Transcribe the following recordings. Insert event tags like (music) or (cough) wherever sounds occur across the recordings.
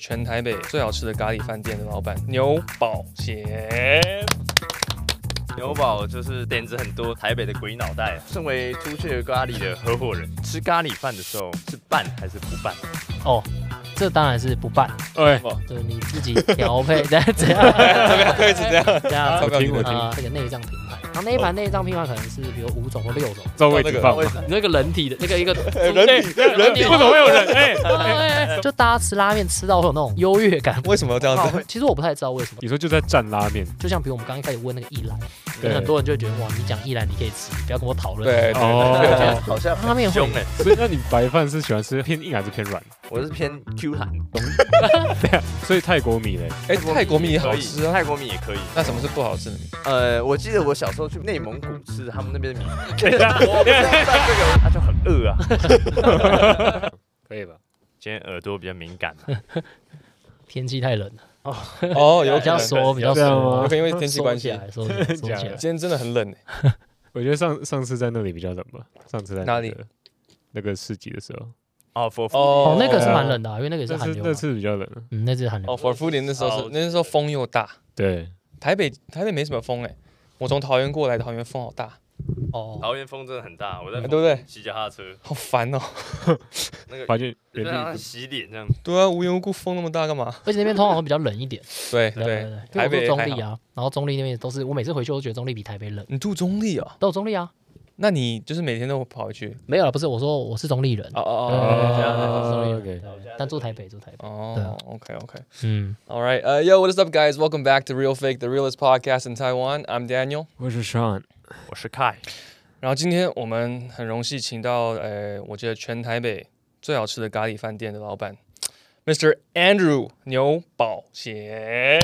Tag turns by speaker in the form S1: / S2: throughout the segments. S1: 全台北最好吃的咖喱饭店的老板牛宝贤。
S2: 牛宝就是点子很多，台北的鬼脑袋。身为朱雀咖喱的合伙人，吃咖喱饭的时候是拌还是不拌？哦
S3: 哦，这当然是不办，
S1: 哎，
S3: 就是你自己调配，怎 (laughs) 样怎样
S1: 可以是这样，
S3: 这样
S1: 我听我
S3: 啊，这个内脏拼盘，然后那一盘内脏拼盘可能是比如五种或六种，
S4: 照位置放
S2: 为
S4: 嘛。
S2: 什么？
S3: 你那个人体的那 (laughs) 个一个
S1: 人体人体
S4: 为什么会有人？哎、
S3: 就大家吃拉面吃到会有那种优越感。
S1: 为什么要这样子？
S3: 其实我不太知道为什么，
S4: 你说就在蘸拉面，
S3: 就像比如我们刚刚一开始问那个一兰，可
S4: 对
S3: 能很多人就会觉得哇，你讲一兰你可以吃，不要跟我讨论。
S1: 对，
S4: 哦，
S2: 好像
S3: 拉面
S2: 很
S3: 会
S2: 凶哎、
S4: 所以那你白饭是喜欢吃偏硬还是偏软？
S2: 我是偏 Q 弹，
S4: 所以泰国米嘞，
S1: 哎，泰国米也好吃啊。
S2: 泰国米也可以。
S1: 那什么是不好吃的米？
S2: 呃，我记得我小时候去内蒙古吃他们那
S1: (laughs)
S2: 边的米，我不知道这个，他就很饿啊。
S4: 可以吧？
S2: 今天耳朵比较敏感、
S3: 天气太冷了，
S1: 哦，有
S3: 比较
S1: 可能，
S3: 缩，比较
S4: 这样
S3: 缩，
S4: 吗
S1: 有可能因为天气关系
S3: 收起。来，收起来， (laughs) 收起
S4: 假
S3: 来
S4: 的。
S1: 今天真的很冷哎，
S4: 我觉得上上次在那里比较冷吧，上次在、那
S1: 哪
S4: 个
S1: 里？
S4: 那个市集的时候，
S2: 哦，佛佛，
S1: 哦
S3: 哦，那个是蛮冷的啊，因为那个也是
S4: 那
S3: 寒
S4: 次
S3: 流
S4: 那
S3: 嘛。
S4: 次比较冷，啊
S3: 嗯，那次寒流
S1: 哦。。for food 那时候是那时候风又大，
S4: 对，
S1: 台北台北没什么风哎，我从桃园过来，桃园风好大，
S3: 哦，
S2: 桃园风真的很大，我在
S1: 对不对？
S2: 骑脚踏车，
S1: 嗯好烦哦。
S2: 那个
S4: 发现
S2: 就
S4: 原
S2: 让他
S4: 地
S2: 洗脸这样。
S1: 对啊，无缘无故风那么大干嘛？
S3: 而且那边通常会比较冷一点。
S1: 对
S3: 对
S1: 对，
S3: 对，
S1: 台
S3: 因
S1: 北
S3: 为我住
S1: 还
S3: 中立啊，然后中立那边都是，我每次回去都觉得中立比台北冷。
S1: 你住中立哦，
S3: 都有中立啊？
S1: 那你就是每天都跑回去？
S3: 没有了，不是，我说我是中立人
S1: 哦，
S3: 对对对对
S4: 哦 OK
S3: 对对对但住台北，住台北。
S1: 哦，OK OK。
S3: 嗯，
S1: All right. Uh, yo, what is up, guys? Welcome back to Real Fake, the realest podcast in Taiwan. I'm Daniel.
S4: 我是 Sean，
S2: 我是 Kai，
S1: 然后今天我们很荣幸请到，呃，我觉得全台北最好吃的咖喱饭店的老板，Mr. Andrew 牛宝贤。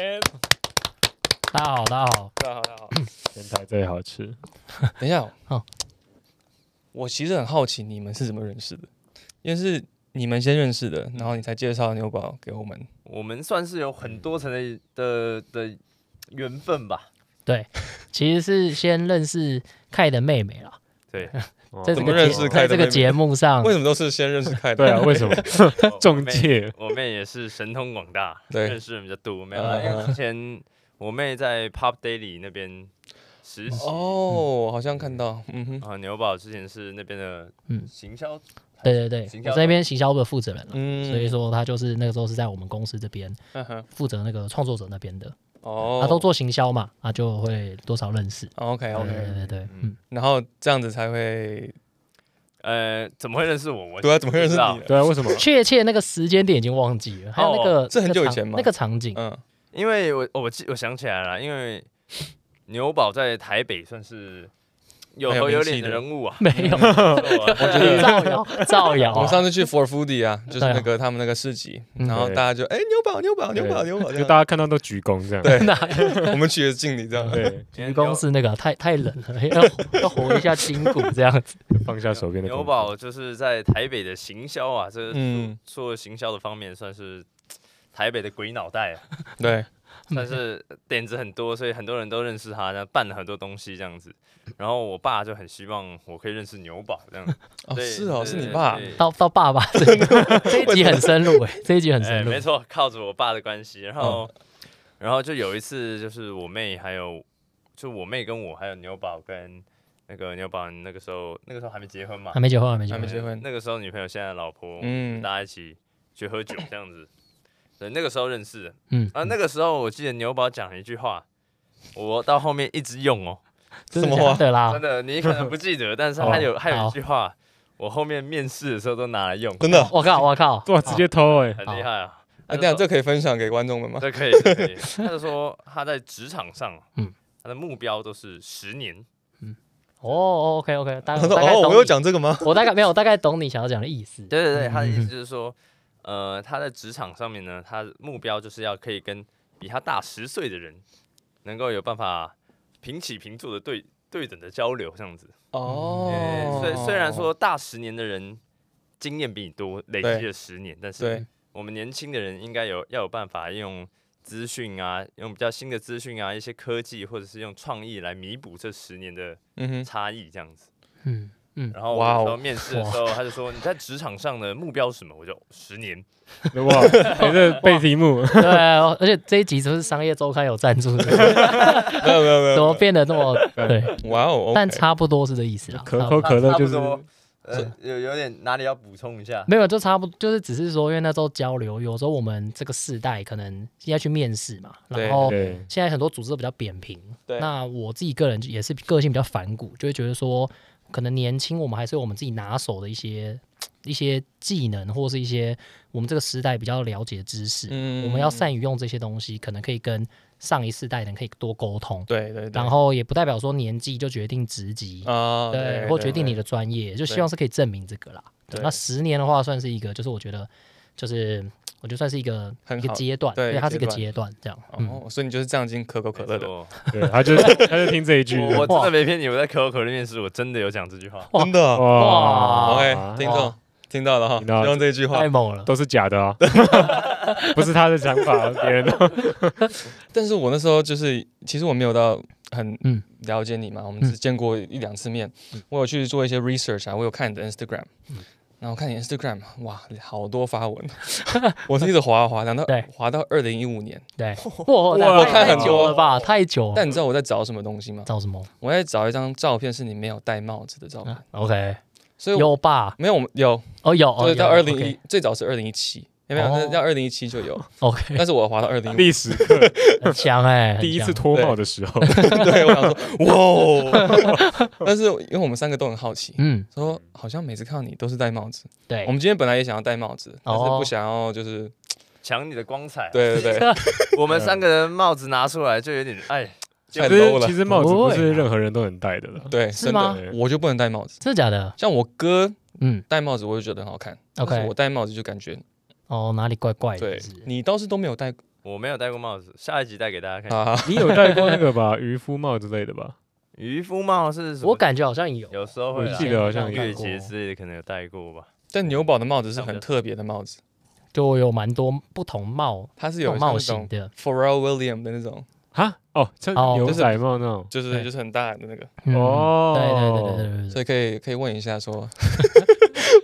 S3: 大家好，大家好。
S1: 大家好，大家 (laughs) 好。
S4: 全台最好吃。
S1: 等一下，
S3: 好
S1: 我其实很好奇你们是怎么认识的，因为是你们先认识的，然后你才介绍牛宝给我们。
S2: 我们算是有很多层的的的缘分吧。
S3: 其实是先认识凯的妹妹啦，
S2: 对，
S1: (laughs)
S2: 哦
S3: 在
S1: 哦怎
S3: 这
S1: 么
S3: 个
S1: 认识
S3: 节
S1: 凯的
S3: 在这
S1: 妹
S3: 个
S1: 妹
S3: 节目上
S1: 为，什么都是先认识开的？
S4: 对啊，为什么
S2: 我
S4: 中
S2: 妹
S4: 介？
S2: (laughs) 我妹也是神通广大，
S1: 对
S2: 认识人比较多。没有
S1: 嗯
S2: 啦，
S1: 嗯
S2: 因为
S1: 嗯
S2: 之前我妹在 Pop Daily 那边实
S1: (laughs)
S2: 习，
S1: 哦，好像看到，嗯哼，
S2: 啊，牛宝之前是那边的
S3: 嗯
S2: 行销，
S3: 对对对
S2: 行，销
S3: 我在那边行销部的负责人啦，啊
S1: 嗯，
S3: 所以说他就是那个时候是在我们公司这边
S1: 嗯哼，
S3: 负责那个创作者那边的，
S1: 哦，
S3: 他都做行销嘛，他就会多少认识。
S1: ，OK
S3: 对对
S1: OK，
S3: 对对，嗯，
S1: 哦然后这样子才会，
S2: 呃，怎么会认识我？我
S1: 对啊，怎么会认识
S2: 不知道
S1: 你？
S4: 对啊，为什么？
S3: 确切那个时间点已经忘记了，还有那个
S1: 哦这很久以
S3: 那个
S1: 前
S3: 场
S1: 吗
S3: 那个场景，。
S1: 嗯，
S2: 因为我哦我记我想起来了，因为牛宝在台北算是有
S1: 很有
S2: 头有
S1: 名气
S2: 脸的
S1: 的
S2: 人物
S1: (laughs)
S2: 啊
S3: 没有
S2: 我 (laughs) 觉得
S3: (laughs) 造谣，造谣啊。
S1: 我们上次去 For Foodie 啊，就是
S3: 对啊
S1: 那个他们那个市集，
S3: 嗯
S1: 然后大家就哎牛宝牛宝牛宝牛宝，
S4: 就
S1: 这
S4: 大
S1: 样
S4: 家看到都鞠躬这样。
S1: 对，
S3: (laughs)
S1: 我们取了敬礼这样，
S4: 对，
S2: 今天
S3: 愚公是那个啊太太冷
S1: (laughs)
S3: 了，要要活一下筋骨这样子。
S4: 就放下手边的
S2: 牛牛
S4: 工作。
S2: 宝就是在台北的行销啊，这个
S1: 嗯
S2: 做做行销的方面算是台北的鬼脑袋、啊，
S1: 对，
S2: 算是点子很多，所以很多人都认识他，然后办了很多东西这样子。然后我爸就很希望我可以认识牛宝这样。
S1: 哦
S2: 对
S1: 是哦，
S2: 对
S1: 是你
S2: 对
S1: 爸，
S2: 对
S3: 到到爸爸这
S1: (laughs)
S3: 这一集很深入哎，这一集很
S2: 哎，
S3: 深入
S2: 没。错，靠着我爸的关系，然
S1: 哦
S2: 后，然后就有一次，就是我妹还有，就我妹跟我还有牛宝跟那个牛宝，那个时候那个时候还没结婚嘛
S3: 还，没结婚，还没结
S1: 还没
S3: 婚。
S1: 结婚
S2: 那个时候女朋友现在的老婆，
S1: 嗯
S2: 嗯，大家一起去喝酒这样子，对，那个时候认识的，
S3: 嗯，
S2: 啊，那个时候我记得牛宝讲了一句话，我到后面一直用哦，
S3: 真
S1: 什么
S3: 的假
S1: 话
S3: 的啦
S2: 真？的，你可能不记得，但是他有还有
S3: 好
S2: 一句话，我后面面试的时候都拿来用，
S1: 真的，
S3: 我靠，我靠！
S4: 哇，直接偷哎、
S2: 很厉害啊，
S1: 啊，
S2: 他就
S1: 这样
S2: 说
S1: 这可以分享给观众们吗？
S2: 这可以，这可以。他就说他在职场上，
S3: 嗯
S2: 他的目标都是十年。
S3: 哦，OK OK，大
S1: (laughs)
S3: 概
S1: 他说
S3: 大概
S1: 哦，
S3: 懂
S1: 我
S3: 你
S1: 有，讲这个吗？
S3: (laughs) 我大概没有，我大概懂你想要讲的意思。
S2: 对对对，他的意
S3: 嗯
S2: 思就是说，呃，他在职场上面呢，他的目标就是要可以跟比他大十岁的人，能够有办法平起平坐的对对等的交流，这样子。
S3: 嗯
S1: 哦，
S2: 虽虽然说大十年的人经验比你多，累积了十年，但是
S1: 对
S2: 我们年轻的人应该有要有办法用资讯啊，用比较新的资讯啊，一些科技或者是用创意来弥补这十年的
S3: (laughs)
S1: 嗯哼，
S2: 差异，这样子。
S3: 嗯，嗯
S2: 然后
S1: 哇
S2: 我
S1: 哦
S2: 说面试的时候，他就说你在职场上的目标是什么？我就十年，
S4: 哇，还在背题目，
S3: 对啊，而且这一集就是商业周刊有赞助的，
S1: (laughs) 没有没有没有
S3: 怎么变得这么
S1: (laughs)
S3: 对？
S1: 哇哦，
S3: 但
S1: OK
S3: 差不多是这意思啦。
S4: 可
S3: 差不多
S4: 口可乐就是
S2: 啊差不多呃，有有点哪里要补充一下？
S3: 没有，就差不多，就是只是说，因为那时候交流，有时候我们这个世代可能现在去面试嘛，
S1: 对
S3: 然后
S4: 对，
S3: 现在很多组织都比较扁平。
S1: 对
S3: 那我自己个人就也是个性比较反骨，就会觉得说，可能年轻我们还是有我们自己拿手的一些一些技能，或是一些我们这个时代比较了解的知识，
S1: 嗯
S3: 我们要善于用这些东西，可能可以跟上一世代的人可以多沟通。
S1: 对对，对
S3: 然后也不代表说年纪就决定职级，
S1: 啊，
S3: 对，或决定你的专业，就希望是可以证明这个啦。对，
S1: 对
S3: 那十年的话，算是一个，就是我觉得，就是我觉得算是一个
S1: 很
S3: 一个
S1: 好
S3: 阶段，
S1: 对一个
S3: 它是一个
S1: 阶
S3: 阶段这样。嗯，
S1: 哦，所以你就是这样进可口可乐的，
S2: 没错
S4: 对，他就他就听这一句，
S2: 我我真的没骗你，我在可口可乐面试，我真的有讲这句话。
S1: 真的哦
S3: 哇
S1: ？OK，听众听到了哈，
S4: 听到了
S1: 用这句话
S3: 太。猛了，
S4: 都是假的啊，不是他的想法， (laughs) 别
S3: (laughs)
S4: 人的。
S1: 但是我那时候就是，其实我没有到很
S3: 嗯
S1: 了解你嘛，我们只见过一两次面，我有去做一些 research 啊，我有看你的 Instagram，然
S3: 嗯
S1: 后看你 Instagram，哇，好多发
S3: (laughs)
S1: 文，我是一直滑滑，滑到
S3: 对哦
S1: 滑到二零一五年，
S3: 对，哇，
S4: 我
S3: 太
S4: 看
S3: 太
S4: 很
S3: 久
S1: 多
S3: 了吧，太久了。
S1: 但你知道我在找什么东西吗？
S3: 找什么
S1: 我在找一张照片，是你没有戴帽子的照片，
S3: ？OK，
S1: 所哦以我
S3: 啊有吧？
S1: 没有我们有，
S3: 哦，有，
S1: 就
S3: 哦
S1: 是到
S3: 有
S1: 二零一
S3: OK，
S1: 最早是二零一七，有没有？那
S3: 哦
S1: 到二零一七就
S3: (laughs)
S1: 有，
S3: ，OK，
S1: 但是我滑到二零一，
S4: 历史课
S3: 很强
S1: (laughs)
S3: 哎，很
S4: 第一次
S3: 强
S4: 脱帽的时候，
S1: 对，我想
S3: (laughs)
S1: 说哇哦，但是因为我们三个都很好奇，
S3: 嗯，
S1: 说好像每次看到你都是戴帽子。
S3: 对
S1: 我，们今天本来也想要戴帽子，但是
S3: 哦
S1: 不想要就是
S2: 抢你的光彩，
S1: 对对
S3: (laughs)
S1: 对，
S2: 我们三个人帽子拿出来就有点哎，
S1: 太
S4: 其实
S1: low 了
S4: 其。实帽子不是任何人都能戴的了。
S1: 对，
S3: 是
S1: 真
S3: 吗
S1: 的，
S4: 对
S1: 我就不能戴帽子。
S3: 真的假的？
S1: 像我哥
S3: 嗯
S1: 戴帽子，我就觉得很好看。但是
S3: ，OK，
S1: 我戴帽子就感觉
S3: 哦，哪里怪怪的
S1: 对
S3: 是不是？
S1: 你倒是都没有戴
S2: 我没有戴过帽子，下一集戴给大家
S3: 哎
S2: 看。
S1: 啊，
S4: 你有戴过那个吧，渔夫帽之类的吧？
S2: 渔夫帽是什么？
S3: 我感觉好像有，啊
S2: 有时候会
S4: 我
S2: 啦
S4: 记得好像有
S2: 月
S3: 哦
S2: 节之类的可能有戴过吧。
S1: 但牛宝的帽子是很特别的帽子，
S3: 就有蛮多不同帽
S1: 它是
S3: 不
S1: 有
S3: 同
S1: 像
S3: 哦帽
S1: 那
S3: 型
S1: 种
S3: 的，
S1: Pharrell William 的那种，
S4: 哈，哦，像
S3: 哦
S4: 牛仔帽那种。
S1: 就是
S3: 对
S1: 就是很大的那个，
S3: 嗯
S4: 哦
S3: 对对对对对对对
S1: 所以可以可以问一下
S3: (laughs)
S1: 说，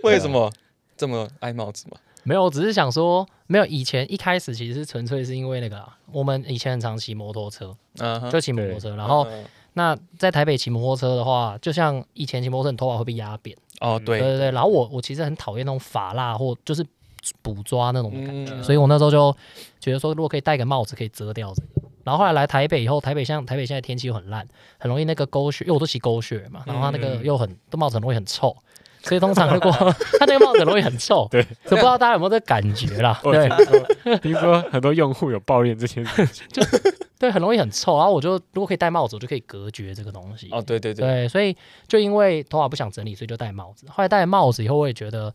S1: 为
S3: 啊
S1: 什么这么爱帽子嘛？
S3: 没有，我只是想说，没有以前一开始其实是纯粹是因为那个啦，我们以前很常骑摩托车，
S1: 嗯哼，
S3: 就骑摩托车，然后
S1: 嗯
S3: 那在台北骑摩托车的话，就像以前骑摩托车，你头发会被压扁，
S1: 哦对
S3: 嗯对对对，然后我我其实很讨厌那种发蜡或就是捕抓那种的感觉，
S1: 嗯
S3: 所以我那时候就觉得说，如果可以戴个帽子可以遮掉这个。然后后来来台北以后，台北像台北现在天气又很烂，很容易那个沟血，因为我都骑沟血嘛，然后它那个
S1: 嗯
S3: 又很帽子很容易很臭，所以通常如果 (laughs) 它那个帽子很容易很臭，
S4: 对
S3: 所以不知道大家有没有这个感觉
S1: (laughs)
S3: 啦？
S4: 我
S3: 对，
S4: 听说很多用户有抱怨这件
S3: (laughs)
S4: 事情，
S3: 对，很容易很臭。然后我就如果可以戴帽子，我就可以隔绝这个东西。
S1: 哦对对对，
S3: 对，所以就因为头发不想整理，所以就戴帽子。后来戴了帽子以后，我也觉得，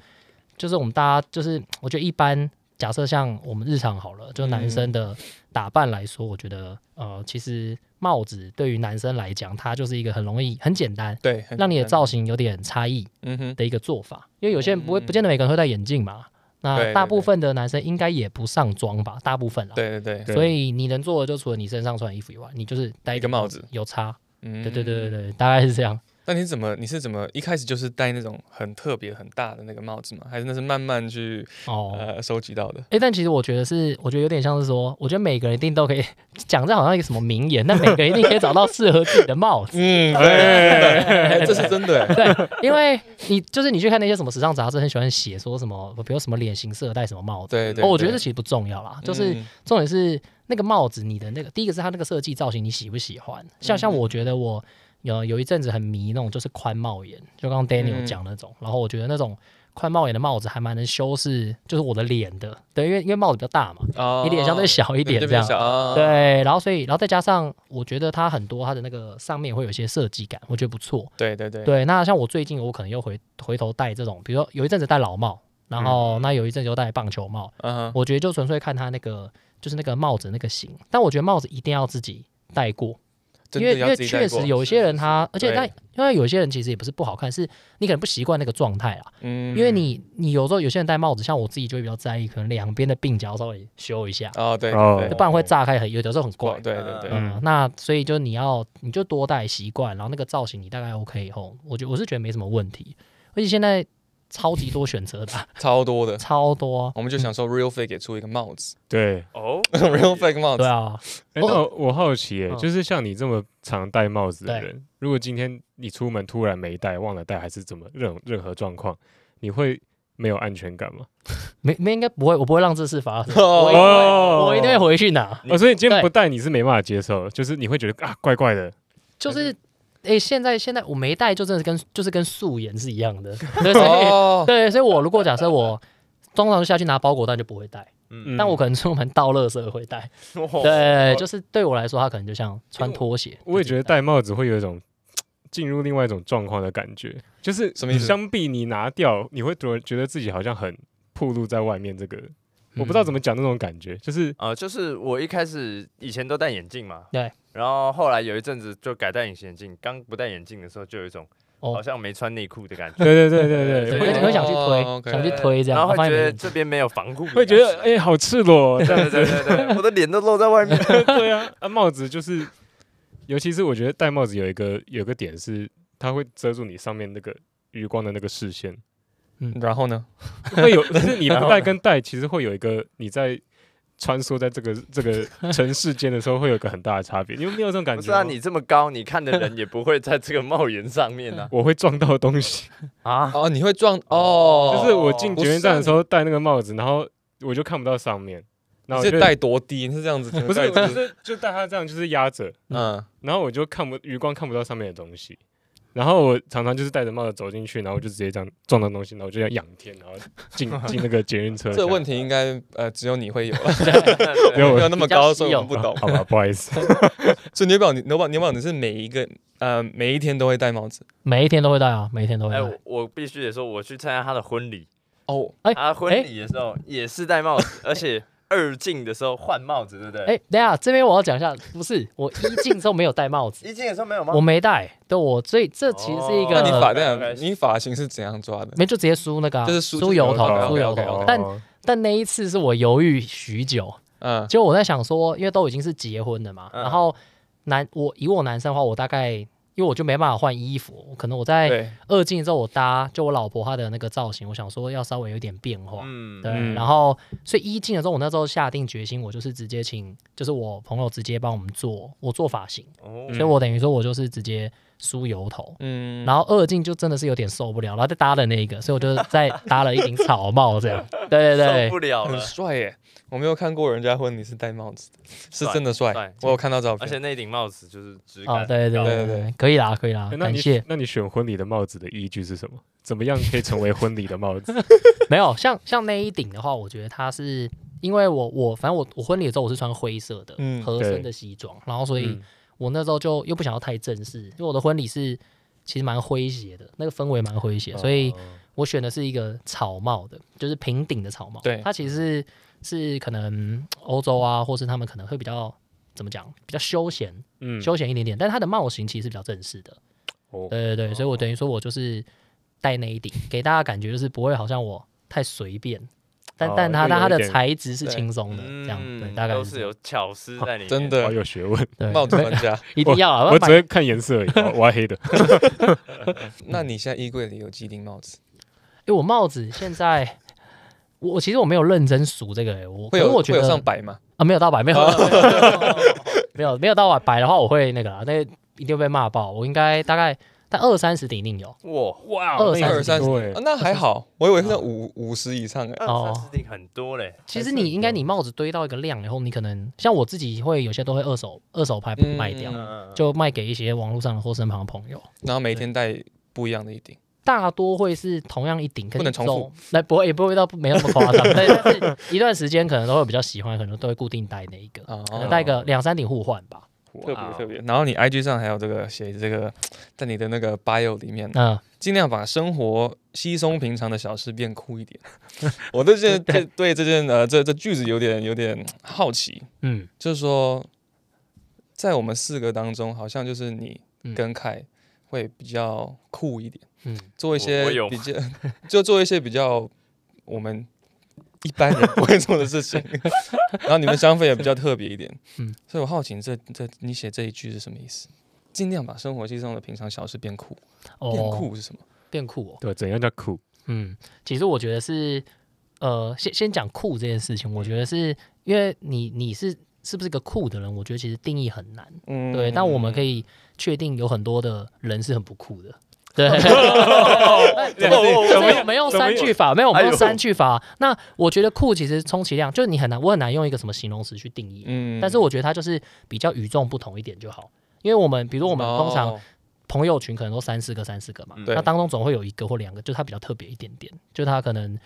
S3: 就是我们大家，就是我觉得一般，假设像我们日常好了，就男
S1: 嗯
S3: 生的打扮来说，我觉得呃，其实帽子对于男生来讲，它就是一个很容易、很简单，
S1: 对，很
S3: 让你的
S1: 简单，
S3: 造型有点差异
S1: 嗯哼，
S3: 的一个做法。因为有些人不会，
S1: 嗯
S3: 不见得每个人会戴眼镜
S1: 对
S3: 嘛。那
S1: 对
S3: 大部
S1: 对
S3: 分的男生应该也不上妆吧，大部分啦。
S1: 对对对，
S4: 对
S3: 所以你能做的就除了你身上穿的衣服以外，你就是戴
S1: 一个帽子，
S3: 有差。
S1: 嗯
S3: 对对对对对，大概是这样。
S1: 那你怎么你是怎么一开始就是戴那种很特别很大的那个帽子吗？还是那是慢慢去
S3: 哦，哎、
S1: 呃收集到的？
S3: 但其实我觉得是，我觉得有点像是说，我觉得每个人一定都可以 (laughs) 讲这好像一个什么名言，但每个人一定可以找到适合自己的帽
S1: (laughs)
S3: 子。
S1: 嗯，对， (laughs) 哎这是真的欸。
S3: 对，因为你就是你去看那些什么时尚杂志，很喜欢写说什么，比如什么脸型适合戴什么帽子。
S1: 对对
S3: 哦，我觉得这
S1: 对
S3: 其实不重要啦，就是
S1: 嗯
S3: 重点是那个帽子，你的那个第一个是它那个设计造型，你喜不喜欢？像
S1: 嗯
S3: 像我觉得我有有一阵子很迷那种就是宽帽檐，就刚刚 Daniel
S1: 嗯
S3: 讲那种，然后我觉得那种宽帽檐的帽子还蛮能修饰就是我的脸的，对，因为因为帽子比较大嘛，
S1: 哦
S3: 你脸相对小一点这样啊
S1: 对哦
S3: 对，然后所以然后再加上我觉得它很多它的那个上面会有一些设计感，我觉得不错。
S1: 对对对
S3: 对，那像我最近我可能又回回头戴这种，比如说有一阵子戴老帽，然后那有一阵子又戴棒球帽，
S1: 嗯嗯哼，
S3: 我觉得就纯粹看它那个，就是那个帽子那个型。但我觉得帽子一定要自己戴过，
S1: 真
S3: 因为
S1: 的
S3: 因
S1: 要
S3: 为
S1: 自己带
S3: 确
S1: 过
S3: 实。有些人他，而且
S1: 对
S3: 但因为有些人其实也不是不好看，是你可能不习惯那个状态啦。
S1: 嗯
S3: 因为你你有时候有些人戴帽子，像我自己就会比较在意，可能两边的鬓角稍微修一下，
S1: 哦，对
S4: 哦
S1: 对
S3: 不然会炸开很，有的时候很怪
S1: 对。对对，
S3: 嗯，那所以就你要你就多戴习惯，然后那个造型你大概 OK 以后，我觉得我是觉得没什么问题，而且现在超级多选择
S1: (laughs)
S3: 的啊，
S1: 超多的。
S3: 超多。啊
S1: 我们就想说，Real Fake 也出一个帽
S3: (laughs)
S1: 子
S4: 对。
S2: 哦
S1: ，Real Fake 帽
S3: 对
S1: (laughs) 子，
S3: 啊，
S4: 哎，
S3: 我
S4: 那我我好奇耶
S3: 嗯，
S4: 就是像你这么常戴帽子的
S3: 对
S4: 人，如果今天你出门突然没戴，忘了戴，还是怎么任任何状况，你会没有安全感吗？
S3: 没没应该不会，我不会让这事发生，
S1: (laughs)
S3: 我一定会
S4: 哦
S3: 我一定会回去拿。
S1: 嗯
S4: 哦，所以你今天
S3: 对
S4: 不戴你是没办法接受的，就是你会觉得啊怪怪的，
S3: 就是，哎、现在现在我没戴，就真的是跟就是跟素颜是一样
S1: (laughs)
S3: 的。对，所以、
S1: 哦，
S3: 对，所以我如果假设我通常下去拿包裹袋就不会戴，
S4: 嗯
S3: 但我可能出门倒垃圾会戴。
S2: (laughs) 哦
S3: 对，就是对我来说，它可能就像穿拖鞋。
S4: 我也觉得戴帽子会有一种进入另外一种状况的感觉，就是
S1: 什么意思
S4: 相比你拿掉，你会突然觉得自己好像很暴露在外面。这个我不知道怎
S3: 么。
S4: 么讲那种感觉，就是
S2: 呃，就是我一开始以前都戴眼镜嘛，
S3: 对，
S2: 然后后来有一阵子就改戴隐形眼镜，刚不戴眼镜的时候就有一种
S3: 哦
S2: 好像没穿内裤的感觉，
S4: 对对对对
S2: 对
S4: 对，
S3: 你
S4: 会
S3: 会想去推，
S1: 哦，OK
S3: 想去推这样，啊
S2: 然后
S3: 发
S2: 会觉
S3: 现没
S2: 得
S3: 人
S2: 这边没有防护
S3: (laughs)
S2: 的感，
S4: 会觉得哎好赤
S2: (laughs)
S4: 裸哦，
S2: 对对对对对，我的脸都露在外 (laughs)
S3: (laughs)
S2: 面，
S4: 对啊，啊帽子就是，尤其是我觉得戴帽子有一个有一个点是，它会遮住你上面那个余光的那个视线，
S1: (laughs) 然后呢？
S4: 会有，就是你不戴跟戴其实会有一个你在。穿梭在这个这个城市间的时候，会有一个很大的差别。你有没有这种感
S2: 不
S4: 觉
S2: 是
S4: 吗？
S2: 啊，你这么高，你看的人也不会在这个帽檐上面
S3: (laughs)
S2: 啊
S4: 我会撞到东西。
S2: 啊，
S1: 哦，你会撞 (laughs) 哦，
S4: 就是我进
S1: 不
S4: 捷
S1: 是啊
S4: 运站的时候戴那个帽子，然后我就看不到上面，然后
S1: 你是
S4: 我就
S1: 戴多低？你是这样子？
S4: 不是，
S1: 戴
S4: 我就是就戴它这样，就是压着，
S1: 嗯，
S4: 然后我就看不余光看不到上面的东西。然后我常常就是戴着帽子走进去，然后我就直接这样撞到东西，然后我就这样仰天，然后
S1: (laughs)
S4: 进进那个捷运车厢。
S1: 这个问题应该呃只有你会有，
S4: (laughs) 没有
S1: 没有
S4: 我。
S1: 那么
S3: 比较
S1: 高，
S3: 稀
S1: 所以我们
S3: 有
S1: 不懂
S4: 好吧，不好意思。
S3: (laughs)
S1: 所以牛宝，你牛宝牛宝，你是每一个呃每一天都会戴帽子
S3: 每一天都会戴啊，每一天都会
S2: 哎、
S3: 戴。
S2: 我我必须得说，我去参加他的婚礼，
S1: 哦，
S3: 哎
S2: 他婚礼的时候也是戴帽
S3: (laughs)
S2: 子，而且二进的时候换帽子，对不对？
S3: 哎、等一下这边我要讲一下，不是我一进之后没有戴帽子，
S2: 一进的时候没有 (laughs) 吗？
S3: 我没戴，对我所以这其实是一
S2: 哦
S1: 那
S3: 个。
S1: 你发这啊
S2: 呃
S1: 样，你发型是怎样抓的？
S3: 没就直接梳那个、啊，
S1: 就是梳
S3: 梳油头，
S1: 头
S3: 梳油
S1: OK，OK，OK
S3: 头
S1: 哦。
S3: 但但那一次是我犹豫许久，
S1: 嗯，
S3: 结果我在想说，因为都已经是结婚了嘛，
S2: 嗯
S3: 然后男我以我男生的话，我大概因为我就没办法换衣服，可能我在
S1: 对，
S3: 二进之后我搭就我老婆她的那个造型，我想说要稍微有点变化。
S2: 嗯，
S3: 对，
S4: 嗯
S3: 然后所以一进的时候，我那时候下定决心，我就是直接请，就是我朋友直接帮我们做，我做发型，
S2: 哦
S3: 所以我等于说我就是直接梳油头，
S1: 嗯，
S3: 然后二进就真的是有点受不了，然后再搭了那一个，所以我就再搭了一顶草帽
S2: (laughs)
S3: 这样。对对
S2: 受不了 (laughs)
S3: 嗯
S2: 了
S1: 很。帅耶！我没有看过人家婚礼是戴帽子的，是
S2: 帅
S1: 真的帅
S2: 帅。
S1: 我有看到照片，
S2: 而且那顶帽子就是质
S3: 对，
S2: 感
S3: 啊，对对
S2: 很高
S1: 对
S3: 对
S1: 对
S3: 对，可以啦，可以啦
S4: 哎，那
S3: 感
S4: 你
S3: 谢。
S4: 那你选婚礼的帽子的依据是什么？怎么样可以成为婚礼的帽子？
S3: 没有像像那一顶的话，我觉得它是因为我我反正我我婚礼的时候我是穿灰色的
S1: 嗯
S3: 合身
S4: 对
S3: 的西装，然后所以
S4: 嗯
S3: 我那时候就又不想要太正式，因为我的婚礼是其实蛮诙谐的，那个氛围蛮诙谐，所以
S4: 哦
S3: 我选的是一个草帽的，就是平顶的草帽。
S1: 对
S3: 它其实是是可能欧洲啊，或是他们可能会比较怎么讲，比较休闲
S4: 嗯
S3: 休闲一点点，但它的帽型其实是比较正式的。
S4: 哦
S3: 对对对，所以我等于说我就是戴那一顶，给大家感觉就是不会好像我太随便，但
S4: 哦
S3: 但它
S4: 就有
S3: 但它
S4: 一
S3: 的
S4: 点嗯
S3: 材质是
S1: 对
S3: 轻松的，
S2: 嗯
S3: 这样对，大概
S2: 都
S3: 是
S2: 是有巧思在里面，
S1: 真
S4: 好
S1: 的
S4: 哦有学问，
S3: 这样对
S1: 帽子
S3: 没
S1: 专家。
S3: 一定要啊，
S4: (laughs) 我
S3: 我
S4: 只会看颜色而已，哦我我
S3: (laughs)
S4: 要黑的。
S1: 那你现在衣柜里有几顶帽子？
S3: 因为我帽子现在。我我其实我没有认真数这个、欸，我
S1: 会
S3: 可
S1: 有
S3: 是我觉
S1: 会有上
S3: 得
S1: 百吗？
S3: 啊没有到百，没有到百
S4: 哦
S3: (laughs) 没有没有到百百的话，我会那个啦，那一定会被骂爆。我应该大概但二三十顶一定有，
S2: 哇，
S4: 哇
S3: 二三
S1: 二三十
S4: 对
S1: 啊，，那还好，我以为是在五五十以上哎。
S2: 二三十顶很多嘞，
S3: 其实
S4: 还是
S3: 你
S4: 很
S3: 应该
S4: 多
S3: 你帽子堆到一个量以后，你可能像我自己会有些都会二手二手拍
S1: 嗯
S3: 卖掉，
S1: 嗯
S2: 嗯，
S3: 就卖给一些网络上的或身旁的朋友。
S1: 然后每天戴不一样的一顶。
S3: 大多会是同样一顶，可
S1: 不能重复
S3: 走，那不会也不会到没那么
S1: (laughs)
S3: 夸张，但但是一段时间可能都会比较喜欢，可能都会固定戴那一个，
S1: 哦
S3: 可能戴个两三顶互换吧。
S1: 特别特别。然后你 IG 上还有这个写这个，在你的那个 bio 里面，
S3: 嗯，
S1: 尽量把生活稀松平常的小事变酷一 (laughs) 点。我对这这对这件呃这这句子有点有点好奇，
S3: 嗯，
S1: 就是说在我们四个当中，好像就是你
S3: 嗯
S1: 跟凯会比较酷一点，
S3: 嗯，
S1: 做一些
S2: 我有
S1: 比较， (laughs) 就做一些比较我们一般人不会做的事
S2: (laughs)
S1: 情。然后你们想法也比较特别一点，
S3: 嗯，
S1: 所以我好奇这这你写这一句是什么意思？尽量把生活记中的平常小事变酷，
S3: 哦，
S1: 变酷是什么？
S3: 变酷哦。
S4: 对，怎样叫
S3: (laughs)
S4: 酷？
S3: 嗯，其实我觉得是，呃，先先讲酷这件事情，我觉得是因为你你是是不是一个酷的人，我觉得其实定义很难。
S1: 嗯
S3: 对，但我们可
S1: 以
S3: 以确定有很多的人是很不
S1: (laughs)
S3: 酷的。对， (laughs)
S2: 怎么
S3: 这
S2: 怎么
S3: 个我们用三句法，没有，我们
S2: 哎
S3: 用
S2: 呦
S3: 三句法。那我觉得酷其实充其量就是你很难，我很难用一个什么形容词去定义。
S1: 嗯
S3: 但是我觉得它就是比较与众不同一点就好，因为我们比如我们通常
S1: 哦
S3: 朋友群可能都三四个、三四个嘛，
S2: 嗯
S1: 对
S3: 那当中总会有一个或两个，就他比较特别一点点，就他可能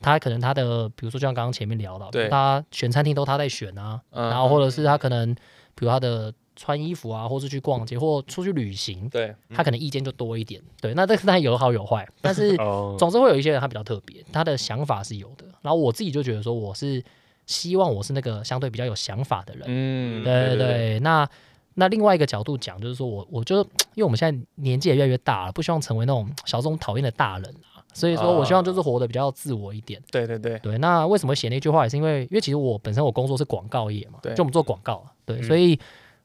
S3: 他可能他的，比如说就像刚刚前面聊到，
S1: 对
S3: 就他选餐厅都他在选啊，
S1: 嗯
S3: 然后或者是他可能比如他的穿衣服啊，或是去逛街或出去旅行，
S1: 对，
S3: 他可能意见就多一点。对，那这个当然有好有坏，但是
S4: (laughs) 哦，
S3: 总是会有一些人他比较特别，他的想法是有的。然后我自己就觉得说，我是希望我是那个相对比较有想法的人，
S1: 嗯
S3: 对对
S2: 对
S3: 对，那那另外一个角度讲，就是说我我就因为我们现在年纪也越来越大了，不希望成为那种小众讨厌的大人啊，所以说我希望就是活得比较自我一点。
S1: 对对对，
S3: 对，那为什么写那句话，也是因为因为其实我本身我工作是广告业嘛，
S1: 对
S3: 就我们做广告，对，
S4: 嗯
S3: 所以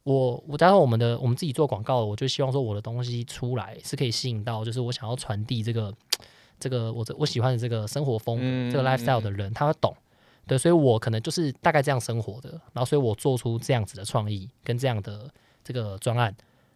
S3: 我我加上我们的我们自己做广告，我就希望说我的东西出来是可以吸引到，就是我想要传递这个这个我这我喜欢的这个生活风格、
S1: 嗯
S3: 这个 lifestyle 的人，他会懂。对，所以我可能就是大概这样生活的，然后所以我做出这样子的创意跟这样的这个专案，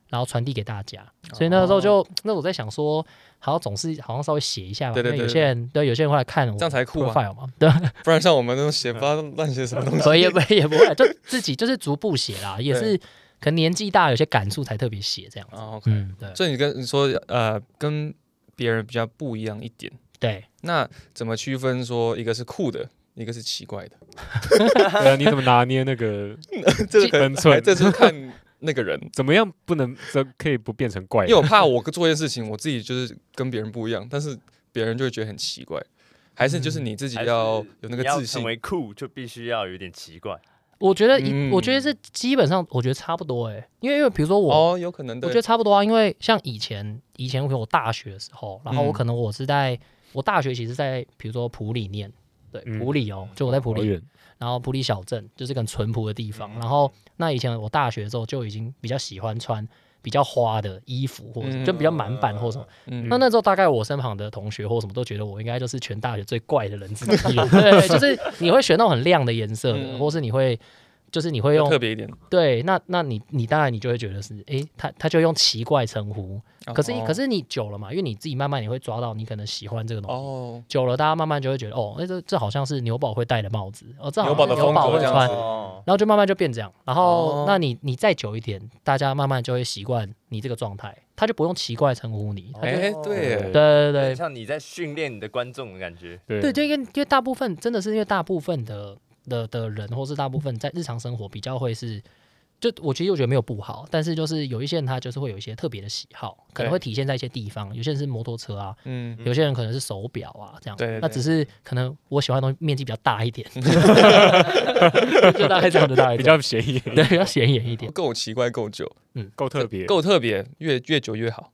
S3: 然后传递给大家。
S1: 哦
S3: 所以那个时候就，那我在想说，好像总是好像稍微写一下吧，
S1: 对对
S3: 因为
S1: 对
S3: 有
S1: 对
S3: 些人对有些人会来看我
S1: 这样才酷啊
S3: profile 嘛，对，
S1: 不然像我们那种写不知道乱写什么东西。
S3: 所以也不也不会，就自己就是逐步写啦，也是可能年纪大有些感触才特别写这样子。
S1: 哦，OK，
S3: 嗯，对
S1: 所以你跟你说呃，跟别人比较不一样一点，
S3: 对，
S1: 那怎么区分说一个是酷的，一个是奇怪的？
S4: 对啊，你怎么拿捏那个
S1: 这个可
S4: 分
S1: 能
S4: 寸？
S1: 哎这
S3: (laughs)
S1: 是看那个人，
S4: 怎么样不能这可以不变成怪
S1: 因为我怕我做一件事情，我自己就是跟别人不一样，但是别人就会觉得很奇怪。还是就是你自己
S2: 还是
S1: 要有那个
S2: 你要
S1: 自信
S2: 成，为酷就必须要有点奇怪。
S3: 我觉得一，
S1: 嗯
S3: 我觉得这基本上我觉得差不多哎、因为因为比如说我，
S1: 哦，有可能
S3: 我
S1: 对
S3: 觉得差不多啊，因为像以前以前我大学的时候，然后我
S1: 嗯
S3: 可能我是在、我大学其实在比如说普里念，对
S4: 嗯
S3: 普里哦，就我在普
S4: 好
S3: 里
S4: 远
S3: 然后普里小镇就是个很淳朴的地方。
S2: 嗯
S3: 然后那以前我大学的时候就已经比较喜欢穿比较花的衣服，或者
S1: 嗯
S3: 就比较满版或什么。
S1: 嗯
S3: 那那时候大概我身旁的同学或什么都觉得我应该就是全大学最怪的人之一了。对，就是你会选那种很亮的颜色的，
S1: 嗯
S3: 或是你会。就是你会用
S1: 特别一点。
S3: 对，那那你你当然你就会觉得是，诶，他他就用奇怪称呼，可是你、
S1: 哦
S3: 可是你久了嘛，因为你自己慢慢你会抓到你可能喜欢这个东西，
S1: 哦，
S3: 久了，大家慢慢就会觉得，哦，哎、这这好像是牛宝会戴的帽子，哦，这好
S1: 牛宝
S3: 像
S1: 的
S3: 是
S1: 风
S3: 牛宝
S1: 格
S3: 会
S1: 这样
S3: 穿，
S1: 子
S2: 哦，
S3: 然后就慢慢就变这样。然后，
S1: 哦
S3: 那你你再久一点，大家慢慢就会习惯你这个状态，他就不用奇怪称呼你。他就
S1: 哎，对耶，
S2: 很
S3: 对
S4: 对
S3: 对对
S2: 像你在训练你的观众的感觉。
S4: 对
S3: 对，就因为因为大部分真的是因为大部分的的的人，或是大部分在日常生活比较会是。就我其实我觉得没有不好，但是就是有一些人他就是会有一些特别的喜好，可能
S1: 对
S3: 会体现在一些地方。有些人是摩托车啊，
S1: 嗯，
S3: 有些人可能是手表啊，这样。
S1: 对对
S3: 那
S1: 对
S3: 只是可能我喜欢的东西面积比较大一点，
S1: (laughs)
S3: 就大概这样，就大概
S4: 比
S3: 这样
S4: 较显眼，
S3: 对，比较显眼一点。
S1: 够奇怪，够久，
S4: 够特别，
S1: 够特别，越越久越好，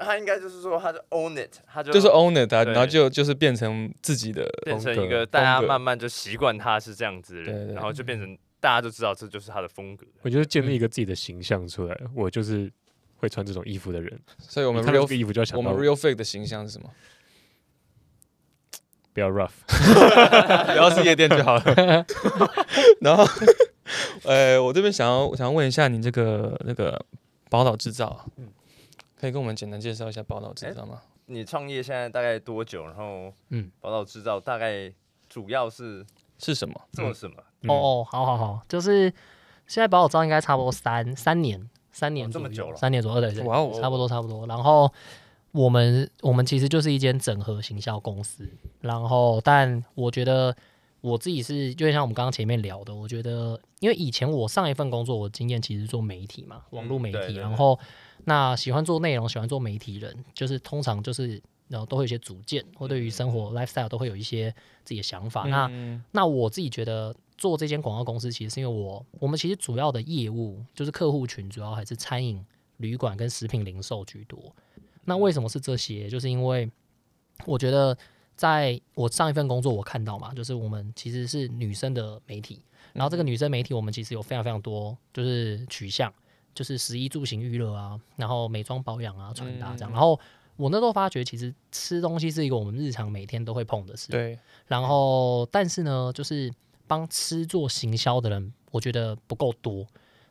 S2: 他应该就是说，他就 own it，他就
S1: 就是 own it，啊
S2: 对
S1: 然后就就是变成自己的
S2: 变成
S4: 风
S2: 一
S4: 格
S2: 个大家
S1: 风格
S2: 慢慢就习惯他是这样子的
S1: 对
S2: 人，
S1: 对
S2: 然后就变成大家就知道这就是他的风格。
S4: 我觉得建立一个自己的形象出来，我就是会穿这种衣服的人。
S1: 所以我
S4: 我
S1: 们
S4: 看到这
S1: real
S4: 个衣服就要想
S1: 我
S4: 到
S1: 们
S4: 我
S1: real fake 的形象是什么？
S4: 不
S3: (laughs)
S4: 要 rough，
S1: 不要是夜店就好了。然后， (laughs) 呃，我这边想要我想要问一下你这个那个宝岛制造啊，可以跟我们简单介绍一下宝岛制造吗？
S2: 你创业现在大概多久？然后，
S3: 嗯
S2: 嗯，宝岛制造大概主要是
S1: 是什么？
S2: 做什么？
S4: 嗯
S3: 哦哦，好好好，就是现在保我知道应该差不多三三年，三年
S2: 哦这么
S3: 左右
S2: 久了
S3: 三年左右，对对，
S1: 哇哦，
S3: 差不多差不多。然后我们我们其实就是一间整合行销公司，然后但我觉得我自己是就像我们刚刚前面聊的，我觉得因为以前我上一份工作我经验其实是做媒体嘛，网络媒体，
S2: 嗯对对对
S3: 然后那喜欢做内容，喜欢做媒体人，就是通常就是然后都会有一些主见，或对于生活 lifestyle 都会有一些自己的想法。那
S1: 嗯
S3: 那我自己觉得，做这间广告公司，其实是因为我我们其实主要的业务就是客户群，主要还是餐饮、旅馆跟食品零售居多。那为什么是这些？就是因为我觉得在我上一份工作，我看到嘛，就是我们其实是女生的媒体，然后这个女生媒体，我们其实有非常非常多就是取向，就是食衣住行娱乐啊，然后美妆保养啊、穿搭这样。
S1: 嗯
S3: 然后我那时候发觉，其实吃东西是一个我们日常每天都会碰的事。
S1: 对，
S3: 然后，但是呢，就是帮吃做行销的人，我觉得不够多。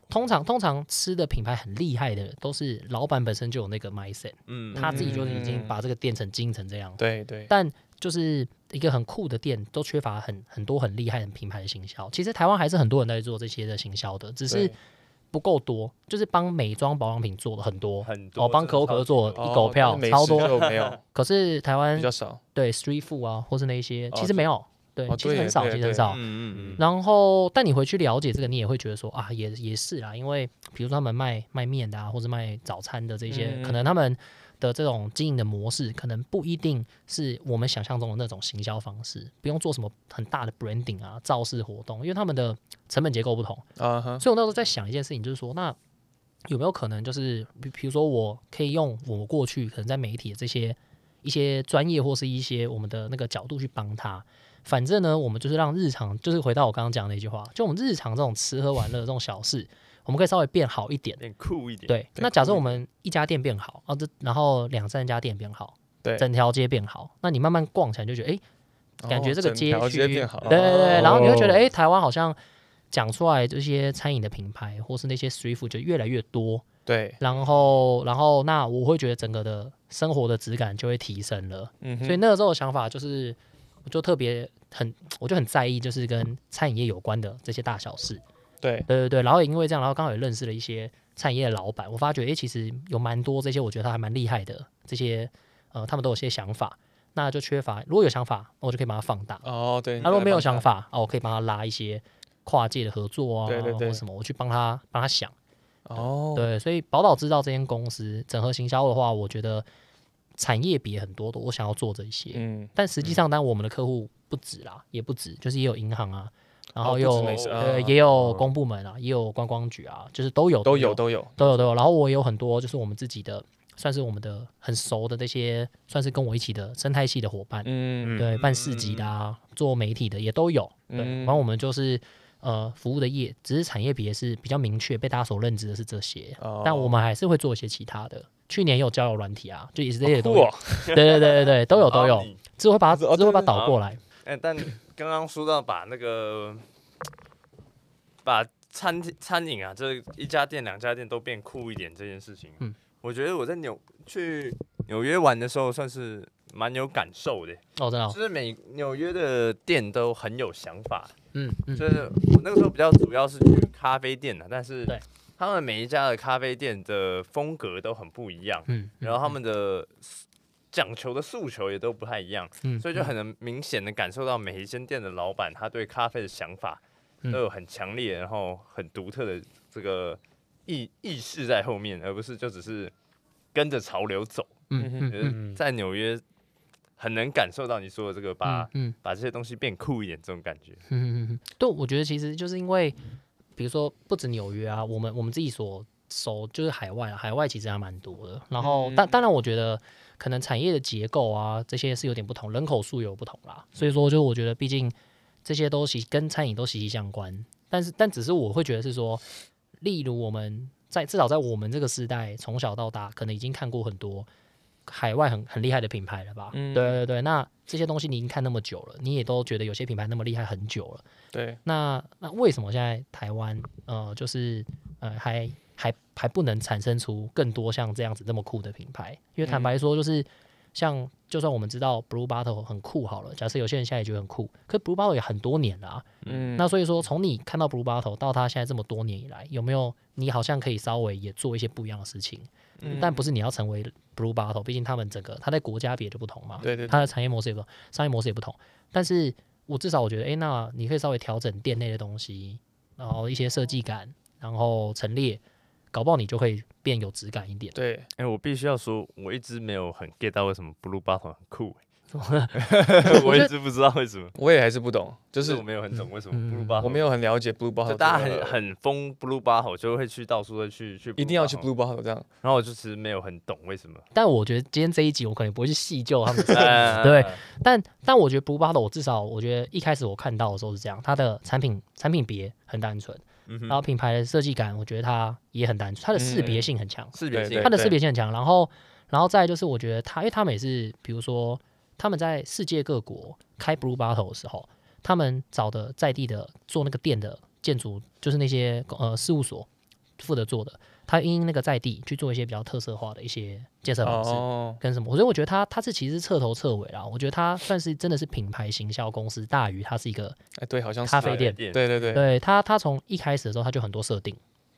S3: 通常，通常吃的品牌很厉害的，都是老板本身就有那个 mindset，
S2: 嗯，
S3: 他自己就是已经
S1: 嗯
S3: 把这个店成经营成这样。
S1: 对对，
S3: 但就是一个很酷的店，都缺乏很很多很厉害、很品牌的行销。其实台湾还是很多人在做这些的行销的，只是
S1: 对
S3: 不够多。就是帮美妆保养品做的很多，
S2: 很多
S3: 哦，帮
S2: 真的
S3: 可口可乐
S2: 超级
S3: 做
S2: 多
S3: 一
S1: 哦
S3: 狗票
S1: 但是美
S3: 超
S1: 食
S3: 多，
S1: 就没
S3: (laughs)
S1: 有，
S3: 可是台湾
S1: 比较少。
S3: 对 street food 啊，或是那一些，
S1: 哦
S3: 其实没有，对，
S1: 哦
S3: 其实
S1: 对
S3: 很少，
S1: 对
S3: 其实很
S1: 对
S3: 少。
S2: 嗯嗯嗯，
S3: 然后，但你回去了解这个，你也会觉得说啊，也也是啊，因为比如说他们卖卖面的啊，或者卖早餐的这些，
S1: 嗯
S3: 可能他们的这种经营的模式，可能不一定是我们想象中的那种行销方式，不用做什么很大的 branding 啊、造势活动，因为他们的成本结构不同。
S1: 啊哈，
S3: 所以我那时候在想一件事情，就是说，那有没有可能，就是比比如说，我可以用我过去可能在媒体的这些一些专业或是一些我们的那个角度去帮他。反正呢，我们就是让日常，就是回到我刚刚讲的那句话，就我们日常这种吃喝玩乐这种小事，我们可以稍微变好一点。
S2: 变嗯酷一点，，
S3: 对，那假设我们一家店变好，啊，这然后两三家店变好，
S1: 对
S3: 整条街变好，那你慢慢逛起来就觉得，哎、感觉这
S1: 哦
S3: 个
S1: 整
S3: 街
S1: 条街
S3: 区
S1: 变好了，
S3: 对对对，
S4: 哦
S3: 然后你会觉得，哎、台湾好像讲出来这些餐饮的品牌或是那些 street food 就越来越多，
S1: 对，
S3: 然后然后那我会觉得整个的生活的质感就会提升了。
S1: 嗯哼，
S3: 所以那个时候的想法就是，我就特别很，我就很在意，就是跟餐饮业有关的这些大小事。
S1: 对
S3: 对对对，然后也因为这样，然后刚好也认识了一些餐饮业的老板，我发觉诶，其实有蛮多这些，我觉得他还蛮厉害的，这些呃，他们都有些想法，那就缺乏，如果有想法，那我就可以把它放大。
S1: 哦对，
S3: 他如果没有想
S1: 法，
S3: 法啊，我可以帮他拉一些跨界的合作啊，
S1: 对对对
S3: 或什么，我去帮他帮他想。
S1: 哦，
S3: 对，所以宝岛制造这间公司整合行销的话，我觉得产业别很多的，我想要做这些，
S1: 嗯，
S3: 但实际上，当然我们的客户不止啦，也不止，就是也有银行啊，然
S1: 哦
S3: 后
S1: 不
S3: 又、
S1: 止美食
S3: 对，
S1: 嗯
S3: 也有
S4: 嗯
S3: 公部门啊，也有观光局啊，就是都有
S1: 都有都有，
S3: 都有都有。然后我有很多就是我们自己的，算是我们的很熟的这些，算是跟我一起的生态系的伙伴，
S1: 嗯
S3: 对，办市集的啊，做媒体的也都有。对，
S1: 嗯
S3: 然后我们就是呃服务的业，只是产业别是比较明确被大家所认知的是这些，
S1: 哦
S3: 但我们还是会做一些其他的。去年有交友软体啊，就也是这些都
S1: 酷
S3: 有，
S1: 哦，
S3: 对对对对对，都有都有
S2: 好。你
S3: 只会把它，
S1: 哦对
S3: 只会把
S1: 对
S3: 它倒过来。
S2: 哎，但刚刚说到把那个把餐厅餐饮啊，这一家店两家店都变酷一点这件事情，啊
S3: 嗯
S2: 我觉得我在纽去纽约玩的时候算是蛮有感受的，
S3: 哦，真的、哦
S2: 就，是每纽约的店都很有想法，
S3: 嗯嗯，
S2: 就是我那个时候比较主要是去咖啡店啊的，但是
S3: 对
S2: 他们每一家的咖啡店的风格都很不一样，
S3: 嗯，
S2: 然后他们的诉讲求的诉求也都不太一样，
S3: 嗯，
S2: 所以就很能明显的感受到每一间店的老板他对咖啡的想法
S3: 嗯
S2: 都有很强烈，然后很独特的这个意意识在后面，而不是就只是跟着潮流走。
S3: 嗯嗯
S2: 觉
S3: 嗯
S2: 得在纽约很能感受到你说的这个把、
S3: 嗯
S2: 把这些东西变酷一点这种感觉。
S3: 嗯嗯嗯， (laughs) 对，我觉得其实就是因为，比如说不止纽约啊，我们我们自己所熟就是海外啊，海外其实还蛮多的。然后，但当然我觉得可能产业的结构啊这些是有点不同，人口数有不同啦。所以说，就我觉得毕竟这些都息跟餐饮都息息相关，但是但只是我会觉得是说，例如我们在至少在我们这个时代，从小到大可能已经看过很多海外很很厉害的品牌了吧？
S1: 嗯
S3: 对对对，那这些东西你已经看那么久了，你也都觉得有些品牌那么厉害很久了，
S1: 对，
S3: 那那为什么现在台湾呃就是呃还还还不能产生出更多像这样子那么酷的品牌？因为坦白说，就是、像就算我们知道 Blue Bottle 很酷好了，假设有些人现在也觉得很酷，可 Blue Bottle 也很多年了啊，
S1: 嗯，
S3: 那所以说，从你看到 Blue Bottle 到他现在这么多年以来，有没有你好像可以稍微也做一些不一样的事情？
S1: 嗯
S3: 但不是你要成为 Blue Bottle，毕竟他们整个他在国家别就不同嘛，
S1: 对对对
S3: 他的产业模式也不同，商业模式也不同。但是我至少我觉得，诶，那你可以稍微调整店内的东西，然后一些设计感，然后陈列，搞不好你就会变有质感一点。
S1: 对，
S3: 欸
S2: (laughs) 哎、我必须要说，我一直没有很 get 到为什么 Blue Bottle 很酷、我一直不知道为什么，
S1: 我也还是不懂，就
S2: 就是
S1: 是
S2: 我没有很懂为什么
S3: 嗯
S2: blue bottle，
S1: 我没有很了解 Blue Bottle，
S2: 就大家
S1: 这个
S2: 很很疯 blue bottle，就会去到处的去去，
S1: 一定要去 Blue Bottle 这样。
S2: 然后我就其实没有很懂
S1: (laughs)
S2: 为什么，
S3: 但我觉得今天这一集我可能不会去细究他们
S2: 哎
S3: 对但但我觉得 Blue Bottle，我至少我觉得一开始我看到的时候是这样，它的产品产品别很单纯，
S2: 嗯哼
S3: 然后品牌的设计感，我觉得它也很单纯，它的识别性很强，
S2: 识别
S1: 嗯
S2: 性
S1: 对
S3: 它的识别性很强。然后然后再来就是我觉得它，因为他们也是，比如说他们在世界各国开 Blue Bottle 的时候，他们找的在地的做那个店的建筑，就是那些呃事务所负责做的，他因那个在地去做一些比较特色化的一些建设方式。
S1: 哦，
S3: 跟什么，所以我觉得他他是其实是彻头彻尾啦，我觉得他算是真的是品牌行销公司大于它是一个，
S1: 哎，对，好像是
S3: 咖啡店
S2: 店
S1: 对对哎对，
S3: 对他他从一开始的时候他就很多设定，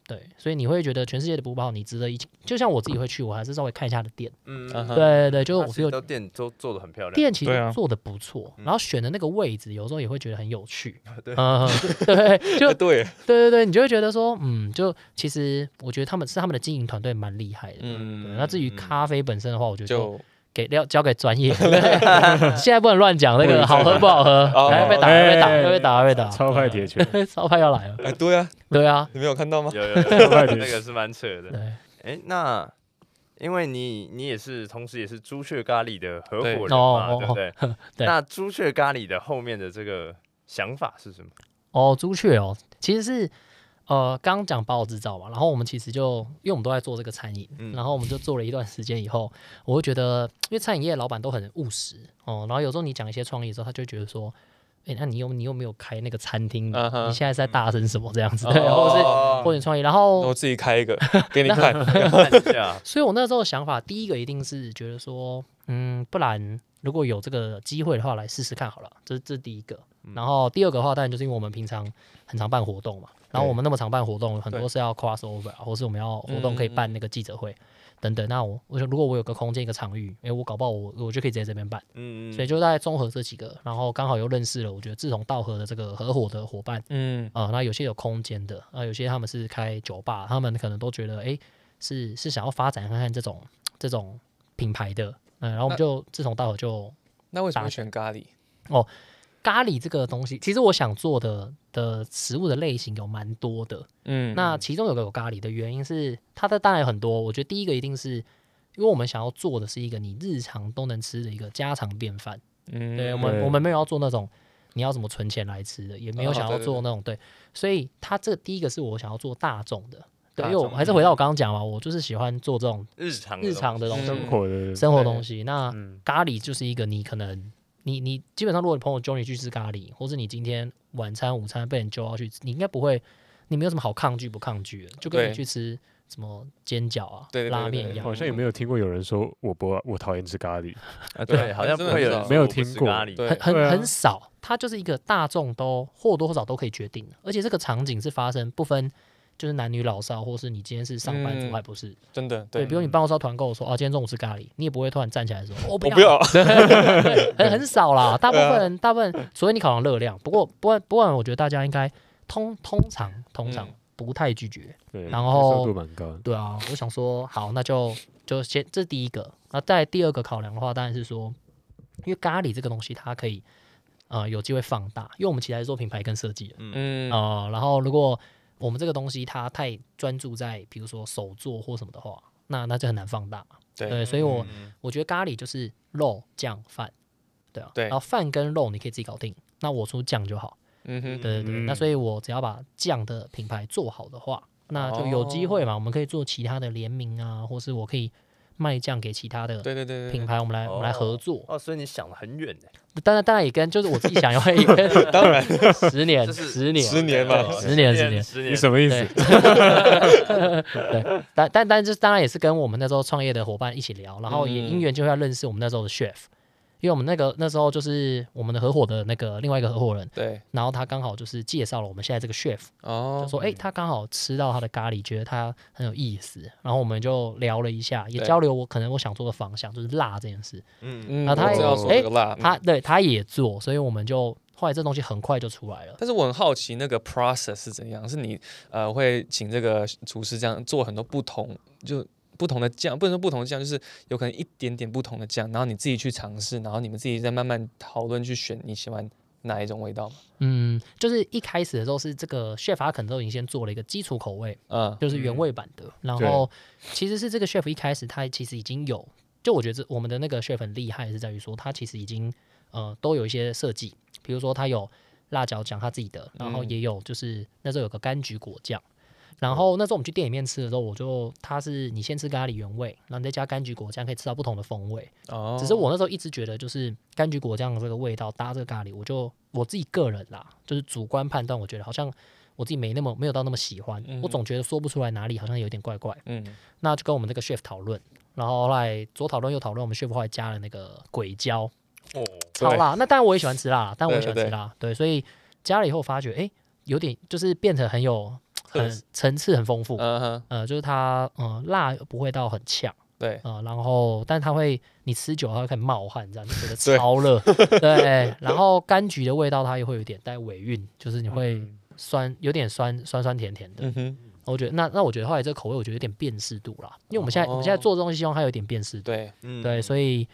S3: 对，所以你会觉得全世界的不包你值得一，就像我自己会去，我还是稍微看一下它的店，
S2: 嗯
S1: 嗯
S3: 对对对，就是
S2: 它
S3: 我
S2: 其
S3: 觉
S2: 实都
S3: 得
S2: 店都做的很漂亮，
S3: 店其
S1: 对啊
S3: 实做的不错，然后选的那个位置有时候也会觉得很有趣，
S2: 啊对
S3: 嗯， (laughs) 对，就
S1: 哎对，
S3: 对对对，你就会觉得说，嗯，就其实我觉得他们是他们的经营团队蛮厉害的，
S1: 嗯，
S3: 对，那至于
S2: 嗯
S3: 咖啡本身的话，我觉得
S1: 就
S3: 给要交给
S1: (laughs)
S3: 专业，现在不能乱讲那个好喝不好喝，
S1: 哦
S3: 哎被打
S4: 哎
S3: 被打被打被打，
S4: 超快铁拳，
S3: (laughs) 超快要来了，
S1: 哎，对啊，
S3: 对啊，
S1: 你没有看到吗？
S2: 有有
S3: (laughs)
S2: 有
S4: 快点
S2: 那个是蛮扯的。
S3: 对
S2: 哎，那因为你你也是，同时也是朱雀咖喱的合伙
S1: 对
S2: 人
S3: 哦
S2: 嘛，
S3: 哦
S2: 对不对？
S3: 对
S2: 那朱雀咖喱的后面的这个想法是什么？
S3: 哦，朱雀哦，其实是呃刚讲把我制造嘛，然后我们其实就因为我们都在做这个餐饮，
S2: 嗯
S3: 然后我们就做了一段时间以后，我会觉得因为餐饮业老板都很务实哦，然后有时候你讲一些创意的时候，他就会觉得说。哎、那你又你又没有开那个餐厅
S1: 嗯哼
S3: 你现在在大声什么这样子？
S1: 哦
S3: 对，或者是
S1: 哦
S3: 或者创意，然后
S1: 我自己开一个给你
S3: (laughs)
S1: 看，
S2: 看一下，
S3: 所以我那时候的想法，第一个一定是觉得说，嗯，不然如果有这个机会的话，来试试看好了，这是这是第一个。然后第二个的话，当然就是因为我们平常很常办活动嘛，然后我们那么常办活动，很多是要 cross over，啊或是我们要活动可以办那个记者会等等。那我我想，如果我有个空间一个场域，哎，我搞不好我我就可以直接这边办。
S2: 嗯
S3: 所以
S2: 嗯，
S3: 就在综合这几个，然后刚好又认识了，我觉得志同道合的这个合伙的伙伴，
S1: 嗯，
S3: 啊、那有些有空间的，啊、有些他们是开酒吧，他们可能都觉得，哎，是是想要发展看看这种这种品牌的，嗯、然后我们就志同道合就
S1: 那为什么会选咖喱？
S3: 咖喱这个东西，其实我想做的的食物的类型有蛮多的，
S1: 嗯，
S3: 那其中有个有咖喱的原因是它的当然有很多，我觉得第一个一定是。因为我们想要做的是一个你日常都能吃的一个家常便饭，
S1: 嗯
S3: 对我们
S4: 对
S3: 我们没有要做那种你要怎么存钱来吃的，也没有
S1: 哦
S3: 想要
S1: 对对
S3: 做那种对，所以它这第一个是我想要做大众的，对，
S1: 大
S3: 因为我
S1: 众嗯
S3: 还是回到我刚刚讲嘛，我就是喜欢做这种
S2: 日常的
S3: 日常的
S2: 东
S3: 东
S2: 西
S3: 西，
S4: 生活的
S3: 生活
S1: 对
S3: 东西。那
S4: 嗯
S3: 咖喱就是一个你可能你你基本上，如果你朋友揪你去吃咖喱，或是你今天晚餐午餐被人揪要去吃，你应该不会，你没有什么好抗拒不抗拒的，就跟
S1: 对
S3: 你去吃什么煎饺啊、
S1: 对对对
S3: 拉
S1: 对
S3: 面
S1: 对
S3: 一样
S4: 好。像也没有听过有人说我不我讨厌吃咖喱，
S2: 啊
S1: 对哎
S2: 对，好像
S1: 真
S2: 不
S1: 的
S2: 会有人
S1: 很少
S2: 说
S4: 没有
S2: 我不
S4: 听
S2: 吃
S4: 过
S2: 咖喱，
S1: 对
S3: 很
S4: 对
S3: 很
S4: 啊
S3: 很少，它就是一个大众都或多或少都可以决定的，而且这个场景是发生不分就是男女老少，或是你今天是上班族
S1: 嗯
S3: 还不是，
S1: 真的
S3: 对，
S1: 对
S3: 比，如你办公室要团购说哦，今天中午吃咖喱，你也不会突然站起来说我不
S1: 我
S3: 要，
S1: 不要，
S3: 对 (laughs) 很很少啦，大部
S4: 啊
S3: 分人大部分，除非你考量热量，不过不过不过我觉得大家应该通通常通常
S1: 嗯
S3: 不太拒绝，
S4: 对，
S3: 然后
S4: 接受度蛮高的，
S3: 对啊，我想说，好，那就就先这是第一个。那在第二个考量的话，当然是说，因为咖喱这个东西它可以呃有机会放大，因为我们其实还是做品牌跟设计的
S1: 嗯，
S3: 呃，然后如果我们这个东西它太专注在比如说手做或什么的话，那那就很难放大嘛。
S1: 对
S3: 对，所以我、
S2: 嗯
S3: 我觉得咖喱就是肉酱饭，对啊，
S1: 对
S3: 然后饭跟肉你可以自己搞定，那我出酱就好。
S1: 嗯哼，
S3: 对对对，那
S4: 嗯
S3: 所以我只要把酱的品牌做好的话，那就有机会嘛，我们可以做其他的联名啊，或是我可以卖酱给其他的
S1: 对对对
S3: 品
S1: 对，
S3: 牌，我们来我们来合作。
S2: 哦，所以你想的很远呢，
S3: 当然，当然也跟就是我自己想要
S1: (laughs)
S3: 也跟
S1: 当然，
S3: 十年、
S2: 就是
S3: 十年、
S1: 十年嘛
S3: 啊对十年、十年。
S2: 哦十
S4: 你
S2: 年，
S4: 什么意
S3: 对
S4: 思？，
S3: (laughs) 对，但但但就是当然也是跟我们那时候创业的伙伴一起聊，然后也
S1: 嗯
S3: 因缘就会认识我们那时候的 chef，因为我们那个那时候就是我们的合伙的那个另外一个合伙人，
S1: 对
S3: 然后他刚好就是介绍了我们现在这个 chef，
S1: 哦
S3: 就，说哎、诶他刚好吃到他的咖喱，觉得他很有意思，然后我们就聊了一下，也
S1: 对
S3: 交流我可能我想做的方向，就是辣这件事。
S2: 嗯，
S1: 嗯，
S3: 然后他
S1: 我
S3: 也
S1: 知道说
S3: 哎
S1: 这个辣，嗯
S3: 他对他也做，所以我们就后来这东西很快就出来了。
S1: 但是我很好奇那个 process 是怎样，是你呃会请这个厨师这样做很多不同就。不同的酱，不能说不同的酱，就是有可能一点点不同的酱，然后你自己去尝试，然后你们自己再慢慢讨论去选你喜欢哪一种味道嘛。
S3: 嗯，就是一开始的时候是这个 chef 他可能都已经先做了一个基础口味，
S1: 嗯
S3: 就是原味版的。然后其实是这个 chef 一开始他其实已经有，就我觉得这我们的那个 chef 很厉害，是在于说他其实已经呃都有一些设计，比如说他有辣椒酱他自己的，然后
S1: 嗯
S3: 也有就是、那时候有个柑橘果酱。然后那时候我们去店里面吃的时候，我就它是你先吃咖喱原味，然后你再加柑橘果酱，可以吃到不同的风味。
S1: 哦，
S3: 只是我那时候一直觉得，就是柑橘果酱的这个味道搭这个咖喱，我就我自己个人啦，就是主观判断，我觉得好像我自己没那么没有到那么喜欢，
S1: 嗯
S3: 我总觉得说不出来哪里好像有点怪怪。
S1: 嗯
S3: 那就跟我们这个 chef 讨论，然后后来左讨论右讨论，我们 chef 后来加了那个鬼椒，
S2: 哦，
S3: 超辣。那当然我也喜欢吃 (laughs) 辣，但我也喜
S1: 对对
S3: 欢吃
S1: 对
S3: 辣，对，所以加了以后发觉，哎，有点就是变成很有很
S1: 特色
S3: 层次很丰富，
S1: 嗯哼，
S3: 呃，就是它嗯、呃辣不会到很呛。
S1: 对，
S3: 啊、然后但它会，你吃久了它会开始冒汗，这样就觉得
S1: 对 (laughs)
S3: 超热。对，然后柑橘的味道它也会有一点带尾韵，就是你会
S4: 嗯
S3: 酸，有点酸酸酸甜甜的。
S1: 嗯哼，
S3: 我觉得那那我觉得后来这个口味我觉得有点辨识度啦，因为我们现在、我们现在
S1: 哦
S3: 做的东西希望它有点辨识度。
S1: 对，
S2: 嗯
S3: 对，所以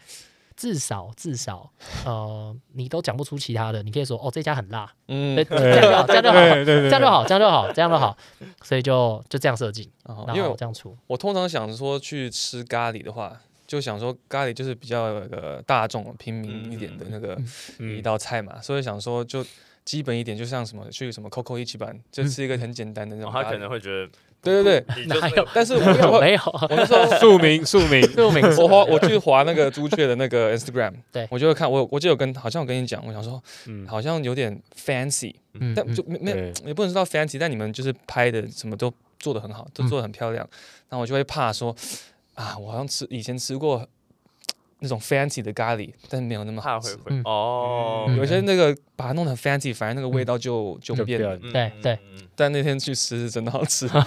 S3: 至少至少呃，你都讲不出其他的，你可以说哦这家很辣，
S1: 嗯 (laughs)
S3: 对，，这样就好，这样就好。
S4: 对对对，
S3: 这样就好，这样就好，这样就好，所以就就这样设计，
S1: 哦
S3: 然
S1: 因为
S3: 后
S1: 我
S3: 这样出，
S1: 我通常想说去吃咖喱的话，就想说咖喱就是比较有个大众平民
S2: 嗯
S1: 一点的那个一
S4: 嗯，
S1: 道菜嘛，所以想说就基本一点，就像什么去什么 COCO 一起版，就吃一个很简单的那
S2: 哦
S1: 种咖
S2: 他
S1: 喱。
S2: 可能会觉得
S1: 对对对，
S2: 你就是
S3: 哪
S2: 那
S3: 有
S2: 个
S1: 但是我 (laughs)
S3: 没有
S1: 我
S3: 没有，
S1: 我那时候 (laughs)
S4: 庶民庶民，
S3: 这名 (laughs)
S1: 我滑我去滑那个朱雀的那个 Instagram，
S3: 对
S1: 我就会看我我记得有跟好像我跟你讲，我想说
S4: 嗯，
S1: 好像有点 fancy，
S3: 嗯
S1: 但就没没有
S4: 对
S1: 也不能知道 fancy，但你们就是拍的什么都做的很好，都
S3: 嗯
S1: 做的很漂亮，然后我就会怕说啊，我好像吃以前吃过那种 fancy 的咖喱，但没有那么
S2: 怕
S1: 好
S2: 会
S1: 吃。
S2: 会
S3: 嗯
S2: 哦，
S1: 有些那个把它弄得很 fancy，反而那个味道就就
S4: 就
S1: 变了
S4: 变。
S2: 嗯
S3: 对对，
S2: 嗯嗯嗯
S1: 但那天去吃是真的好吃， (laughs)
S3: 好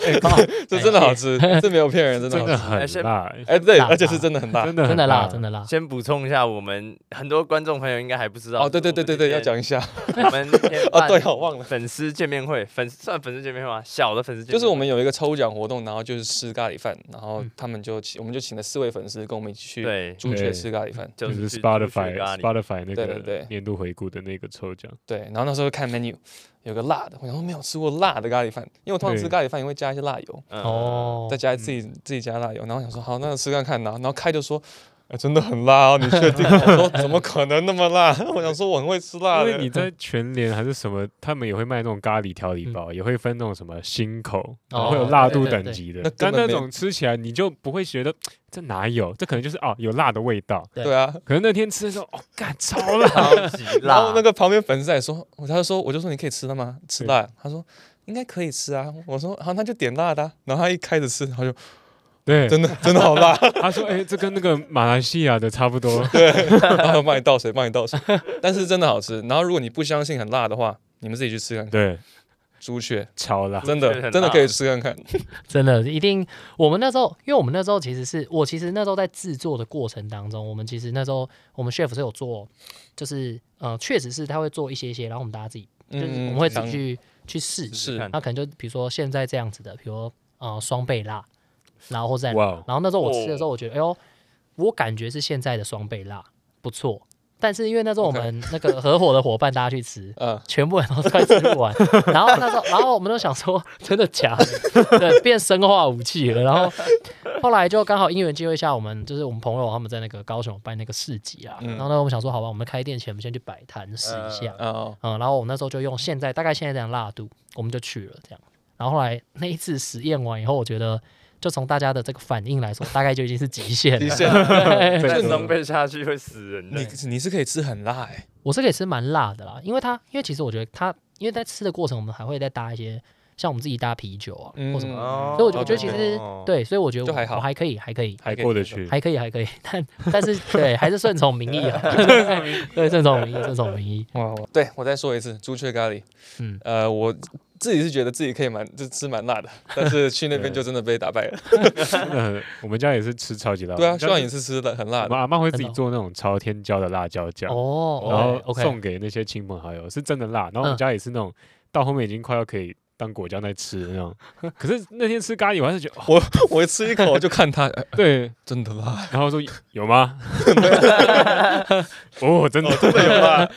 S1: 这真的好吃，这没有骗人，真的
S4: 真
S1: 好
S4: 的
S1: 吃。
S4: 很辣，
S1: (laughs) 哎，对，
S3: 辣
S1: 而且是真的很辣。
S4: 真的
S3: 啊真的辣，
S4: 辣，
S3: 真的辣。
S2: 先补充一下，我们很多观众朋友应该还不知道
S1: 哦，对对对对对，要讲一下。
S2: 我
S1: (laughs)
S2: 们那天
S1: 哦，对
S2: 办
S1: 哦，忘了。
S2: 粉丝见面会，粉算粉丝见面会吗？小的粉丝见面
S1: 就
S2: 会
S1: 是我们有一个抽奖活动，然后就是吃咖喱饭，然后他们就请我们就请了四位粉丝跟我们一起去
S2: 对，
S1: 朱雀吃咖喱饭，
S2: 就
S4: 就是
S2: 去去咖
S4: Spotify
S2: 喱
S4: Spotify
S1: 对
S4: 那
S1: 对
S4: 个
S1: 对
S4: 年度回顾的那个抽奖，
S1: 对，然后那时候看 menu 有个辣的，我想说没有吃过辣的咖喱饭，因为我通常吃
S4: 对
S1: 咖喱饭也会加一些辣油，
S2: 嗯，
S3: 哦
S1: 再，加自己自己加辣油，然后想说好，那吃看看，然后然后开就说。哎，真的很辣哦！你确定？ (laughs) 我说怎么可能那么辣？ (laughs) 我想说我很会吃辣
S4: 因
S1: 的
S4: 为。你在全联还是什么，他们也会卖那种咖喱调理
S1: 嗯
S4: 包，也会分那种什么新口，然后会有辣度等级的
S1: 哦对对对那。根
S4: 但
S1: 本
S4: 那
S1: 没有
S4: 种吃起来你就不会觉得这哪有，这可能就是哦有辣的味道。
S3: 对
S1: 对啊，
S4: 可是那天吃的时候，哦，干超
S1: (laughs)
S4: 辣
S2: 超级辣，
S1: 然后那个旁边粉丝也说，我他就说我就说你可以吃了吗？吃辣？他说应该可以吃啊。我说好，那就点辣的啊、然后他一开始吃，他就
S4: 对，
S1: 真的真的好辣。
S4: 他说哎，这跟那个马来西亚的差
S1: (laughs)
S4: 不多。
S1: 然后帮你倒水，帮你倒水，但是真的好吃。然后如果你不相信很辣的话，你们自己去吃看看。
S4: 对，
S1: 朱雀
S4: 超辣。
S1: 真
S2: 朱雀
S1: 的
S2: 很
S1: 真的
S2: 辣
S1: 可以吃看看。
S3: 真的一定。我们那时候，因为我们那时候其实是我其实那时候在制作的过程当中，我们其实那时候我们 chef 是有做，就是呃，确实是他会做一些些，然后我们大家自己就是
S1: 嗯
S3: 我们会自己去去试，
S1: 是
S2: 看
S3: 那可能就比如说现在这样子的，比如说呃双倍辣，然后或者
S4: 哇，哦
S3: 然后那时候我吃的时候，我觉得，哎呦，我感觉是现在的双倍辣不错，但是因为那时候我
S1: OK
S3: 们那个合伙的伙伴大家去吃，
S1: 嗯，
S3: 全部人都快吃不完。然后那时候，然后我们都想说， (laughs) 真的假的？ (laughs) 对，变生化武器了。然后后来就刚好因缘机会下，我们就是我们朋友他们在那个高雄办那个市集啊，
S1: 嗯
S3: 然后呢，我们想说，好吧，我们开店前，我们先去摆摊试一下。
S1: 哦，
S3: 嗯，然后我们那时候就用现在大概现在这样辣度，我们就去了这样。然后后来那一次实验完以后，我觉得就从大家的这个反应来说，大概就已经是极限
S1: 极
S3: 了。
S1: 限。
S3: (laughs) 对
S2: 再
S1: 对
S2: 双倍下去会死人的
S1: 你。你是可以吃很辣哎，
S3: 我是可以吃蛮辣的啦，因为它因为其实我觉得它因为在吃的过程，我们还会再搭一些像我们自己搭啤酒啊、
S1: 嗯
S3: 或什么，
S2: 哦
S3: 所以我觉得我觉得其实、
S2: 哦
S3: 对，所以我觉得
S1: 就
S3: 我
S1: 还好
S3: 我还可以，还可以。
S4: 还过得去。
S3: 还可以，还可以，但但是对，还是顺从民意啊，对，顺从民意，顺从民意，
S1: 哇！哇对我再说一次，朱雀咖喱。
S3: 哦嗯
S1: 呃，我自己是觉得自己可以蛮就吃蛮
S3: (laughs)
S1: 辣的，但是去那边就真的被打败了。
S4: 真的很，我们家也是吃超级辣。
S1: 对啊，希
S4: 就
S1: 望也是吃的很辣
S4: 我
S1: 的。
S4: 阿妈会自己做那种朝天椒的辣椒酱，
S3: 哦，
S4: 然后
S3: OK，
S4: 送给那些亲朋好友，是真的辣。然后我
S3: 嗯
S4: 们家也是那种到后面已经快要可以当果酱在吃的那
S3: (laughs)
S4: 种。可是那天吃咖喱，我还是觉得、哦
S1: 我 (laughs) 吃一口就看他，哎
S3: (laughs)
S4: 对，
S1: 真的辣，
S4: 然后说有吗？哦，真的、
S1: 真的有辣。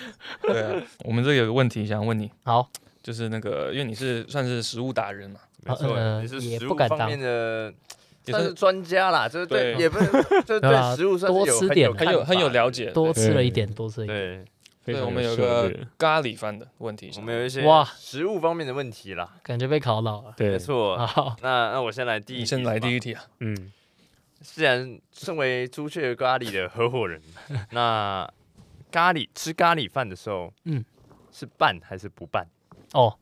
S1: 对啊，我们这有个问题想问你，
S3: 好，
S1: 就是那个，因为你是算是食物达人嘛，
S2: 没错，
S3: 呃
S2: 你是
S3: 也
S2: 食
S3: 不
S2: 物
S3: 敢
S2: 方
S3: 当
S2: 面的
S1: 也
S2: 算
S1: 算
S2: 是专家啦，就是对，
S1: 对
S2: 也不是，
S3: (laughs)
S2: 就是
S3: 对啊
S2: 对食物算是
S3: 多
S2: 有
S3: 吃
S2: 很
S3: 点
S2: 有
S3: 啊
S1: 很有
S2: 看
S1: 很有
S2: 法
S1: 了
S2: 的。
S1: 解。
S3: 多
S1: 对
S3: 吃了一点，多吃了一点。
S2: 对，
S4: 非常
S1: 对，我们有
S4: 秀
S1: 个
S4: 对
S1: 咖喱饭的问题
S2: 我
S1: 想
S2: 们有一些
S3: 哇
S2: 食物方面的问题啦，
S3: 感觉被考倒了。
S4: 对
S2: 没，错。
S3: 好，
S2: 那那我先来第一
S1: 你
S2: 题，
S1: 先来第一。题啊，
S4: 嗯，
S2: 既然身为朱雀咖喱的合伙
S3: (laughs)
S2: 人，那咖喱吃咖喱饭的时候，
S3: 嗯
S2: 嗯，是拌还是不拌？
S3: 哦，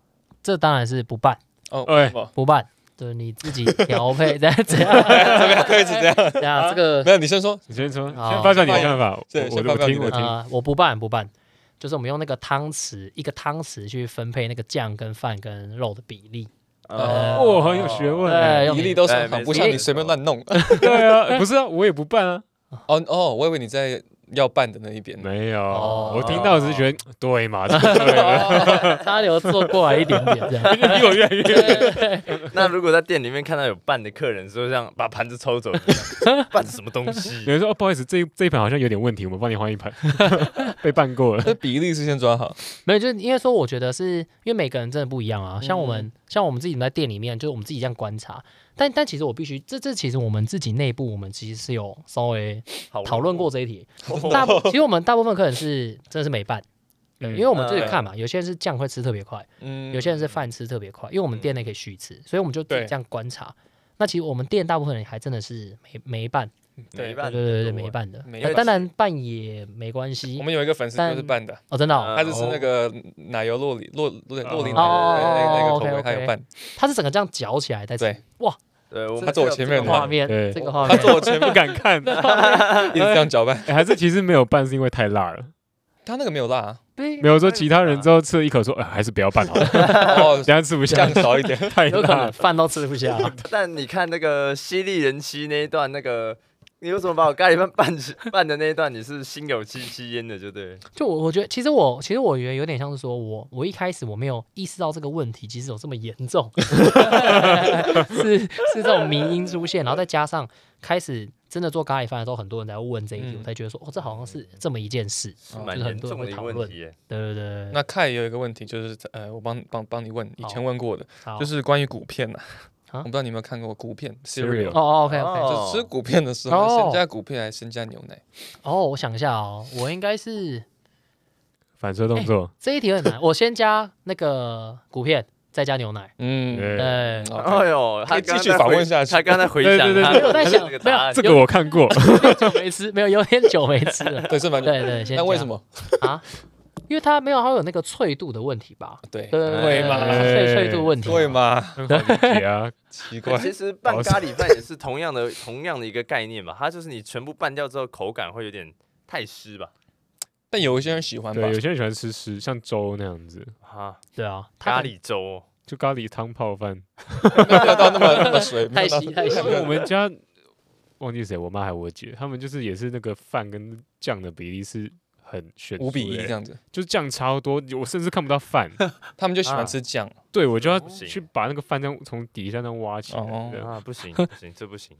S3: 这当然是不拌，
S1: 哦，
S4: 哎
S1: 不
S3: 不拌，就是你自己调配， (laughs) 怎样怎样
S1: 怎么样？可以是 (laughs) 这样？
S3: 怎样，这
S1: (laughs)
S3: 个
S1: 没有，你先说，
S4: 你先说，
S3: 好
S4: 先发表你的看法，
S1: 对
S4: 我
S1: 先
S4: 我
S1: 发
S4: 我
S1: 表你
S4: 听
S1: 的
S4: 我听，
S3: 啊、我不拌不拌，就是我们用那个汤匙，一个汤匙去分配那个酱跟饭跟肉的比例。
S1: 呃
S4: 哦，很有学
S3: 嗯
S4: 问
S3: 对
S4: 欸，
S3: 用
S1: 比例都是
S2: 哎没
S1: 很不
S2: 错
S1: 像你随便乱 (laughs) 弄。
S4: 对啊，不 (laughs) 是啊，我也不办啊，
S1: 哦哦，我以为你在要拌的那一边呢。
S4: 没有，
S3: 哦
S4: 我听到只是觉得对
S3: (laughs)
S4: 嘛，这个对 (laughs) 了，
S3: 他有做过来一点点这样。
S4: 离我越来越
S2: (laughs) 那如果在店里面看到有拌的客人，说这样把盘子抽
S3: (laughs)
S2: 走， (laughs) 拌什么东
S4: 有
S2: 西？
S4: 人说哦，不好意思，这一这一盘好像有点问题，我们帮你换一盘， (laughs) 被办过了，
S1: 那比例是先抓好，
S3: 没有，就是因为说，我觉得是因为每个人真的不一样啊。像我们，像我们自己在店里面，就是我们自己这样观察。但但其实我必须，这这其实我们自己内部，我们其实是有稍微讨论过这一题。大部其实我们大部分客人是真的是没拌，
S4: 嗯
S3: 因为我们自己看嘛，有些人是酱会吃特别快，
S1: 嗯，
S3: 有些人是饭吃特别快，因为我们店内可以续吃，所以我们就自己
S1: 对
S3: 这样观察。那其实我们店大部分人还真的是没没拌，
S2: 没
S3: 对
S2: 拌，
S3: 对对对，没。拌的。
S1: 啊没
S3: 呃
S1: 拌
S3: 当然拌也没关系
S1: 我们有一个粉丝
S3: 但
S1: 就是拌的，
S3: 哦，真的哦，
S2: 呃
S1: 他是吃那个奶油洛里洛洛洛里
S4: 哦
S1: 奶油那那
S3: 哦
S1: 个
S3: ，OK，
S1: 口味，
S3: OK
S1: 他有拌。
S3: 它是整个这样搅起来再吃
S1: 对。
S3: 哇，
S2: 对，我
S1: 他坐我前面
S3: 这
S1: 对哦
S3: 个画面，
S4: 对
S3: 这个画
S1: 他
S3: 面，
S1: 坐我前面
S4: (laughs) 不
S1: (laughs)
S4: 敢看，哎
S1: 一直这样搅 (laughs) 拌，
S4: 欸还是其实没有办是因为太
S1: (laughs)
S4: 辣了，
S1: 他那个没有辣 (laughs) 啊，
S3: 对
S4: 没有说其他人之后吃了一口说，哎，还是不
S1: (laughs)
S4: 要办好了，
S1: 哦，
S4: 这样吃不下
S1: (laughs) 酱，少一点。
S4: 太
S3: 有可
S4: 辣
S1: (laughs)
S3: 能
S4: 了，
S3: 饭都吃不下。啊
S2: 但你看那个犀利人妻那一段，那个你为什么把我咖喱饭拌起拌的那一段，你是心有戚戚焉的，就对。
S3: 就我我觉得，其实我其实我觉得有点像是说我我一开始我没有意识到这个问题其实有这么严重， (laughs) 是是这种迷因出现，然后再加上开始真的做咖喱饭的时候，很多人在问这一题，
S1: 嗯
S3: 我才觉得说哦，这好像是这么一件事。
S2: 是
S1: 哦
S2: 蛮
S3: 就是很
S2: 严
S3: 多人
S2: 重的
S3: 会
S2: 一个
S3: 讨
S2: 问
S3: 论
S2: 题耶。
S3: 对对对，
S1: 那凯有一个问题就是，呃，我帮帮帮你问，以前问过的，
S3: 好
S1: 就是关于谷片呐，
S3: 啊
S1: 我不知道你有没有看过谷片
S4: Cereal
S1: cereal。
S3: 哦哦 OK OK
S1: 就吃谷片的时候，
S3: 哦
S1: 先加谷片还是先加牛奶？
S3: 哦，我想一下哦，我应该是
S4: 反射动作，
S3: 这一题很难，我先加那个骨片，再加牛奶。
S1: 嗯，
S4: 对 (laughs)
S1: 嗯
S3: 对，
S2: 哎
S1: ，OK
S2: 呦，
S1: 可
S2: 他
S1: 以
S2: 刚
S1: 继
S2: 刚
S1: 续
S2: 在
S1: 访
S2: 回
S1: 问下去
S2: 他。刚才回
S4: 对
S2: 想
S4: 对对
S2: 他
S4: 对
S3: 我在想
S2: 这个
S3: 没有
S2: 答
S1: 呃
S2: 案
S4: 这个我
S1: (laughs)
S4: 看过，
S3: 有点久没吃，没有有点久没吃了。
S1: 对，是蛮。
S3: 对对，先
S1: 那为
S3: 加
S1: 什？么？
S3: 啊因为它没有，它有那个脆度的问题吧？
S1: 对
S3: 对对对，
S1: 对嘛
S3: 对脆脆度问题。
S1: 对？嘛，
S4: 很好理解
S1: (laughs)
S4: 啊，
S1: 奇
S2: 欸
S1: 怪。
S2: 其实拌咖喱饭也是同样的同样的一个概念吧，它就是你全部拌掉之后，口感会有点太湿吧？
S1: 但有一些人喜欢
S4: 对，
S1: 吧
S4: 有，些人喜欢吃湿，像粥那样子，
S2: 啊，
S3: 对啊，它
S2: 咖
S3: 很
S2: 喱粥哦
S4: 就咖喱汤
S1: (laughs)
S4: 泡饭。
S1: 没有到那么那么水，没
S3: 太
S1: 有到 (laughs)
S3: 稀太稀
S4: 因为我们家忘记谁，我妈还我姐，他们就是也是那个饭跟酱的比例是很悬殊
S1: 五比一
S4: 的欸
S1: 这样子。
S4: 就是酱超多，我甚至看不
S1: (laughs)
S4: 到饭。
S1: 他们就喜
S2: 啊
S1: 欢吃酱，
S4: 对，我就要
S2: 不行
S4: 去把那个饭这样从底下那样挖起来，
S1: 哦
S4: 这样
S2: 啊，不
S3: (laughs)
S2: 行不行，这不行，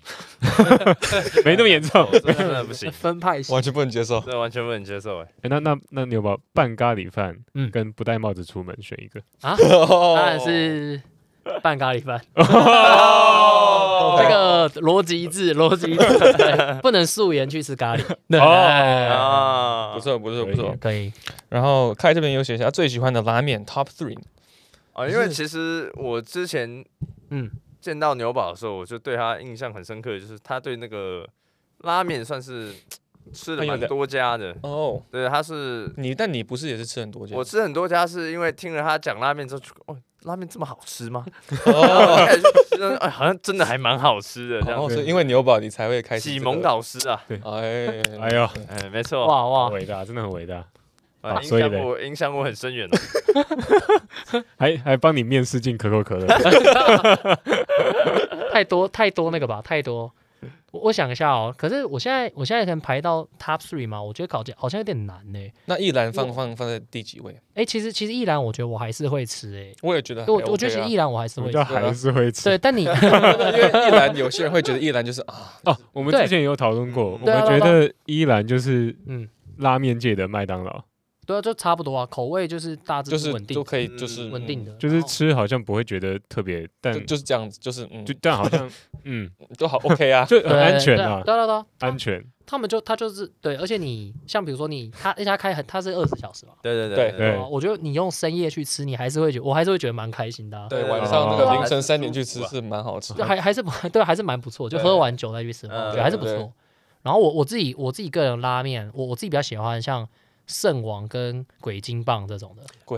S4: 没那么严重
S2: 哦。这真的不
S3: (laughs)
S2: 行，
S3: 分派系
S1: 完全不能接受。
S2: 这完全不能接受
S3: 哦
S2: 哎。
S4: 诶那那那你有把拌咖喱饭，
S3: 嗯
S4: 跟不戴帽子出门选一个？
S3: 啊，
S1: 当
S3: 当然是拌咖喱饭。
S1: 哦
S3: 这个逻辑一致，逻辑一致，对不能素颜去吃咖喱。对，
S2: 啊，
S1: 哦不错不错
S4: 可
S1: 不
S4: 以
S1: 错。
S3: 可以。
S1: 然后开这边有写一下最喜欢的拉面 Top Three，
S2: 啊，因为其实我之前
S3: 嗯，
S2: 见到牛宝的时候，我就对他印象很深刻，就是他对那个拉面算是吃了
S1: 很有
S2: 蛮
S1: 了
S2: 多家的，
S1: 哦，
S2: 对，他是
S1: 你但你不是也是吃很多家？
S2: 我吃很多家是因为听了他讲拉面之后，就哦，拉面这么好吃吗？ (laughs)
S1: 哦，
S2: 我开始去吃哎，好像真的还蛮好吃的这样
S1: 哦，
S2: 子。
S1: 是因为牛堡你才会开始
S2: 启
S1: 这个
S2: 蒙。导师啊，
S1: 哎，
S4: 哎呦，
S2: 哎，没错，
S3: 哇哇，
S4: 伟大，真的很伟大，
S2: 啊
S4: 啊
S2: 影
S4: 所以
S2: 响
S4: 嘞
S2: 我影响我很深远啊的。
S4: 还还帮你面试进可口可乐。
S3: 太多太多那个吧，太多我我想一下哦，可是我现在我现在能排到 top three 吗？我觉得考好像有点难呢、
S1: 那一兰放放放在第几位？
S3: 哎、其实其实依然我觉得我还是会吃哎、
S1: 我也觉得还
S3: 我
S1: OK 啊，
S3: 我觉得其实依然我还是
S4: 我
S3: 会
S4: 们
S3: 吃
S4: 叫。还是会吃。
S3: 啊对，但
S1: (laughs)
S3: 你
S1: 因为一兰有些人会觉得一兰就是啊，
S4: 哦，我们
S3: 对
S4: 之前也有讨论过，我
S3: 对
S4: 们
S3: 啊
S4: 觉得依然就是
S3: 嗯，
S4: 拉面界的麦当劳，
S3: 对啊，就差不多啊，口味就是大致
S1: 就是
S3: 稳定
S1: 就可以就是
S3: 稳定，的，
S4: 嗯就是
S3: 然后
S4: 吃好像不会觉得特别，但
S1: 嗯就就是这样子，就是嗯
S4: 就但好
S3: (laughs)
S4: 像嗯，
S1: 都好 OK 啊，
S4: 就很
S3: 对
S4: 安全
S3: 对
S4: 啊，
S3: 对啊对啊对啊，
S4: 安全。
S3: 他们就他就是对，而且你像比如说你他而且他开很他是二十小时嘛，
S2: 对
S1: 对
S2: 对
S4: 对
S3: 对啊我觉得你用深夜去吃，你还是会觉我还是会觉得蛮开心的啊、
S1: 对，
S2: 对
S1: 晚
S4: 对
S1: 上那
S4: 对
S1: 个
S3: 啊
S1: 凌晨
S2: 还是
S1: 三点去吃
S2: 舒服啊
S1: 是蛮好吃
S3: 就
S1: 的，
S3: 还还是不对，还是蛮不错，就
S2: 对
S3: 喝完酒再去吃饭，
S2: 嗯
S3: 我觉得还是不
S1: 对
S3: 错。然后我我自己我自己个人拉面，我我自己比较喜欢像圣王跟鬼金棒这种的，
S1: 鬼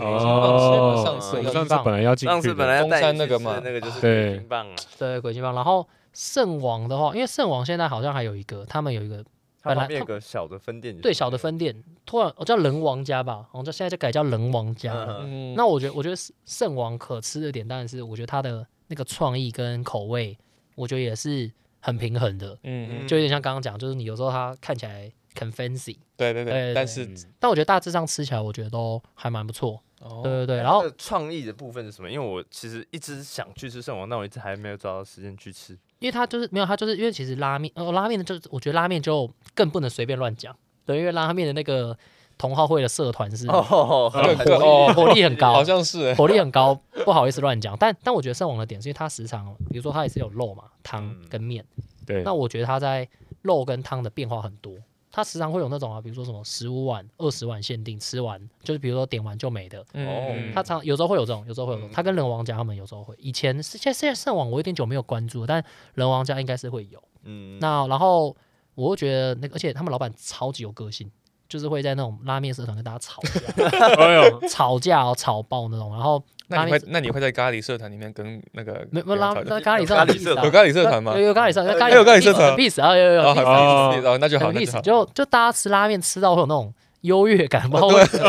S1: 上次
S4: 哦我
S1: 上
S4: 们
S1: 次
S4: 上次本来要进
S2: 上
S4: 去
S2: 次本
S4: 的，
S2: 来要
S1: 中
S2: 带
S1: 山
S2: 你
S1: 那
S2: 去
S1: 个
S2: 吃
S1: 嘛
S2: 那个就是
S4: 对
S2: 鬼金棒啊，
S3: 对鬼金棒。然后圣王的话，因为圣王现在好像还有一个，他们有一个
S2: 它
S3: 本来
S2: 旁边有个小的分店，
S3: 对小的，分店，突然我、叫人王家吧，好像叫现在就改叫人王家了。
S2: 嗯，
S1: 嗯，
S3: 那我觉得，我觉得圣圣王可吃的点当然是，我觉得它的那个创意跟口味，我觉得也是很平衡的，
S1: 嗯嗯
S2: 嗯
S3: 就有点像刚刚讲，就是你有时候它看起来很 fancy，
S1: 对对对，
S3: 对
S1: 但
S3: 对
S1: 是
S4: 嗯
S3: 但我觉得大致上吃起来，我觉得都还蛮不错。
S1: 哦
S3: 对对对，
S2: 哎
S3: 然后
S2: 它的创意的部分是什么？因为我其实一直想去吃圣王，但我一直还没有找到时间去吃。
S3: 因为它就是没有，它就是因为其实拉面，呃，拉面的就是我觉得拉面就更不能随便乱讲，对，因为拉面的那个同好会的社团是
S2: 哦
S1: 对对
S3: 火
S1: 哦，
S3: 火力很高，
S1: 好像 (laughs)
S2: (laughs)
S1: 是欸
S3: 火力很高，不好意思乱讲。但但我觉得圣王的点是因为它时常，比如说它也是有肉嘛、汤
S2: 嗯
S3: 跟面，
S4: 对
S3: 那我觉得它在肉跟汤的变化很多。它时常会有那种啊，比如说什么十五碗、二十碗限定，吃完就是比如说点完就没的。
S1: 嗯，
S3: 它常有时候会有这种，有时候会有这种。
S2: 嗯
S3: 它跟人王家他们有时候会，以前是现在现在圣王我有点久没有关注，但人王家应该是会有。
S2: 嗯，
S3: 那然后我又觉得那个，而且他们老板超级有个性，就是会在那种拉面社团跟大家吵
S2: (laughs)
S3: 架 (laughs)
S4: 哎呦，
S3: 吵架哦，吵爆那种。然后
S1: 那
S3: 拉
S1: 你
S3: 面
S1: 会那你会在咖喱社团里面跟那个
S3: 没没有
S1: 人
S3: 拉
S1: 吵架
S3: 那咖喱社
S2: 咖喱
S3: 团很
S2: 社
S3: peace
S1: 有咖
S3: 啊
S1: 喱社团吗
S3: 有？有咖喱社团，
S1: 有咖喱社
S3: peace，
S1: 团
S3: 很 peace 啊，有有有
S1: 哦，
S3: peace，
S1: 好意思，哦，那就好，
S3: 很
S1: 那就好
S3: peace，。就就大家吃拉面吃到会有那种优越感，不知道为什么 (laughs)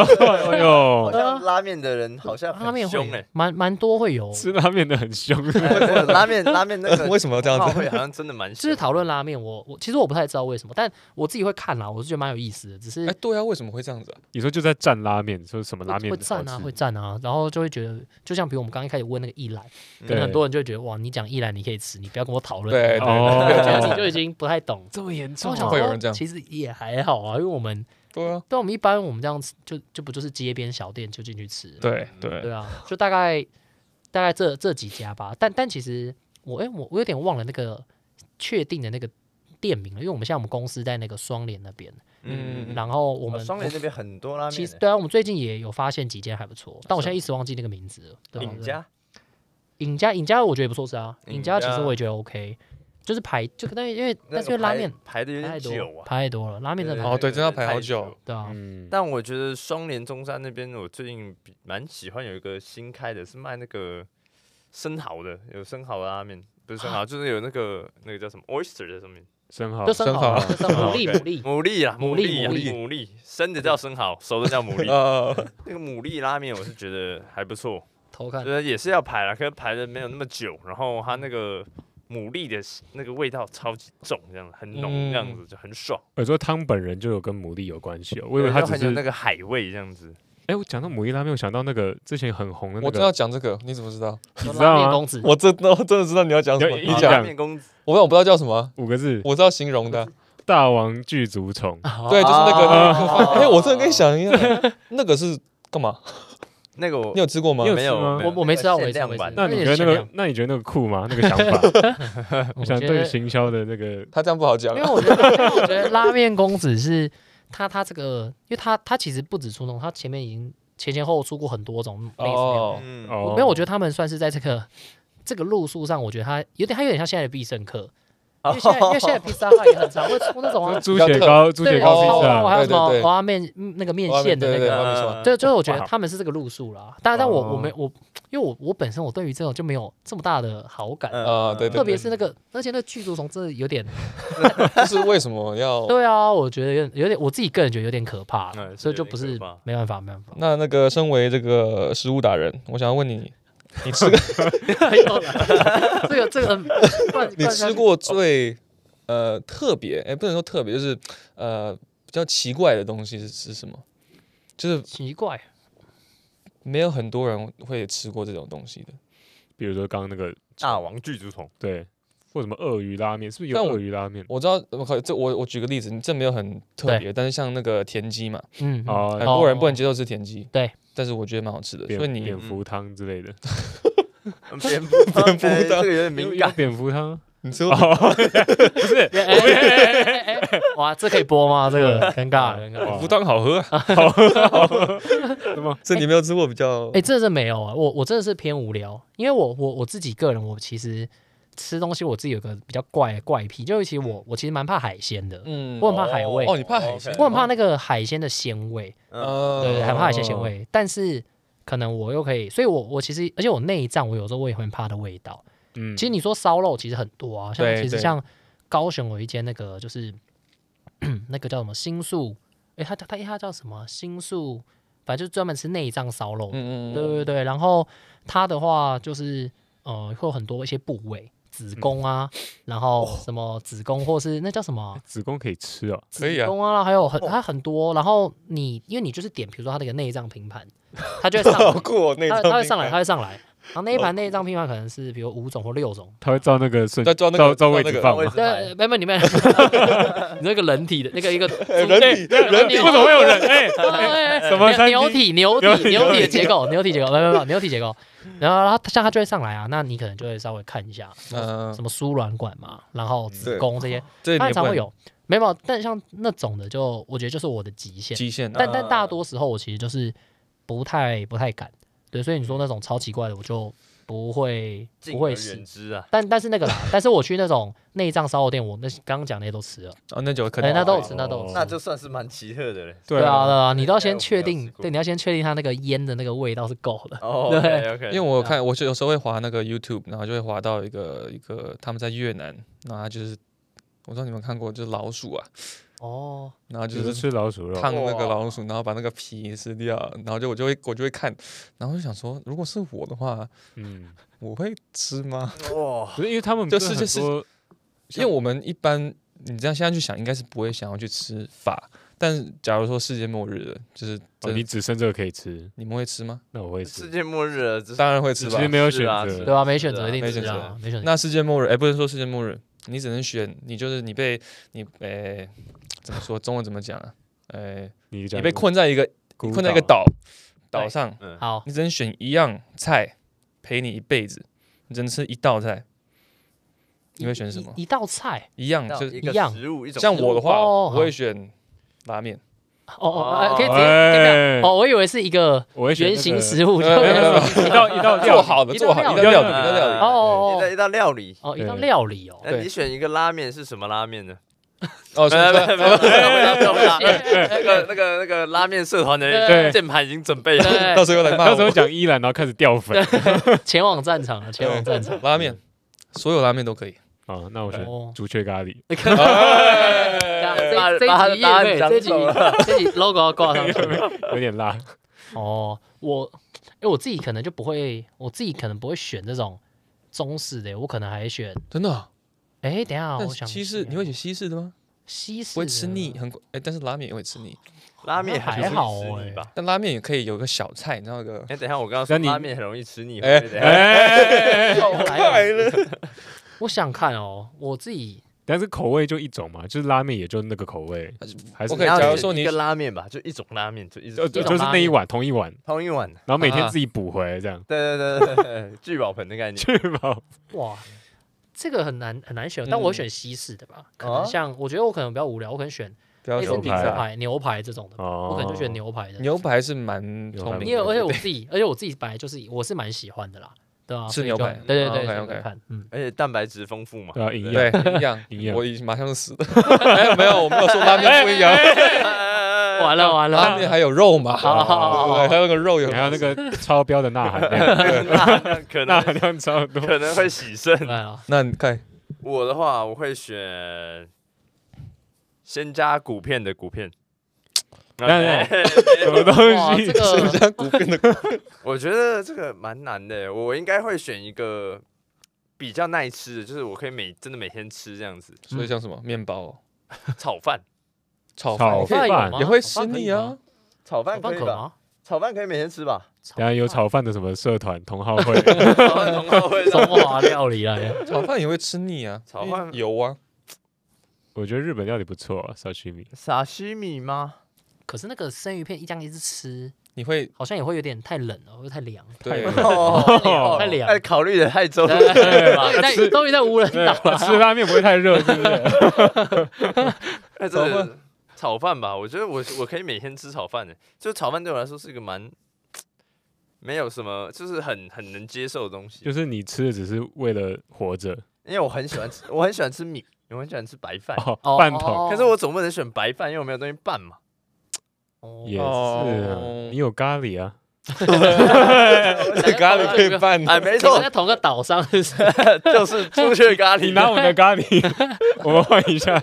S4: 哎
S2: 好
S4: 呦，
S2: 像拉面的人好像
S3: 拉
S2: 很
S3: 面
S2: 凶哎
S3: 会，蛮蛮多会有，
S4: 吃拉面的很凶， (laughs)
S2: 对拉面拉面那
S1: (laughs)
S2: 个
S1: 为什么要这样
S3: 哦
S2: 泡
S1: 子？
S2: 会好像真的蛮
S3: 就
S2: 凶
S3: 是讨论拉面，我我其实我不太知道为什么，但我自己会看啦，我是觉得蛮有意思的，只是
S1: 哎，对啊，为什么会这样子啊？
S4: 你说就在蘸拉面，说什么拉面
S3: 会
S4: 好吃
S3: 赞啊，会赞啊，然后就会觉得，就像比如我们刚刚一开始问那个一兰，可
S4: 对
S3: 能很多人就会觉得哇，你讲一兰你可以吃，你不要跟我讨论，
S1: 对，
S4: 哦
S3: 我觉得你就已经不太懂。
S4: 这么严
S3: 然后我想
S1: 会有
S3: 说
S1: 人这样
S3: 其实也还好啊，因为我们
S1: 对啊，
S3: 对我们一般我们这样吃，就就不就是街边小店就进去吃，
S1: 对
S3: 对
S1: 对，
S3: 啊，就大概大概这这几家吧。但但其实我哎、我我有点忘了那个确定的那个店名了，因为我们现在我们公司在那个双联那边，
S1: 嗯
S3: 然后我
S2: 哦
S3: 们、
S2: 双联那边很多拉面欸，哦
S3: 其实对啊，我们最近也有发现几间还不错，但我现在一时忘记那个名字了。对啊
S2: 尹，家
S3: 对尹家，尹家我觉得也不错吃啊，
S2: 尹
S3: 尹家其实
S2: 家
S3: 我也觉得 OK，就是排就但因为
S2: 那
S3: 但
S2: 个
S3: 是因为拉
S2: 排
S3: 面
S2: 排的有
S3: 排
S2: 点
S3: 太
S2: 久
S3: 多
S2: 啊，
S3: 排太多了，拉面真的
S2: 对
S1: 哦，
S3: 好
S1: 对，真的要排好
S2: 太
S1: 久
S2: 久。
S3: 对啊，
S4: 嗯，
S2: 但我觉得双联中山那边，我最近比蛮喜欢有一个新开的，是卖那个生蚝的，有生蚝的拉面，不是生
S4: 啊
S2: 蚝，就是有那个那个叫什么 oyster 在上面，
S4: 哦生蚝
S3: 就生
S1: 生
S3: 蚝啊
S1: 蚝
S3: 就生蚝牡蛎
S2: OK
S3: 牡蛎，
S2: 牡蛎啊，牡
S3: 牡蛎
S2: 蛎啊，
S3: 牡蛎
S2: 牡蛎，生的叫生蚝，熟的叫牡
S4: (laughs)
S2: 蛎。
S1: 呃，
S2: 那个牡蛎拉面我是觉得还不错，
S3: 偷
S4: 嗯
S3: 看
S2: 就是也是要排了，可是排的没有那么久，然后它那个牡蛎的那个味道超级重，这样很浓，这样
S1: 嗯
S2: 子就很爽。
S4: 我呃说汤本人就有跟牡蛎有关系哦，我以为他
S2: 就
S4: 只
S2: 很有那
S4: 是……
S2: 个海味这样子。
S4: 哎，我讲到牡蛎拉面，我想到那个之前很红的那
S1: 我正要
S4: 个，
S1: 讲这个，你怎么知道？
S4: 你知
S3: 拉
S4: 道
S3: 面
S4: 吗？
S3: 公子，
S1: 我真的 (laughs) 我真的知道你要讲什么，
S4: 有
S1: 你
S4: 一
S2: 啊
S4: 讲
S2: 拉
S1: 讲，
S2: 面公子，
S1: 我不知道我不知道叫什么，啊
S4: 五个字：
S1: 我知道形容的，
S4: 大王巨足虫。
S3: 啊
S1: 对，就是那个那个饭，
S2: 哦
S1: (laughs) 哎，我真的跟你想一样，那个是干嘛？
S2: 那个我
S1: 你有吃过吗
S4: 你？有
S2: 没有
S4: 吃吗，
S2: 没有
S3: 我我没吃
S2: 那
S3: 到
S2: 个
S3: 我也
S2: 限
S3: 是我
S2: 量
S3: 也是
S2: 版。
S4: 那你觉
S3: 那也是
S4: 得那
S3: 限量
S4: 个？那你觉得那个酷吗？那个想法，
S3: (laughs) 我
S4: 我想
S3: 觉
S4: 对
S3: 得
S4: 行销的那个
S1: 他这样不好讲
S3: 因为，我觉得，因为我觉得拉面公子是他他这个，因为他他其实不止出那种，他前面已经前前后后出过很多种类似的料理。
S1: 哦
S2: 嗯
S4: 哦，
S3: 我，没有，我觉得他们算是在这个这个路数上，我觉得他有点他有点像现在的必胜客，因为现在因为现在披萨也很常会出那种啊
S4: (laughs) 猪血糕，猪
S3: 对，
S4: 血
S1: 比较
S4: 糕
S1: 特
S3: 超
S4: 披
S1: 哦
S3: 棒，
S4: 萨，
S3: 还有什么
S1: 对对对
S3: 娃娃面嗯那个面
S1: 外面
S3: 线的那
S1: 对对对，
S3: 个。
S1: 外面
S2: 嗯
S1: 说
S3: 对，就是我觉得
S4: 哇
S3: 他们是这个路数啦，但但我我没我，因为我我本身我对于这种就没有这么大的好感，
S1: 啊对对
S3: 特别是那个，而且那个剧毒虫真的有点
S1: 就是为什么 (laughs) 要
S3: 对啊，我觉得有有点，我自己个人觉得有点可怕，
S1: 哎
S2: 嗯是
S3: 所以
S2: 有
S3: 就
S2: 点
S3: 不是
S2: 可怕
S3: 没办法，没
S1: (laughs)
S3: 办
S1: 那那个身为这个食物达人，我想要问你，你吃 (laughs)
S3: 法。这个这个，不然
S1: 你吃？过最呃特别，哎、不能说特别，就是呃比较奇怪的东西是是什么？就是
S3: 奇怪，
S1: 没有很多人会吃过这种东西的。
S4: 比如说刚刚那个
S2: 大王巨足虫，
S4: 对，或什么鳄鱼拉面，是不是有
S1: 但我
S4: 鳄鱼拉面？
S1: 我知道，我靠，这我我举个例子，你这没有很特
S3: 对
S1: 别，但是像那个田鸡嘛，
S3: 嗯，嗯
S4: 啊
S1: 很，
S3: 哦
S1: 多人不能接受吃田鸡，
S3: 对，
S1: 但是我觉得蛮好吃的，
S4: 蝙
S1: 所以你
S4: 蝙蝠汤之
S1: (laughs)
S4: 类的，
S2: 嗯蝙蝠汤，
S1: 蝙蝠
S2: 哎
S1: 汤
S2: 这个有点
S4: 有
S2: 敏
S4: 有
S2: 感。
S4: 蝙蝠汤，
S3: 嗯
S1: 你吃过
S4: 哦，
S3: 哎哎哎哎哎哎哇，这可以
S1: (laughs)
S3: 播吗？这个尴尬了，尴尬
S1: (laughs)
S3: 了。
S1: 蝙蝠汤好喝
S3: (laughs)
S1: 啊，
S4: 什么？
S1: 这你没有吃过比较，
S3: 哎，真的是没有啊，我我真的是偏无聊，因为我我我自己个人，我其实吃东西我自己有个比较怪的怪癖，就是其实我我其实蛮怕海鲜的，
S1: 嗯
S3: 我很怕海味
S1: 哦，你怕海鲜，
S3: 我很怕那个海鲜的鲜味，
S1: 呃，
S3: 对，很怕海鲜鲜味，但是可能我又可以，所以我我其实而且我内脏我有时候我也会怕的味道。
S4: 嗯，
S3: 其实你说烧肉其实很多啊，像
S1: 对
S3: 其实
S1: 对
S3: 像高雄有一间那个就是 (clears throat) 那个叫什么新宿，诶，它叫它它叫什么啊新宿，反正就是专门吃内脏烧肉的
S1: 嗯嗯
S3: 对
S1: 嗯，
S3: 对对，然后它的话就是呃，会有很多一些部位，子宫啊，然后
S1: 哦
S3: 什么子宫或是那叫什么啊
S4: 子宫可以吃哦，
S1: 可以
S3: 子
S1: 啊
S3: 宫啊，还有很它很多，然后你因为你就是点，比如说它那个内脏拼盘，它就会上来
S1: 好，酷哦，那
S3: 它
S1: 个
S3: 它会上来，它会上来，然后那一盘内脏拼盘可能是比如五种或六种，
S4: 它会照那个顺
S1: 照照那个
S4: 照照
S1: 照
S4: 位
S1: 那
S4: 置
S1: 个
S4: 放
S2: 位
S4: 吗 (laughs)
S2: 置？
S3: 对，没没 (laughs) 你们，你那个人体的那个一个
S1: 人体人体
S4: 为什么会有人？ (laughs) 哎，什么三
S3: 哎牛
S4: D？
S3: 体牛
S4: 牛
S3: 体
S4: 体
S3: 牛体的
S4: 牛体
S3: 结构，牛体结构，没有没有牛体结构，然后它像它就会上来啊，那你可能就会稍微看一下
S1: 嗯
S3: 什，么输卵管嘛，然后子
S1: 对
S3: 宫这些，
S1: 这
S3: 它
S1: 你
S3: 很常会
S1: 有
S3: 有。没有，但像那种的就我觉得就是我的极限，
S1: 极限，啊
S3: 但但
S2: 呃
S3: 大多时候我其实就是不太不太敢，对，所以你说那种超奇怪的我就不会
S2: 敬
S3: 不会
S2: 而
S3: 试
S2: 远，之啊，
S3: 但但是那个啦，但是我去那种内脏烧肉店，我那刚刚讲那些都吃了，
S1: 啊，那就肯
S3: 哎，
S1: 定
S3: 那都有
S1: 会
S3: 吃，那都有吃。
S2: 那就算是蛮奇特的嘞。
S3: 对啊，对啊，你都要先
S2: 对
S3: 确
S2: 我没有
S3: 定
S2: 吃，过
S3: 对，你要先确定它那个烟的那个味道是够的。
S2: 哦
S3: 对
S2: ，OK，
S1: 因为我有看，我是有时候会滑那个 YouTube，然后就会滑到一个一个他们在越南，然后他就是我知道你们看过，就是老鼠啊，
S3: 哦，
S1: 然后
S4: 就
S1: 就是是
S4: 吃老鼠肉，
S1: 烫那个
S2: 哇
S1: 老鼠，然后把那个皮撕掉，然后就我就会我就会看，然后就想说，如果是我的话，
S4: 嗯，
S1: 我会吃吗？
S2: 哇，
S4: 不是因为他们
S1: 就
S4: 不是
S1: 是
S4: 很
S1: 就是
S4: 多哦
S1: 因为我们一般你这样现在去想，应该是不会想要去吃法，但是假如说世界末日了，就是
S4: 哦
S1: 真
S4: 你只剩这个可以吃，
S1: 你们会吃吗？
S4: 那我会
S2: 世
S4: 吃。
S2: 界末日了，这
S1: 当然会吃
S4: 其
S1: 吧
S4: 实。没有选
S2: 是啊
S4: 择
S3: 对，啊，没选择
S2: 是啊
S3: 一定
S1: 没
S3: 吃
S1: 选
S3: 啊，没选择。
S1: 那世界末日，哎、不是说世界末日，你只能选，你就是你被你，哎、怎么说？中文怎么讲啊？哎、
S4: 你
S1: 你
S4: 讲
S1: 被困在一个
S4: 孤
S1: 困在一个岛岛上，
S2: 嗯，
S3: 好，
S1: 你只能选一样菜陪你一辈子，你只能吃一道菜，你会
S3: 一
S1: 选什么
S3: 一一道菜
S1: 一样
S2: 到
S1: 就是
S2: 一个
S3: 样
S2: 食物一种
S1: 像
S2: 食
S1: 我的
S2: 物
S1: 话，
S3: 哦
S1: 我会选拉面。
S3: 哦哦，呃可以直接
S4: 哎
S3: 可以这样哦，我以为是一个
S4: 我会选
S3: 圆
S4: 那
S3: 形
S4: 个
S3: 食物，
S1: 没
S3: 就
S1: 有没
S4: (laughs)
S1: 有没有 (laughs)
S3: 哦
S4: 一道一道料
S1: 做
S4: 理
S1: 好的
S3: 一
S1: 做
S3: 道
S1: 好
S3: 料
S1: 一道料理，一道料理。
S2: 理
S3: 哦哦
S2: 一道一道料
S3: 哦
S2: 理。
S3: 哦，一道
S4: 对
S3: 料
S2: (laughs)
S3: 理哦。
S2: 那
S1: 对
S2: 你选一个拉面是什么拉面呢？
S1: 哦，
S2: 没
S1: 所以
S2: 有没
S1: 说
S2: 有没有，不要不要不要
S3: 哎哎哎
S2: 那个那个那个拉面社团的
S4: 对
S2: 键盘已经准备了。
S3: (laughs) 对
S1: 到时候又来骂
S4: 到时候
S1: 我。
S4: 讲依兰，然后开始掉粉
S3: 前往战场了，前往战场。
S1: 拉面，所有拉面都可以。
S4: 啊。那我选
S3: 哦，
S4: 竹雀咖喱，
S1: 哎
S3: (laughs) 这这
S2: 把
S3: 一集业配，
S2: 把
S3: 这集 (laughs) 这集 logo 要挂
S1: (laughs)
S3: 上去。
S4: 有点辣。
S3: 哦，我哎、我自己可能就不会，我自己可能不会选这种中式的，我可能还选
S1: 真的啊？
S3: 哎、等一下啊，
S1: 但
S3: 我想
S1: 西式
S3: 想
S1: 你会选西式的吗？
S3: 西式
S1: 不会吃
S3: 的
S1: 腻，很哎，但是拉面也会吃腻。
S2: 拉面
S3: 还
S2: 很容易
S3: 好
S2: 吃腻
S3: 欸
S2: 吧？
S1: 但拉面也可以有个小菜，你知道那个？
S2: 哎，等一下，我刚刚说
S4: 那你
S2: 拉面很容易吃腻。
S1: 哎
S2: 对不对
S4: 哎，
S1: (laughs)
S3: 快乐。我想看哦，我自己
S4: 但是口味就一种嘛，就是拉面也就那个口味，还是
S1: OK，
S2: 然后
S1: 假如
S2: 就
S1: 说你
S2: 一个拉面吧，就一种拉面，就一
S4: 就
S2: 种
S4: 就
S3: 一
S4: 就
S3: 种
S4: 是
S3: 拉
S4: 那一
S3: 面
S4: 碗同一碗，
S2: 同一
S4: (laughs)
S2: 碗。
S4: 然后每天
S1: 啊
S4: 自己补回来这样，
S2: 对对对对对，聚宝盆的概
S4: (laughs)
S2: 念。
S4: 确保
S3: 哇，这个很难很难选，但
S1: 嗯
S3: 我会选西式的吧，可能
S2: 哦
S3: 像我觉得我可能比较无聊，我可能选
S1: 不要
S3: 类似
S1: 选
S4: 牛
S3: 比
S4: 排
S3: 萨
S4: 啊
S3: 派、牛排这种的吧，
S4: 哦
S3: 我可能就选牛排的。
S1: 牛排是蛮聪明
S3: 因为
S1: 的，
S3: 而且我自己，而且我自己本来就是我是蛮喜欢的啦，对吧、啊？
S1: 吃
S3: 所以
S1: 牛
S3: 就
S1: 排
S3: 对对对，
S1: 哦，OK，OK
S3: 所以就看，嗯，
S1: (laughs)
S2: 而且蛋白质丰富嘛，
S4: 对啊营养
S1: 对对一样
S4: 一样
S1: 我已经马上就死了。哎，没有，我没有说拉面不
S3: (laughs)
S1: 一样，
S3: 哎完了完
S1: 拉面
S3: 了，
S1: 还有肉嘛，
S3: 好好好好
S1: 对，还有那个肉有，
S4: 还有
S1: (laughs)
S4: 那个超标的钠含量，
S2: 那可
S4: 钠
S2: 能
S4: 含量超多。
S2: 可能会喜胜。
S1: (laughs)
S3: 完了，
S1: 那你看
S2: 我的话，我会选先加骨片的骨片。
S4: 那那
S2: (laughs)
S4: 什么东
S3: 哇，
S4: 西
S1: (laughs)
S3: 这？个
S1: 人家骨变的
S2: 欸我觉得这个蛮难的，我应该会选一个比较耐吃的，就是我可以每真的每天吃这样子
S1: 所以像什么面包哦、
S2: 炒饭，
S1: 炒
S4: 炒
S1: 饭
S4: 饭
S3: 有吗
S1: 也会吃腻
S3: 炒饭可以
S1: 啊。
S2: 炒
S3: 吗炒饭可？
S2: 啊
S3: 吗？
S2: 炒饭可以每天吃吧？
S4: 等下有炒饭的什么社团同好会，
S2: 炒饭同好会
S3: 中华料理啊来的，
S1: 啊炒饭也会吃腻啊，
S2: 炒
S1: 因为
S2: 饭
S1: 油啊，
S4: 我觉得日本料理不错啊，沙西米。
S2: 沙西米吗？
S3: (laughs) 可是那个生鱼片一这样一直吃，
S1: 你会
S3: 好像也会有点太冷了，或者太凉。
S1: 对
S2: 哦
S3: 太凉
S2: 哎考虑的太周
S3: 对
S2: 到。
S3: 对对
S1: 啊
S3: 对啊在终于在无人
S4: 对，吃拉面不会太热，是不是？ (laughs)
S2: 那真的炒饭吧，我觉得我我可以每天吃炒饭的，就炒饭对我来说是一个蛮没有什么，就是很很能接受的东西。
S4: 就是你吃的只是为了活着
S2: 因为我很喜欢 (laughs) 吃，我很喜欢吃米，我很喜欢吃白饭，
S3: 哦
S4: 哦，饭桶
S3: 哦
S2: 可是我总不能选白饭，因为我没有东西拌嘛。
S3: 哦
S4: 也是啊
S1: 哦，
S4: 你有咖喱啊，
S1: 咖喱可以拌
S2: (laughs) 哎，没
S3: 你们
S2: 错
S3: 在，同个岛上是不是？
S2: 就是朱雀咖
S4: 你
S2: 喱
S4: 拿我们的咖喱，我们换一下。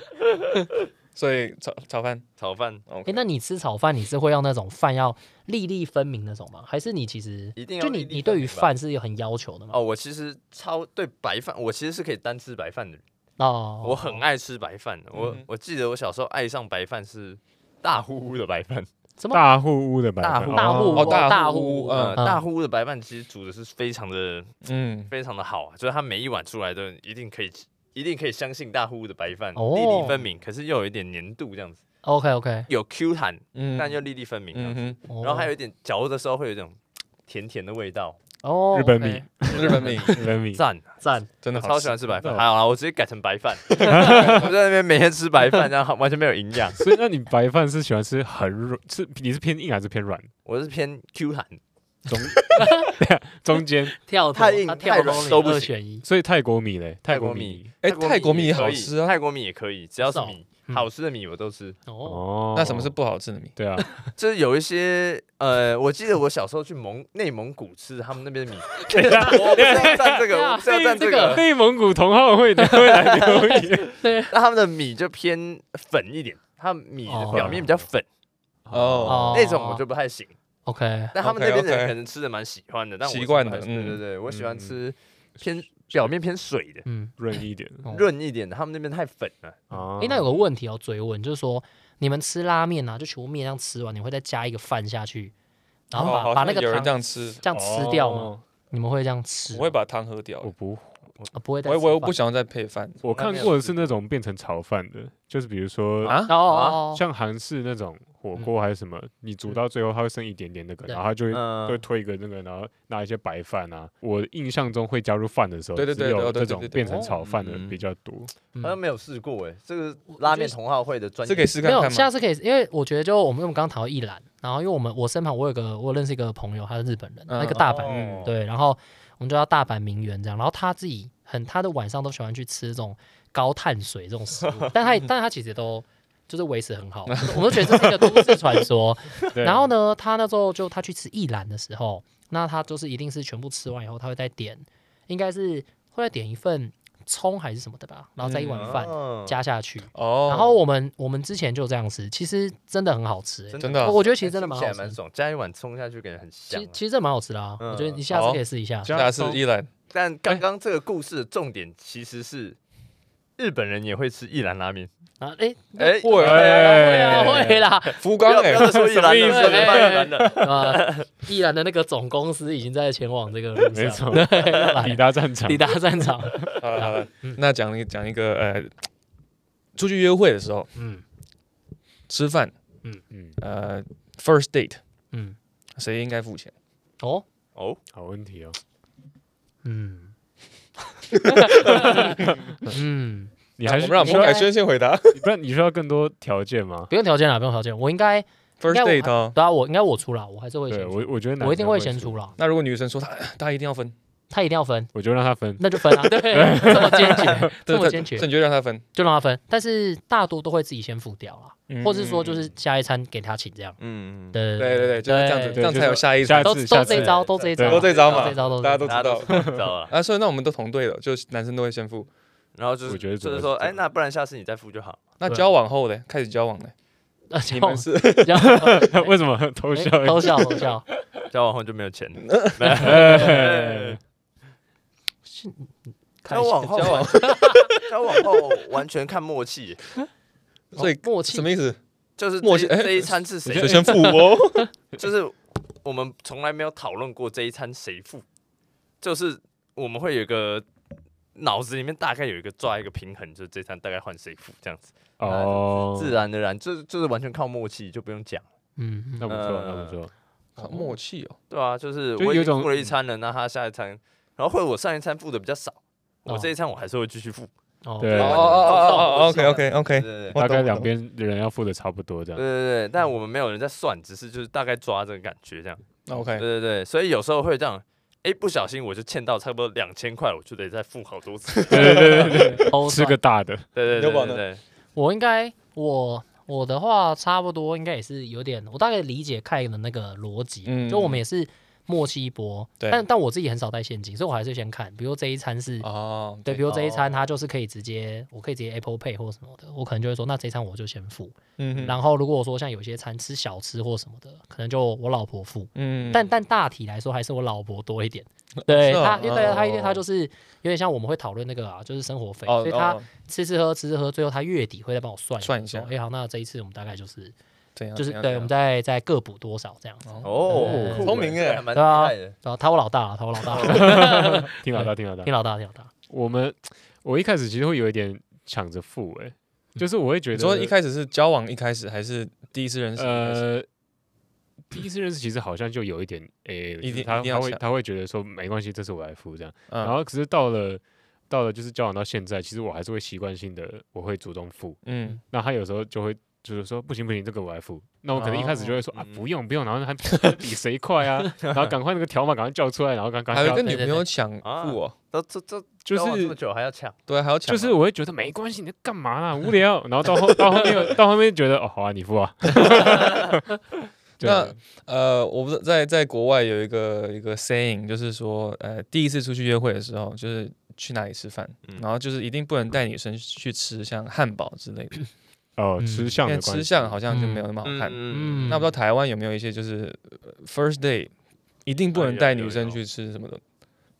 S1: 所以炒炒饭
S2: 炒饭
S3: 哎，
S1: ，OK，
S3: 那你吃炒饭，你是会要那种饭要粒粒分明那种吗？还是你其实
S2: 一定要
S3: 就
S2: 粒
S3: 你
S2: 粒
S3: 你
S2: 分
S3: 对于
S2: 明吧
S3: 饭是有很要求的吗？
S2: 哦，我其实超对白饭，我其实是可以单吃白饭的人，
S3: 哦，
S2: 我很爱吃白饭的。我
S1: 嗯哼
S2: 我记得我小时候爱上白饭是大呼呼的白饭，
S4: 大户屋的白饭，
S2: 大户
S3: 大户
S4: 哦
S1: 哦大
S2: (laughs)
S3: 大
S1: 户
S3: 户
S2: 呃，
S1: 嗯
S2: 大呼呼的白饭其实煮的是非常的
S1: 嗯，
S2: 非常的好啊，就是它每一碗出来都一定可以吃，一定可以相信大呼呼的白饭
S3: 哦
S2: 粒粒分明，可是又有一点粘度这样子，
S3: OK OK，
S2: 有 Q 弹，
S1: 嗯
S2: 但又粒粒分明这样
S1: 嗯
S2: 子。
S1: 哼，
S3: 哦
S2: 然后还有一点嚼的时候会有一种甜甜的味道，
S3: 哦
S4: 日本米
S3: OK，
S1: 日本米
S4: 日本米，
S2: (laughs) 赞啊！
S3: 赞，
S1: 真
S2: 我
S1: 的
S2: 超
S1: 好
S2: 喜
S1: 吃，
S2: 欢吃白
S4: 真
S2: 饭，
S4: 的
S2: 还好啦，我直接改成白饭，我在那边每天吃白饭，然后完全没有营养。
S4: 所以那你白饭是喜欢吃很软，是你是偏硬还是偏软？
S2: 我是偏 Q 弹，
S4: 中中间，
S3: 跳
S2: 太硬
S3: 他
S2: 太
S3: 跳
S2: 软
S3: 楼
S2: 都不
S3: 二
S2: 行
S3: 选一，
S4: 所以泰国米嘞，泰国米
S2: 米，
S1: 哎
S2: 泰
S1: 泰国
S2: 米
S1: 米
S2: 也
S1: 也
S2: 可
S1: 好
S2: 以
S1: 吃啊
S2: 泰国米也可以，只要是
S3: 是哦
S2: 米，
S3: 嗯
S2: 好吃的米我都吃。
S3: 哦，
S4: 哦
S1: 那什么是？不好吃的米？
S4: 对啊，
S2: 就是有一些呃，我记得我小时候去蒙内蒙古吃他们那边的米，
S4: 等一下，
S2: 我不是要蘸这个，我不是要蘸这个，
S4: 内蒙古同好会的会来留言
S3: 对，
S2: 那他们的米就偏粉一点，他们米的表面比较粉，
S1: 哦
S2: 那种我就不太行。
S3: OK，
S2: 但他们那边的
S1: OK，OK
S2: 人可能吃的蛮喜欢的，但我
S1: 习惯的
S2: 是不太对对
S1: 嗯
S2: 对，我喜欢
S4: 嗯
S2: 吃偏表面偏水的。
S3: 嗯，
S4: 润一点
S3: 哦
S2: 润一点的，他们那边太粉了。
S4: 啊
S3: 哎、那有个问题要追问，就是说你们吃拉面啊，就全部面这样吃完，你会再加一个饭下去，然后
S1: 哦
S3: 把、
S1: 好
S3: 把
S1: 像
S3: 那个
S1: 有人
S3: 汤
S1: 这样吃，
S3: 这样吃掉吗？
S4: 哦
S3: 你们会这样吃吗？
S1: 我会把汤喝掉欸
S4: 我，不
S3: 啊、不会再
S1: 我我又不想
S3: 想
S1: 要再配饭
S4: 我看过的是那种变成炒饭的，就是比如说
S1: 啊
S3: 哦，哦哦
S4: 像韩式那种火锅还是什么，你煮到最后它会剩一点点那个，
S3: 对
S4: 然后它就会就会
S2: 嗯，
S4: 推一个那个，然后拿一些白饭啊。我印象中会加入饭的时候，
S1: 对对对哦
S4: 只
S1: 对对
S4: 有这
S1: 对
S4: 种
S1: 对对
S4: 变成炒饭的
S2: 嗯
S4: 比较多。
S3: 嗯
S2: 好像没有试过哎，这个拉面同好会的专
S1: 这可以
S2: 业
S1: 试
S3: 没
S1: 看
S3: 有，
S1: 看
S3: 下
S1: 吗？
S3: 次可以，因为我觉得就我们因为我们刚刚谈到一兰，然后因为我们我身旁我有个我认识一个朋友，他是日本人，
S1: 嗯
S3: 那个大阪
S1: 哦
S3: 人、对，然后我们就叫大阪名媛这样，然后他自己很他的晚上都喜欢去吃这种高碳水这种食
S1: (laughs)
S3: 物，但他但他其实都就是维持很好，就是我们都觉得这是一个都市传
S1: (laughs)
S3: 说。
S4: 对
S3: 然后呢，他那时候就他去吃一兰的时候，那他就是一定是全部吃完以后，他会再点，应该是会再点一份葱还是什么的吧，然后再一碗饭、
S2: 嗯
S3: 加下去。
S1: 哦，
S3: 然后我们我们之前就这样吃，其实真的很好吃、欸
S2: 真
S1: 真
S2: 的
S1: 的啊
S3: 我我觉得其实真的
S2: 哎听
S3: 蛮
S2: 起来
S3: 好
S2: 蛮
S3: 吃。
S2: 爽，加一碗葱下去感觉很
S3: 其
S2: 香
S3: 实
S2: 啊。
S3: 其实真的蛮好吃的啊，
S2: 嗯
S3: 我觉得你下次
S1: 好
S3: 可以试一下。
S4: 加
S1: 下次
S4: 葱
S1: 依
S3: (laughs)
S1: 然
S2: 但
S3: 哎
S2: 刚刚这个故事的重点其实是日本人也会吃一兰拉面。
S3: 啊，哎，
S2: 哎，
S1: 会
S3: 对啊，会啦， (laughs)
S1: 福
S2: 不
S1: 冈
S2: 要不
S1: 哎
S2: 要，再说一兰哎
S4: 什么意
S2: 了，
S4: 思
S2: 不要再办一兰了。
S3: 啊，依然的那个总公司已经在前往这个路上，
S4: 没错
S3: (laughs) 对，要来
S4: 抵 (laughs) 达战场
S3: 抵，啊达战场，
S1: (laughs) 好了好了，那讲一讲一个呃，出去约会的时候
S3: 嗯
S1: 吃饭，
S4: 嗯，
S1: 呃，first date
S3: 嗯，
S1: 谁应该付钱？
S3: 哦，
S2: 哦，
S4: 好问题哦。
S3: 嗯，嗯，
S4: 你还
S1: 我
S4: 是
S1: 们让
S4: 你
S1: 彭
S4: 说
S1: 凯轩先回答
S4: 你不然你需要更多条件吗？
S3: 不用条件啦，不用条件，我应该应
S1: first
S3: 该我
S1: date 哦。
S3: 对啊，我应该我出啦，我还是会
S4: 对
S3: 先
S4: 我
S3: 出，
S4: 我觉得男
S3: 我一定
S4: 生
S3: 会
S4: 会
S3: 先
S4: 出
S3: 出，啦，
S1: 那如果女生说她她一定要分，
S3: 他一定要分，
S4: 我就让他分。 (laughs)
S3: 那就分啊，对，这么坚决，这么
S1: 对
S3: 坚决
S1: 所以，你就让她分，
S3: 就让他分，但是大多都会自己先付掉啦，
S1: 嗯
S3: 或是说就是下一餐给他请这样，
S2: 嗯，嗯，
S3: 对
S1: 对对对，就是这样子，这
S4: 对
S1: 样才有下一
S4: 下
S1: 招
S4: 次。
S3: 都都这一招，都这一招，
S1: 都这一招嘛
S3: 都这一招，都
S1: 大家都
S2: 嗯大家都
S1: 知
S2: 知道了。
S1: 啊，所以那我们都同队了，就是男生都会先付。
S2: (laughs) 然后就是
S4: 我觉得主
S2: 就
S4: 要
S2: 是
S4: 是
S2: 说，
S4: 这
S2: 哎，
S4: 样
S2: 那不然下次你再付就好。
S1: 那
S3: 对
S1: 交往后的开始交往的，你
S3: 啊这
S1: 们
S3: 样
S1: 是
S3: (laughs) 这
S4: (laughs)
S3: 样
S4: 为什么偷笑？
S3: (laughs) 哎偷笑偷笑，
S2: (laughs) 哎交往后就没有钱了。
S4: 哎
S2: 哎交往
S3: (laughs)
S2: 后
S1: 交往，
S2: 交往后完全看默契，
S1: (laughs) 所以
S3: 哦默契
S1: 什么意思？
S2: 就是
S1: 默契
S2: 这
S1: 哎
S2: 这一餐是谁
S1: 就，先付哦。
S4: (laughs)
S2: 就是我们从来没有讨论过这一餐谁付，就是我们会有一个脑子里面大概有一个抓一个平衡，就是这餐大概换谁付这样子，
S4: 哦，
S2: 自然而然，就是就是完全靠默契，就不用讲。
S3: 嗯，
S4: 那
S3: 嗯
S4: 不
S1: 呃
S4: 错，那不错，
S1: 好默契哦，
S2: 对啊，就是
S4: 就
S2: 我
S4: 有
S2: 已
S4: 一种
S2: 经付了一餐了，那他下一餐，然后或者我上一餐付的比较少，我
S3: 哦
S2: 这一餐我还是会继续付。
S3: 哦，
S4: 对
S1: 哦哦哦哦，OK OK
S2: 对
S1: OK，
S2: 对对
S1: 我懂
S4: 大概
S1: 我懂
S4: 两边的人要付的差不多这
S2: 对
S4: 样。
S2: 对对，但我们没有人在算，只是就是大概抓这个感觉这样。对
S1: OK，
S2: 对对，所以有时候会这样，哎，不小心我就欠到差不多两千块，我就得再付好多次。
S4: 对对对对，
S3: 偷
S4: (laughs) 吃
S3: 算
S4: 个
S1: (laughs)
S4: 大的，
S2: 对对对
S1: 刘宝
S2: 对
S1: 呢
S2: 对，
S3: 我应该我我的话差不多应该也是有点，我大概理解凯的那个逻辑，
S1: 嗯
S3: 就我们也是默契一波，
S1: 对
S3: 但但我自己很少带现金，所以我还是先看，比如这一餐是。
S1: 哦，
S3: 对，比如这一餐
S1: 哦，
S3: 它就是可以直接，我可以直接 Apple Pay 或什么的，我可能就会说，那这一餐我就先付。
S1: 嗯哼
S3: 然后如果说像有些餐吃小吃或什么的，可能就我老婆付。
S1: 嗯
S3: 但但大体来说还是我老婆多一点。对
S1: 是哦
S3: 她，因为对啊她，因为
S1: 哦
S3: 她就是有点像我们会讨论那个啊，就是生活费，
S1: 哦
S3: 所以
S1: 哦
S3: 她
S1: 哦
S3: 吃吃喝吃吃喝，最后她月底会再帮我算
S1: 算一下
S3: 哎，好，那这一次我们大概就是
S1: 怎样
S3: 就是
S1: 怎样
S3: 对，我们
S1: 怎样
S3: 再再各补多少这样子。
S2: 哦，
S3: 对
S2: 酷
S1: 聪明
S2: 这个
S1: 哎
S2: 还蛮厉
S3: 对啊
S2: 害的。
S3: 然后他我老大了，他我老大了，
S1: 哦
S4: 听老大听老大
S3: 听，老大听
S1: (laughs)
S3: 老大，
S4: 我们我一开始其实会有一点抢着付，哎，就是我会觉
S1: 嗯你
S4: 得
S1: 说一开始是交往一开始还是第一次认识一开始？
S4: 呃，第一次认识其实好像就有一点，诶、
S1: 一定
S4: 他
S1: 一定
S4: 他
S1: 要
S4: 会
S1: 抢
S4: 他会觉得说没关系，这次我来付这样。然
S1: 嗯
S4: 后可是到了到了就是交往到现在，其实我还是会习惯性的我会主动付。
S1: 嗯，
S4: 那他有时候就会就是说不行不行，这个我来付。那我可能一开始就会说、
S2: 哦
S4: 啊
S2: 嗯
S4: 不用不用，然后还比谁快
S2: (laughs)
S4: 啊，然后赶快那个条码赶快叫出来，然后赶赶
S1: 还
S4: 快
S1: 会
S4: 叫
S1: 跟
S3: 对
S1: 女
S3: 对
S1: 朋友抢
S2: 啊
S1: 付哦，
S2: 都这这
S4: 就
S2: 交往这
S4: 是
S2: 么久还要抢，
S1: 对，还要抢哦，
S4: 就是我会觉得没关系，你在干嘛啦？无聊。然后到后到后面到后面觉得哦，好啊，你付啊。 (laughs) 对
S1: 那呃，我不是在在国外有一个一个 saying，就是说，呃，第一次出去约会的时候，就是去哪里吃饭，
S2: 嗯
S1: 然后就是一定不能带女生去吃像汉堡之类的，
S4: 哦，
S3: 嗯
S4: 吃相
S1: 因
S4: 的
S1: 为
S4: 关
S1: 吃
S4: 系
S1: 相好像就没有那么好看。
S2: 嗯，
S1: 那不知道台湾有没有一些就是呃 first day 一定不
S2: 啊
S1: 能
S2: 有
S1: 带
S2: 有
S1: 女生
S2: 有
S1: 去吃什么的，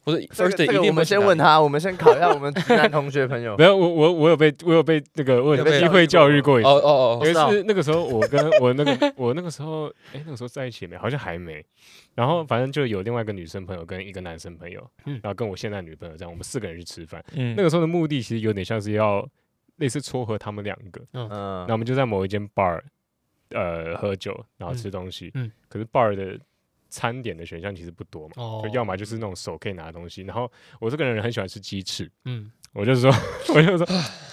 S1: 或者
S2: 这
S1: first
S2: 个
S1: day
S2: 这
S1: 一
S2: 个我
S1: 定不
S2: 们
S1: 能去
S2: 先
S1: 哪
S2: 问
S1: 里
S2: 他，我们先考一下我们直男同学
S4: (laughs)
S2: 朋友
S4: 没。有，我我我有被我有被那个我有
S1: 有被
S4: 被机会教育过一次。
S1: 哦哦
S4: 有
S1: 哦
S4: 一次那个时候我跟我那个我那个时候哎、那个时候在一起没？好像还没。然后反正就有另外一个女生朋友跟一个男生朋友，
S3: 嗯
S4: 然后跟我现在女朋友这样，我们四个人去吃饭。
S1: 嗯，
S4: 那个时候的目的其实有点像是要类似撮合他们两个。
S2: 嗯
S4: 那我们就在某一间 bar 呃喝酒，然后吃东西。
S3: 嗯嗯
S4: 可是 bar 的餐点的选项其实不多嘛，
S3: 哦
S4: 就要么就是那种手可以拿的东西。然后我这个人很喜欢吃鸡翅，
S3: 嗯，
S4: 我就说 (laughs) 我就说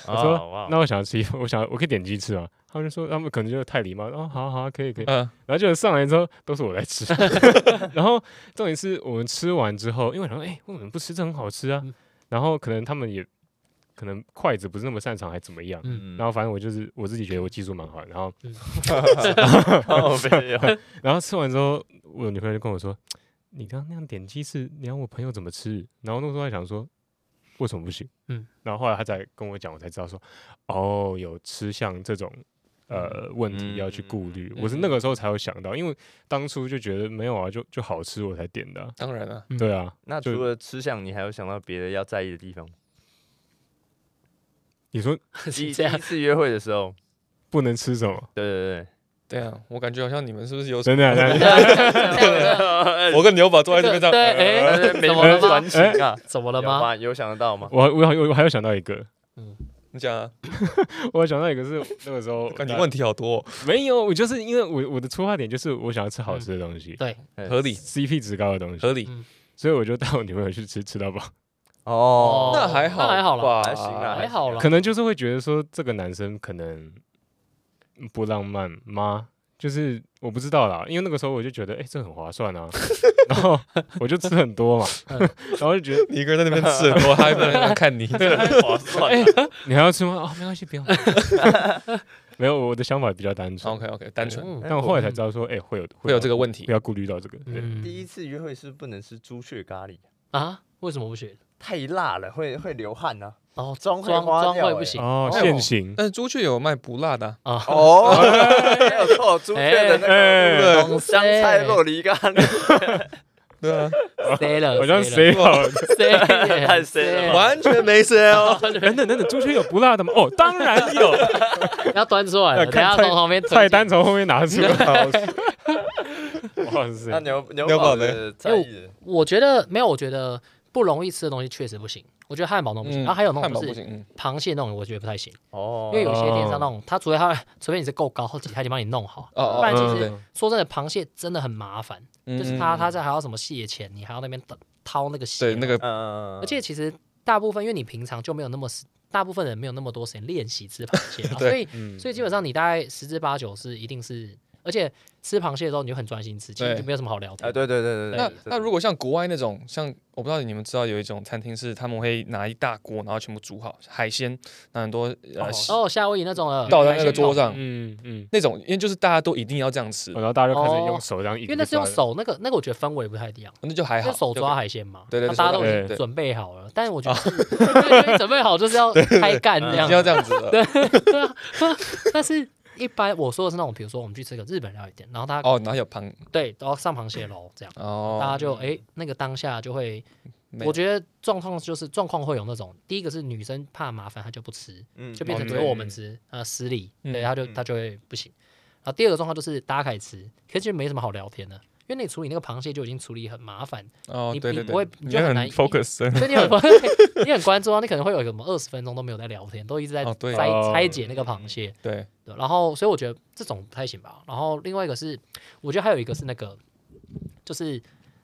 S4: 我说、
S2: 啊哇
S4: 那我想吃一份，我想我可以点鸡翅啊。他们就说他们可能就太礼貌，哦，好好好可以可以。
S1: 嗯
S4: 然后就上来之后都是我在吃， (laughs) 然后重点是我们吃完之后，因为我想说哎、为什么不吃？这很好吃啊。
S3: 嗯
S4: 然后可能他们也可能筷子不是那么擅长，还怎么样？
S2: 嗯
S4: 然后反正我就是我自己觉得我技术蛮好的，然后
S2: (laughs) 后哦没有，
S4: 然后吃完之后，我女朋友就跟我说：“你刚刚那样点鸡翅，你让我朋友怎么吃？”然后那时候还想说，为什么不行？
S3: 嗯，
S4: 然后后来她才跟我讲，我才知道说，哦，有吃相这种呃问题要去顾虑。我是那个时候才有想到，因为当初就觉得没有啊，就就好吃我才点的啊、
S1: 当然了，
S3: 嗯
S4: 对啊，
S2: 那
S4: 就
S2: 除了吃相，你还有想到别的要在意的地方吗？
S4: 你说
S2: 第
S3: (laughs) 是
S2: 一
S3: 这
S2: 第一
S3: 样，
S2: 次约会的时候，
S4: 不能吃
S2: (laughs)
S4: 什么？
S2: 对对
S1: 对啊，我感觉好像你们是不是有
S4: 真的、啊？
S3: 这
S4: 那
S3: 样这样这样 (laughs) 这样
S1: (laughs)
S2: 对，
S1: 我跟牛宝坐在这边这样，
S3: 对，
S2: 呃
S3: 哎，
S2: 没
S3: 怎么了
S2: 人
S3: 吗？
S2: 传情啊？
S3: 怎么
S2: 有
S3: 了吗？？
S2: 有想得到吗？
S4: 我还我还我还有想到一个，
S1: 你讲啊，
S4: 我还想到一个是那个时候呃
S1: 感觉问题好多哦，
S4: 没有，我就是因为我我的出发点就是我想要吃好吃的东西。
S3: 对，
S2: 对
S1: 合理
S4: CP 值高的东西，
S1: 合理
S3: 嗯，
S4: 所以我就带我女朋友去吃吃到饱。
S2: 哦，
S1: 那还好
S3: 那还好啦
S1: 吧，
S2: 还行啦
S3: 还好了，嗯
S4: 可能就是会觉得说这个男生可能不浪漫吗？就是我不知道啦，因为那个时候我就觉得，哎、这很划算啊，然后我就吃很多嘛，然后就觉得
S1: 你一个人在那边
S3: (laughs)
S1: 吃很多，他一个人在那边看你，对，
S2: 划算。
S4: 你还要吃吗？哦，没关系，不用。没有，我的想法比较单纯，
S1: OK OK，单纯
S3: 嗯
S4: 但我后来才知道说，哎、会有
S1: 会有这个问
S4: 不
S1: 题。
S4: 要顾虑到这个。对，
S3: 嗯
S2: 第一次约会是不能吃猪血咖喱，
S3: 啊，为什么不行？
S2: 太辣了，会会流汗啊。
S3: 哦，
S2: 妆会
S3: 妆
S2: 花
S3: 妆
S2: 掉
S3: 会
S2: 欸
S3: 不行
S4: 哦，
S1: 哦
S4: 现行，
S1: 但是猪血有卖不辣的啊，
S3: 啊，
S2: 哦，没有错，猪血的那
S4: 哎
S2: 个
S1: 对
S3: 懂
S2: 香菜
S3: 事
S2: 洛梨咖喱，
S1: 对啊，
S3: 塞了，(laughs)
S4: (laughs) 好像
S3: 塞
S4: 谁
S3: 了，
S4: 好了。
S3: 塞
S2: (laughs) 太
S3: 了，
S2: 塞了
S3: 哎
S2: 吧
S1: 完全没谁哦。
S4: 等等等等，中秋有不辣的吗？哦，当然有，
S3: 要端出来了，
S4: 看
S3: 等下
S4: 菜
S3: 从旁边推
S4: 菜
S3: 进
S4: 单从后面拿出来。
S2: (laughs)
S4: 哇
S2: 那
S4: 塞，
S2: 牛牛
S1: 牛
S2: 堡
S1: 堡
S2: 的在意
S3: 我觉得没有，我觉得不容易吃的东西确实不行。我觉得汉堡那种不行，啊然后还有那
S1: 嗯汉堡
S3: 种
S1: 不
S3: 就是
S1: 行，嗯
S3: 螃蟹那种，我觉得不太行，
S2: 哦
S3: 因为有些电商那种，它除非它除非你是够高级，它已经帮你弄好。
S1: 哦哦，
S3: 不然其
S1: 对
S3: 实
S1: 对对
S3: 说真的，螃蟹真的很麻烦，
S1: 嗯
S3: 就是它它这还要什么蟹钳，你还要那边掏掏那个蟹，
S1: 对那个，
S2: 嗯，
S3: 而且其实大部分因为你平常就没有那么大部分人没有那么多时间练习吃螃蟹嘛，
S1: (laughs) 对
S3: 所以
S4: 嗯
S3: 所以基本上你大概十之八九是一定是，而且吃螃蟹的时候你就很专心吃，其实
S1: 对
S3: 就没有什么好聊
S2: 啊，
S3: 天。
S2: 对对对对对，
S1: 那
S2: 真的
S1: 那如果像国外那种，像我不知道你们知道有一种餐厅是他们会拿一大锅，然后全部煮好海鲜，那很多呃
S3: 哦，夏威夷那种呃
S1: 倒在那个桌
S3: 上。
S1: 上，
S4: 嗯嗯，
S1: 那种因为就是大家都一定要这样吃
S4: 哦，然后大家就开始
S3: 哦
S4: 用手这样一直抓
S3: 因
S4: 着，
S3: 为那是用手，那个那个我觉得氛围不太一样，
S1: 那就还
S3: 因
S1: 好
S3: 为，手
S1: 就
S3: 抓海鲜啊嘛，
S1: 对对
S3: 那
S1: 对
S3: 大家都
S4: 手抓
S3: 已经
S4: 对
S1: 对哦
S3: 准备好了，但是我觉得 (laughs) 对因为准备好就是要开干这
S1: 已
S3: 样
S1: 嗯经，要这样子
S3: (laughs)
S1: 哦了。
S3: 对啊，但是。一般我说的是那种，比如说我们去吃个日本料理店，然后他
S1: 哦，哪有螃
S3: 对，然后上螃蟹喽，这样，
S1: 哦，
S3: 大家就哎那个当下就会，
S1: 没
S3: 我觉得状况就是状况会有那种，第一个是女生怕麻烦，她就不吃，
S2: 嗯
S3: 就变成
S4: 哦
S3: 只有我们
S4: 对
S3: 吃，啊，失礼，
S1: 嗯
S3: 对，他就
S2: 嗯
S3: 他就会不行。然后第二个状况就是大家开始吃，可是其实没什么好聊天的，因为你处理那个螃蟹就已经处理很麻烦，
S1: 哦，
S3: 你
S1: 对对
S3: 你
S1: 对，
S3: 不会你就
S1: 会
S3: 很
S1: 很
S3: 难
S1: focus
S3: 所以你很 (laughs) 你很关注啊，你可能会有一个什么二十分钟都没有在聊天，都一直在
S1: 哦对
S3: 拆
S4: 哦
S3: 拆解那个螃蟹。
S1: 对，
S3: 对，然后所以我觉得这种不太行吧。然后另外一个是，我觉得还有一个是那个，就是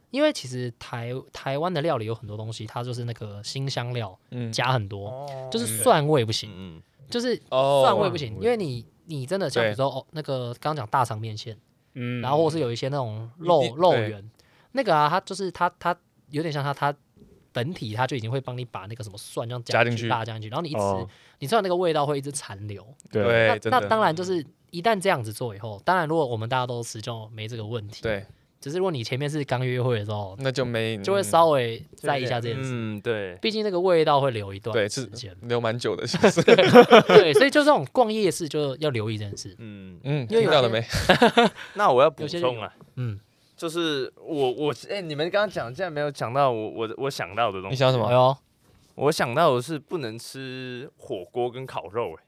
S3: 因为其实台台湾的料理有很多东西，它就是那个新香料
S1: 嗯，
S3: 加很多，
S2: 哦
S3: 就是
S4: 嗯
S3: 蒜味不行，
S2: 嗯嗯
S3: 就是
S1: 哦
S3: 蒜味
S4: 哇
S3: 不行，
S4: 我
S3: 因为你你真的像比如
S1: 对
S3: 说哦那个刚刚讲大肠面线，
S4: 嗯，
S3: 然后或是有一些那种
S1: 一
S3: 肉
S1: 定
S3: 肉
S1: 对
S3: 圆，那个啊，它就是它它有点像它它本体它就已经会帮你把那个什么蒜这样
S1: 加
S3: 进
S1: 进去
S3: 大家加进去，然后你一吃，
S4: 哦
S3: 你吃完那个味道会一直残留。
S4: 对，
S1: 对，
S2: 哎
S3: 那
S1: 真
S3: 那
S1: 的
S3: 当然就是一旦这样子做以后，当然如果我们大家都吃就没这个问题。，
S1: 对，
S3: 只是如果你前面是刚约会的时候，
S1: 那就没
S3: 就会
S1: 嗯
S3: 稍微在意一下这件事，
S2: 嗯，对，
S3: 毕竟那个味道会留一段
S1: 对
S3: 时
S1: 是
S3: 间。
S1: 留蛮久的，其实
S3: (laughs) 对，所以就这种逛夜市就要留意这件事。
S2: 嗯，
S1: 嗯，
S3: 因
S1: 听
S3: 为有
S1: 到
S3: 些
S1: 了没？
S2: 那我要补
S3: 有些
S2: 充啊，
S3: 嗯，
S2: 就是我我哎、你们刚刚讲竟然没有讲到我我我想到的东
S1: 你
S2: 西，
S1: 想什
S3: 哎
S1: 么？
S3: 呦，
S2: 我想到的是不能吃火锅跟烤肉、哎，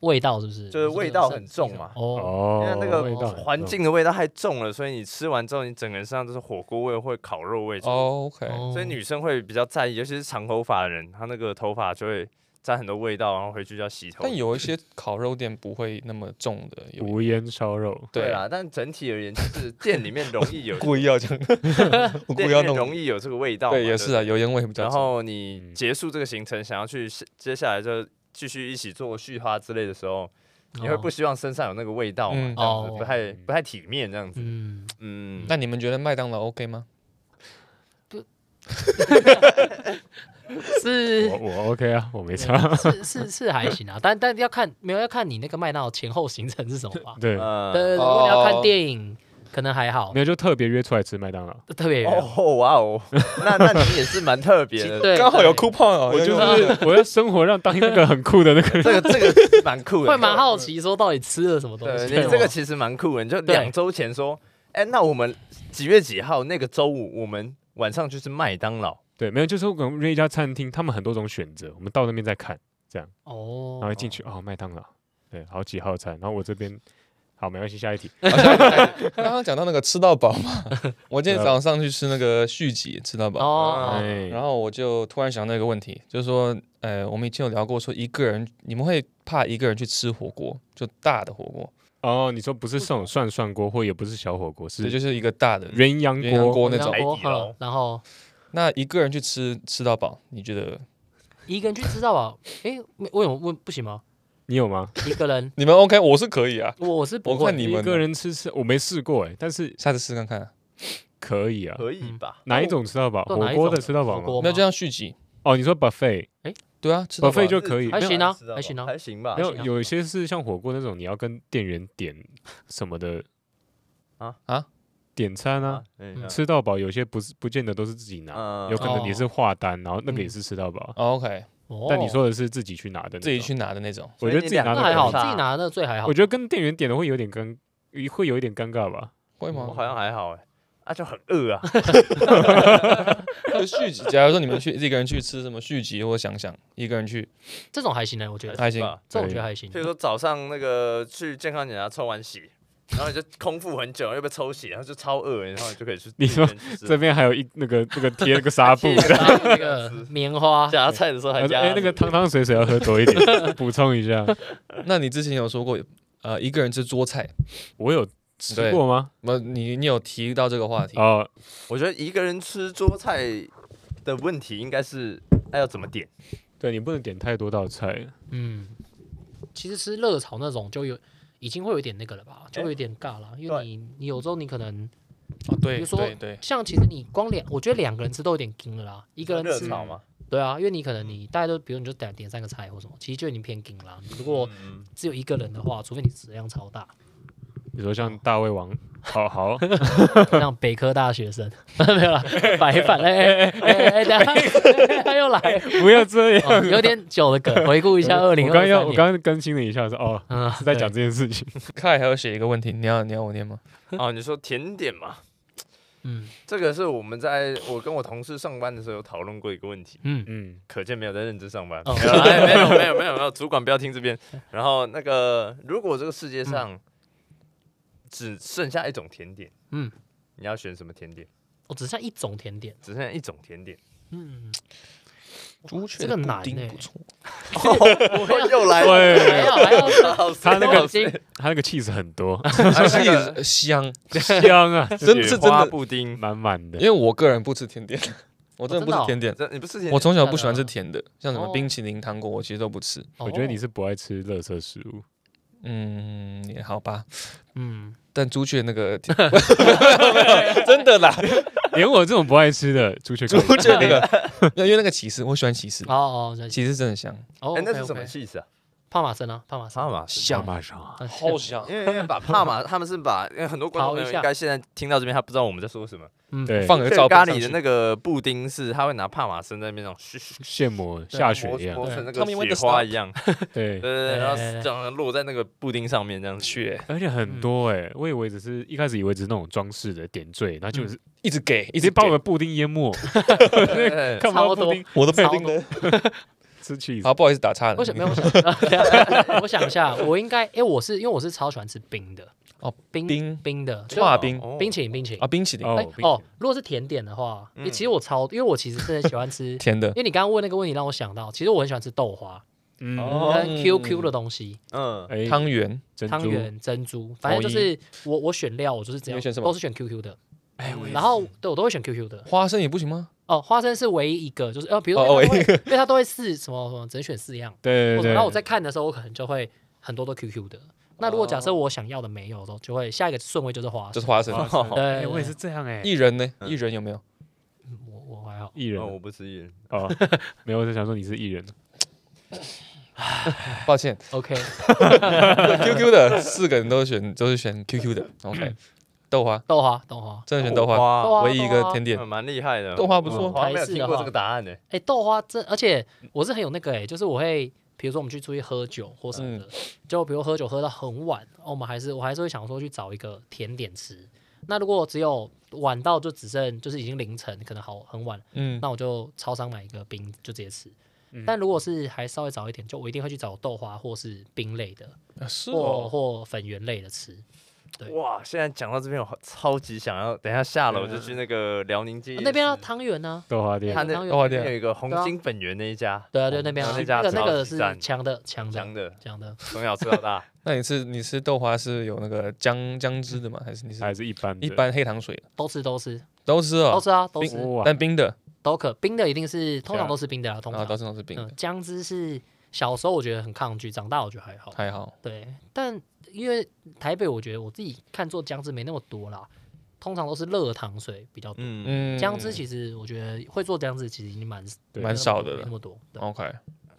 S3: 味道是不是？
S2: 就是
S3: 你说
S2: 味道
S3: 是
S2: 很重嘛
S3: 哦，
S4: 哦
S2: 因为那个
S4: 味道
S2: 环境的味道太重了，所以你吃完之后，你整个人身上都是火锅味或烤肉味。
S1: 哦，OK，
S3: 哦
S2: 所以女生会比较在意，尤其是长头发的人，她那个头发就会沾很多味道，然后回去就要洗头。
S1: 但有一些烤肉店不会那么重的，有
S4: 无烟烧肉，
S2: 对
S1: 对
S2: 啦，但整体而言，就是店里面容
S1: (laughs)
S2: 易有
S1: 故意要
S3: (laughs)
S1: 这样，我故意
S2: 店里
S1: 要
S2: 面
S1: 弄，
S2: 容易有这个味道嘛。
S1: 对，也是啊，
S2: 不
S1: 油烟味比较
S2: 然
S1: 重，
S2: 后你
S4: 嗯
S2: 结束这个行程，想要去下接下来就继续一起做续花之类的时候，你会不
S3: 哦
S2: 希望身上有那个味道嘛？
S1: 嗯
S2: 这样子
S3: 哦
S2: 不太不太体面这样子。
S3: 嗯，
S2: 嗯，
S1: 那你们觉得麦当劳 OK 吗？
S3: 是
S4: 我我 OK 啊，我没差。。
S3: 是是是还行啊，但但要看没有要看你那个麦当劳前后行程是什么吧
S2: (laughs)
S3: 啊
S4: 对，
S2: 呃
S3: 对，如果你要看
S1: 哦
S3: 电影，可能还好
S4: 没，有就特别约出来吃麦当劳。
S3: 特别远
S2: 哦哇
S3: (laughs)
S2: 哦，那那你也是蛮特别的，
S3: 对，
S1: 刚好
S3: 对
S1: 有 coupon 哦，
S4: 我
S1: 要
S4: 就
S1: 用 (laughs)
S4: 是我要生活让当一个很酷的那个人。
S2: 这个这个是蛮酷的，
S3: 会蛮好奇说到底吃了什么东
S2: 对
S3: 西。
S2: 你这个其实蛮酷的，你就
S3: 对
S2: 两周前说，哎，那我们几月几号那个周五我们晚上就是麦当劳，
S4: 对，没有，就是我们约一家餐厅，他们很多种选择，我们到那边再看，然后
S3: 哦
S4: 一，进去哦，麦当劳，对，好几号餐，然后我这
S1: (laughs)
S4: 边好，没关系，下一题。
S1: 刚刚讲到那个吃到饱
S3: (laughs)
S1: 嘛，我今天早上上去吃那个续集吃到饱，
S3: 哦，
S4: 哎，
S1: 然后我就突然想到一个问题，就是说，呃，我们以前有聊过，说一个人你们会怕一个人去吃火锅，就大的火锅，
S4: 哦，你说不是这种涮涮锅，或也不是小火锅，
S1: 这
S4: 是
S1: 就是一个大的。
S4: 鸳鸯
S1: 鸳鸯
S4: 锅
S1: 锅那种
S3: 然后
S2: 海底捞
S3: 嗯然后
S1: 那一个人去吃吃到饱，你觉得
S3: 一个人去吃到饱，诶，没我有问不行吗？
S4: 你
S1: (laughs)
S4: 有吗？
S3: 一个人，
S1: 你们 OK？我是可以啊，
S3: 我我是不
S1: 我
S3: 会
S1: 看你
S4: 一
S1: 们
S4: 个
S1: 的
S4: 人吃吃，我没试过哎，但是
S1: 下次试看看啊。
S4: 可以啊。
S2: 可以吧？
S4: 哪一种吃到饱？
S3: 做
S4: 火
S3: 哦哪一
S4: 锅的
S3: 种
S4: 吃到饱
S3: 火
S4: 吗？
S3: 锅
S1: 没有
S3: 吗
S1: 就像续集，
S4: 哦，你说 buffet
S1: 对啊，吃到饱
S4: buffet 就可以，
S3: 还
S4: 没有
S3: 行啊
S2: 知道吧
S3: 还行啊
S2: 还行吧
S4: 没。有
S3: 行啊
S4: 有一些是像火锅那种，你要跟店员点什么的
S2: 啊
S1: 啊，
S4: 点餐啊
S2: 啊，，嗯
S4: 吃到饱有些不是不见得都是自己拿，
S2: 嗯
S4: 有可能你是化单，然后那个也
S3: 嗯
S4: 是吃到饱，
S1: 哦 OK，
S3: 哦
S4: 但你说的是自己去拿的，
S1: 自己去，拿的那种。
S4: 我觉得自己拿
S2: 所以你
S4: 的
S2: 两
S3: 那还
S2: 个
S3: 好，
S2: 人
S3: 自己拿的最还好
S4: 我。觉得跟店员点的会有点尴，会有一点尴尬吧。
S1: 会
S2: 我
S1: 吗？
S2: 好像还好哎。啊就很饿啊，
S1: 就续集，假如说你们去一个人去吃什么续集或想想，一个人去
S3: 这种还行呢，我觉得，
S1: 还行。
S2: 吧
S3: 这我觉得还行
S2: 譬。如说早上那个去健康检查抽完血，然后你就空腹很久，又被抽血，然后就超饿，然后你就可以去
S4: 你
S2: 自己一
S4: 说
S2: 个人去吃
S3: 啊
S4: 这边还有一
S3: (laughs)
S4: 那个那个贴那个纱布
S3: 谢谢
S4: 的，
S3: 大家那个棉花，
S2: 夹菜的时候还
S4: 哎、
S2: 加
S4: 那个汤汤水水要喝多一点， (laughs) 补充
S3: (laughs)
S4: 一下。
S1: 那你之前有说过，呃，一个人吃桌菜，
S4: 我有吃过吗？
S1: 那你你有提到这个话题？
S4: 哦，
S2: 我觉得一个人吃桌菜的问题应该是，那要怎么点？
S4: 对你不能点太多道菜，
S3: 嗯，其实吃热炒那种就有已经会有一点那个了吧，就会有点尬了，因为
S2: 对
S3: 你你有时候你可能
S1: 哦
S3: 比
S1: 对
S3: 如说
S1: 对对，
S3: 像其实你光两，我觉得两个人吃都有点惊了啦，一个人
S2: 热
S3: 吃
S2: 炒嘛，
S3: 对啊，因为你可能
S4: 嗯
S3: 你大家都比如你就点点三个菜或什么，其实就已经偏惊啦。如果
S2: 嗯
S3: 只有一个人的话，除非你食量超大， (laughs)
S4: 你说像大胃王，好好，
S3: 像北科大学生 (laughs) 没有啦，白饭哎哎哎哎，等一下 (laughs) 他又来，
S4: 不要这样。
S3: 哦有点久的梗，回顾一下二零
S4: 我
S3: 二
S4: 刚
S3: 三
S4: 要
S3: 年。
S4: 我刚刚更新了一下，说哦
S3: 嗯
S4: 是在讲这件事情。
S1: 看还有写一个问题，你要你要我念吗？
S2: 哦，你说甜点嘛，
S3: 嗯
S2: 这个是我们在我跟我同事上班的时候有讨论过一个问题，
S3: 嗯
S4: 嗯，
S2: 可见没有在认真上班。
S3: 哦
S2: 没有啦哎没有没有没有没有，主管不要听这边。然后那个，如果这个世界上只剩下一种甜点，
S3: 嗯，
S2: 你要选什么甜点？
S3: 我只剩下一种甜点，
S2: 只剩下一种甜点，
S3: 嗯，
S1: 朱雀
S3: 这个
S1: 的布
S3: 难
S1: 丁
S3: 欸
S1: 不错，
S2: 又来了，
S4: (laughs) 对，
S3: (laughs) 还要还要
S4: (laughs) 他那
S3: (laughs)
S4: 个
S3: 金
S4: 他那个 cheese 很多，
S1: (laughs) 它是也
S3: (laughs)
S1: 香，
S4: 香啊，
S1: 真
S4: 就是
S1: 真
S2: 花
S1: 的，
S2: 布丁。
S4: 满满
S1: 因
S4: 的。
S1: 为我个人不吃甜点， (laughs) 我真的不
S3: 真的
S1: 吃
S3: 哦
S1: 甜点，
S2: 这你不是甜
S1: 我
S2: 点，
S1: 从小不喜欢吃甜的，像什
S3: 哦
S1: 么冰淇淋、糖果，我其实都不吃。
S4: 我觉得你是不爱吃垃圾食物，
S1: 嗯，也好吧， (laughs)
S3: 嗯，
S1: 但朱雀那个
S3: (laughs)
S1: (laughs) 真的啦，
S4: 连我这种不爱吃的朱雀
S1: 朱
S4: 可以
S1: 雀那个，没有因为那个起司，我喜欢起司，
S3: 哦哦，那
S1: 起司真的香，
S3: 哦
S2: 哎，，那
S3: OK，OK
S2: 是什么 cheese 啊？
S3: 帕玛森啊，帕玛森，
S2: 帕玛森
S4: 妈
S1: 香，
S4: 妈啊
S3: (laughs)
S4: 上。
S3: 嗯
S1: 香
S2: 因为因为把帕玛，他们是把，因为很多观众
S3: 刨一
S2: 朋友
S3: 下
S2: 应该现在听到这边，他不知道我们在说什么。
S3: 嗯，
S4: 对，
S1: 放个
S2: 这个
S1: 照
S2: 咖
S1: 片
S2: 喱的
S1: 上去
S2: 那个布丁是，他会拿帕玛森在那边那种嘘
S4: (laughs)
S2: 嘘
S4: 现磨
S3: 对
S4: 下雪
S2: 磨
S4: 一样，
S2: 磨成那
S1: 对
S2: 个
S1: ，Tell me when
S2: 雪
S1: to
S2: 花
S1: stop
S2: 一样，对，对
S4: 对
S2: 对，
S3: 哎
S2: 然后
S3: 哎哎
S2: 这样落在那个布丁上面这样子。
S1: 血
S4: 而且很多哎、我以为只是一开始以为只是那种装饰的点缀，然后就是
S1: 一直给，一
S4: 直
S1: 直
S4: 把我
S1: 给
S4: 的布丁淹没，
S2: 对
S4: (laughs)
S2: 对
S4: 看不到
S3: 超多
S4: 布丁
S1: 我的
S3: 超
S1: 布丁呢。
S4: 吃 cheese，哦
S1: 好，不好意思打岔了。
S3: 为什
S1: 你
S3: 么？我想 (laughs) 等一下，我想一下，我应该，哎，我是因为我是超喜欢吃冰的，
S1: 哦，
S3: 冰
S1: 冰
S3: 冰的，
S2: 对
S3: 所以
S1: 化冰
S2: 哦
S3: 冰淇淋冰淇淋
S1: 啊，，冰淇淋，
S4: 哦
S3: 哎
S4: 冰淇淋
S3: 哦，如果是甜点的话，
S2: 嗯
S3: 诶其实我超，因为我其实是很喜欢
S1: (laughs)
S3: 吃
S1: 甜的
S3: 因，为你刚刚问那个问题让我想到，其实我很喜欢吃豆花
S4: 嗯，
S2: 哦
S3: 跟 QQ 的东西，
S2: 嗯，
S4: 哎、
S1: 汤圆，
S4: 珍
S3: 汤
S4: 珠，
S3: 圆、珍珠，反正就
S4: 统
S3: 是我我选料，我就是只
S1: 你
S3: 要
S1: 会选什么
S3: 都是选 QQ 的，
S2: 哎
S1: 我也
S3: 然后对我都会选 QQ 的，
S1: 花生也不行吗？
S3: 哦，花生是唯一一个，就是呃，比如
S1: 哦
S3: 说
S1: 唯
S3: 因
S1: 一
S3: 为
S1: 一
S3: 它都会因为它都会试什么什么，只能选四样。
S4: 对
S3: 或者
S4: 对对，
S3: 哦然后我在看的时候，我可能就会很多都 QQ 的。那如果假设我想要的没有的时候，就会下一个顺位就是花
S1: 就
S3: 生。
S1: 是花生。
S4: 哦
S3: 对
S4: 哎
S3: 对
S4: 我也是这样哎、
S1: 薏仁呢？
S2: 嗯
S1: 薏仁有没 (laughs) 有？
S3: 嗯我我还好，
S4: 艺人
S2: 哦，我不吃盐，
S4: 哦，没有，我在想说你是艺人，
S1: 抱歉
S3: OK，
S1: ，QQ 的四个人都选， (laughs) 都是选 QQ 的。OK，豆花，
S3: 豆花豆花，
S1: 真的选豆花，
S3: 豆花
S2: 花
S1: 唯一一个甜
S2: 嗯
S1: 点。
S2: 蛮厉害的，嗯
S1: 豆花不错
S2: 我好像没有
S3: 台式的
S2: 听过
S3: 话
S2: 这个答案呢。
S3: 哎，豆花这而且我是很有那个哎，就是我会比如说我们去出去喝酒或什么
S4: 嗯
S3: 的，就比如喝酒喝到很晚，哦我们还是我还是会想说去找一个甜点吃。那如果只有晚到就只剩就是已经凌晨，可能好很晚，
S1: 嗯，
S3: 那我就超商买一个冰就直接吃
S4: 嗯。
S3: 但如果是还稍微早一点，就我一定会去找豆花或是冰类的，
S1: 啊是
S3: 或
S1: 哦，
S3: 或粉圆类的吃。对
S2: 哇，现在讲到这边，我超级想要，等一下下楼就去那个辽宁街夜市
S3: 啊那边要汤圆呢？
S4: 豆花店
S3: (laughs)
S2: 他，那
S3: 汤
S1: 豆花
S2: 那边
S1: 店
S2: 有一个红
S3: 对啊
S2: 星粉圆那一家，
S3: 对啊，对，那边啊，
S2: 那家
S3: 那个那个
S2: 超级
S3: 是
S2: 赞
S3: 强的，强
S2: 强
S3: 的，
S2: 的，
S3: 强的。
S2: 从小吃到大。
S1: 那你吃你吃豆花是有那个姜姜汁的吗？还是你是
S4: 还是一般的
S1: 一般黑糖水的？
S3: 都吃都吃
S1: 都吃哦
S3: 都，吃啊，都
S1: 冰
S3: 吃
S4: 哇，
S1: 但冰的
S3: 都可冰的一定是通
S4: 对
S3: 常
S4: 啊
S3: 都是冰的啊，通
S1: 啊，都
S3: 常
S1: 是都是冰
S3: 嗯
S1: 的，
S3: 姜汁是小时候我觉得很抗拒，长大我觉得还好。
S1: 还好。
S3: 对，但因为台北我觉得我自己看做姜汁没那么多啦，通常都是热糖水比较多。
S2: (laughs) 嗯，
S1: 嗯，
S3: 姜汁其实我觉得会做姜汁其实已经蛮
S4: 对
S1: 蛮少的
S3: 没那
S1: 了。哦
S3: 么多。对
S1: OK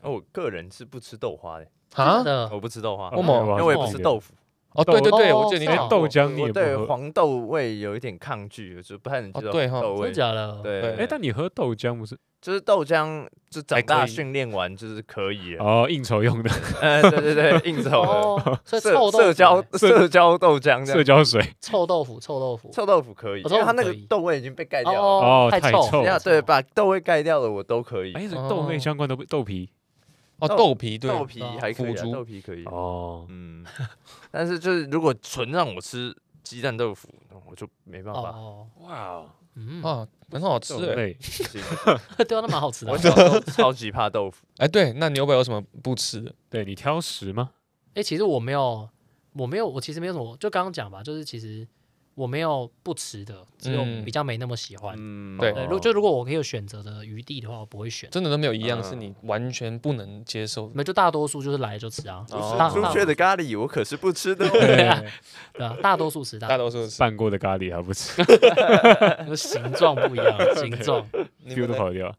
S2: 哦我个人是不吃豆花的，
S1: 啊
S3: 真，的
S2: 我不吃豆花，
S4: 哦
S1: 为什么
S2: 因为我也不吃豆腐，
S1: 哦对对对，
S3: 哦
S1: 我记得你
S3: 是
S4: 连
S1: 讲
S3: 哦
S1: 过
S4: 哎豆浆你
S2: 我
S4: 也不
S2: 对
S4: 喝。
S2: 黄豆味有一点抗拒，我就不太能接受
S1: 哦对哈
S2: 豆
S3: 真的
S2: 味。
S3: 假的？
S2: 对
S1: 对
S4: 哎、但你喝豆浆不是？
S2: 就是豆浆，就长
S1: 还可
S2: 大
S1: 以
S2: 训练完就是可以 (laughs) 了。
S4: 哦，应酬用的
S2: 呃，对对对，应酬的。
S3: 哦，所以
S2: 社
S3: 臭豆
S2: 社
S3: 腐
S2: 交
S3: (laughs) 欸
S2: 社交豆浆这
S4: 社
S2: 样，
S4: 交水，
S3: 臭豆腐，臭豆腐，
S2: 臭豆腐可以，
S3: 哦
S2: 因为它
S3: 臭豆腐
S2: 那
S3: 可
S2: 个
S3: 以
S2: 豆味已经被盖掉了。
S3: 哦
S4: 哦
S3: 太
S4: 太
S3: 臭，
S4: 臭
S2: 等一
S4: 了
S2: 下对，把豆味盖掉了，我都可以。
S4: 哎，
S3: 哦
S4: 豆类相关的豆皮
S1: 哦，
S2: 豆
S1: 豆皮对，
S2: 豆皮还可以
S1: 腐
S2: 啊，
S1: 竹
S2: 豆皮可以。
S4: 哦，
S2: 嗯， (laughs) 但是就是如果纯让我吃鸡蛋豆腐，那我就没办法。
S3: 哦，
S4: 哇哦，
S3: 嗯，
S1: 哦，很好吃
S4: 豆
S1: 哎。
S4: 类
S2: 不行
S3: (laughs)
S4: (laughs)
S3: 对啊，那蛮好吃的
S2: 我
S3: 啊。
S2: 小时候超级怕豆腐，
S1: 哎，对，那牛排有什么不吃的？
S4: 对你挑食吗？
S3: 哎，其实我没有，我没有，我其实没有什么，就刚刚讲吧，就是其实我没有不吃的，只有
S1: 嗯
S3: 比较没那么喜欢。
S4: 嗯
S1: 对
S3: 对，如就如果我可以有选择的余地的话，我不会选。
S1: 真的都没有一样
S2: 嗯
S1: 是你完全不能接受的。
S3: 那就大多数就是来就吃啊，
S1: 哦
S3: 大
S2: 朱
S3: 大
S2: 雀的咖喱我可是不吃 (laughs) 的哦。
S3: 对啊对啊，大多数吃
S1: 大
S3: 大，
S1: 多数是
S4: 拌过的咖喱还不吃，
S3: 就是形状不一样，
S2: (laughs)
S3: 形状
S4: (laughs)
S1: 你
S4: 丢
S1: 们
S4: 都
S1: 的
S4: 跑掉，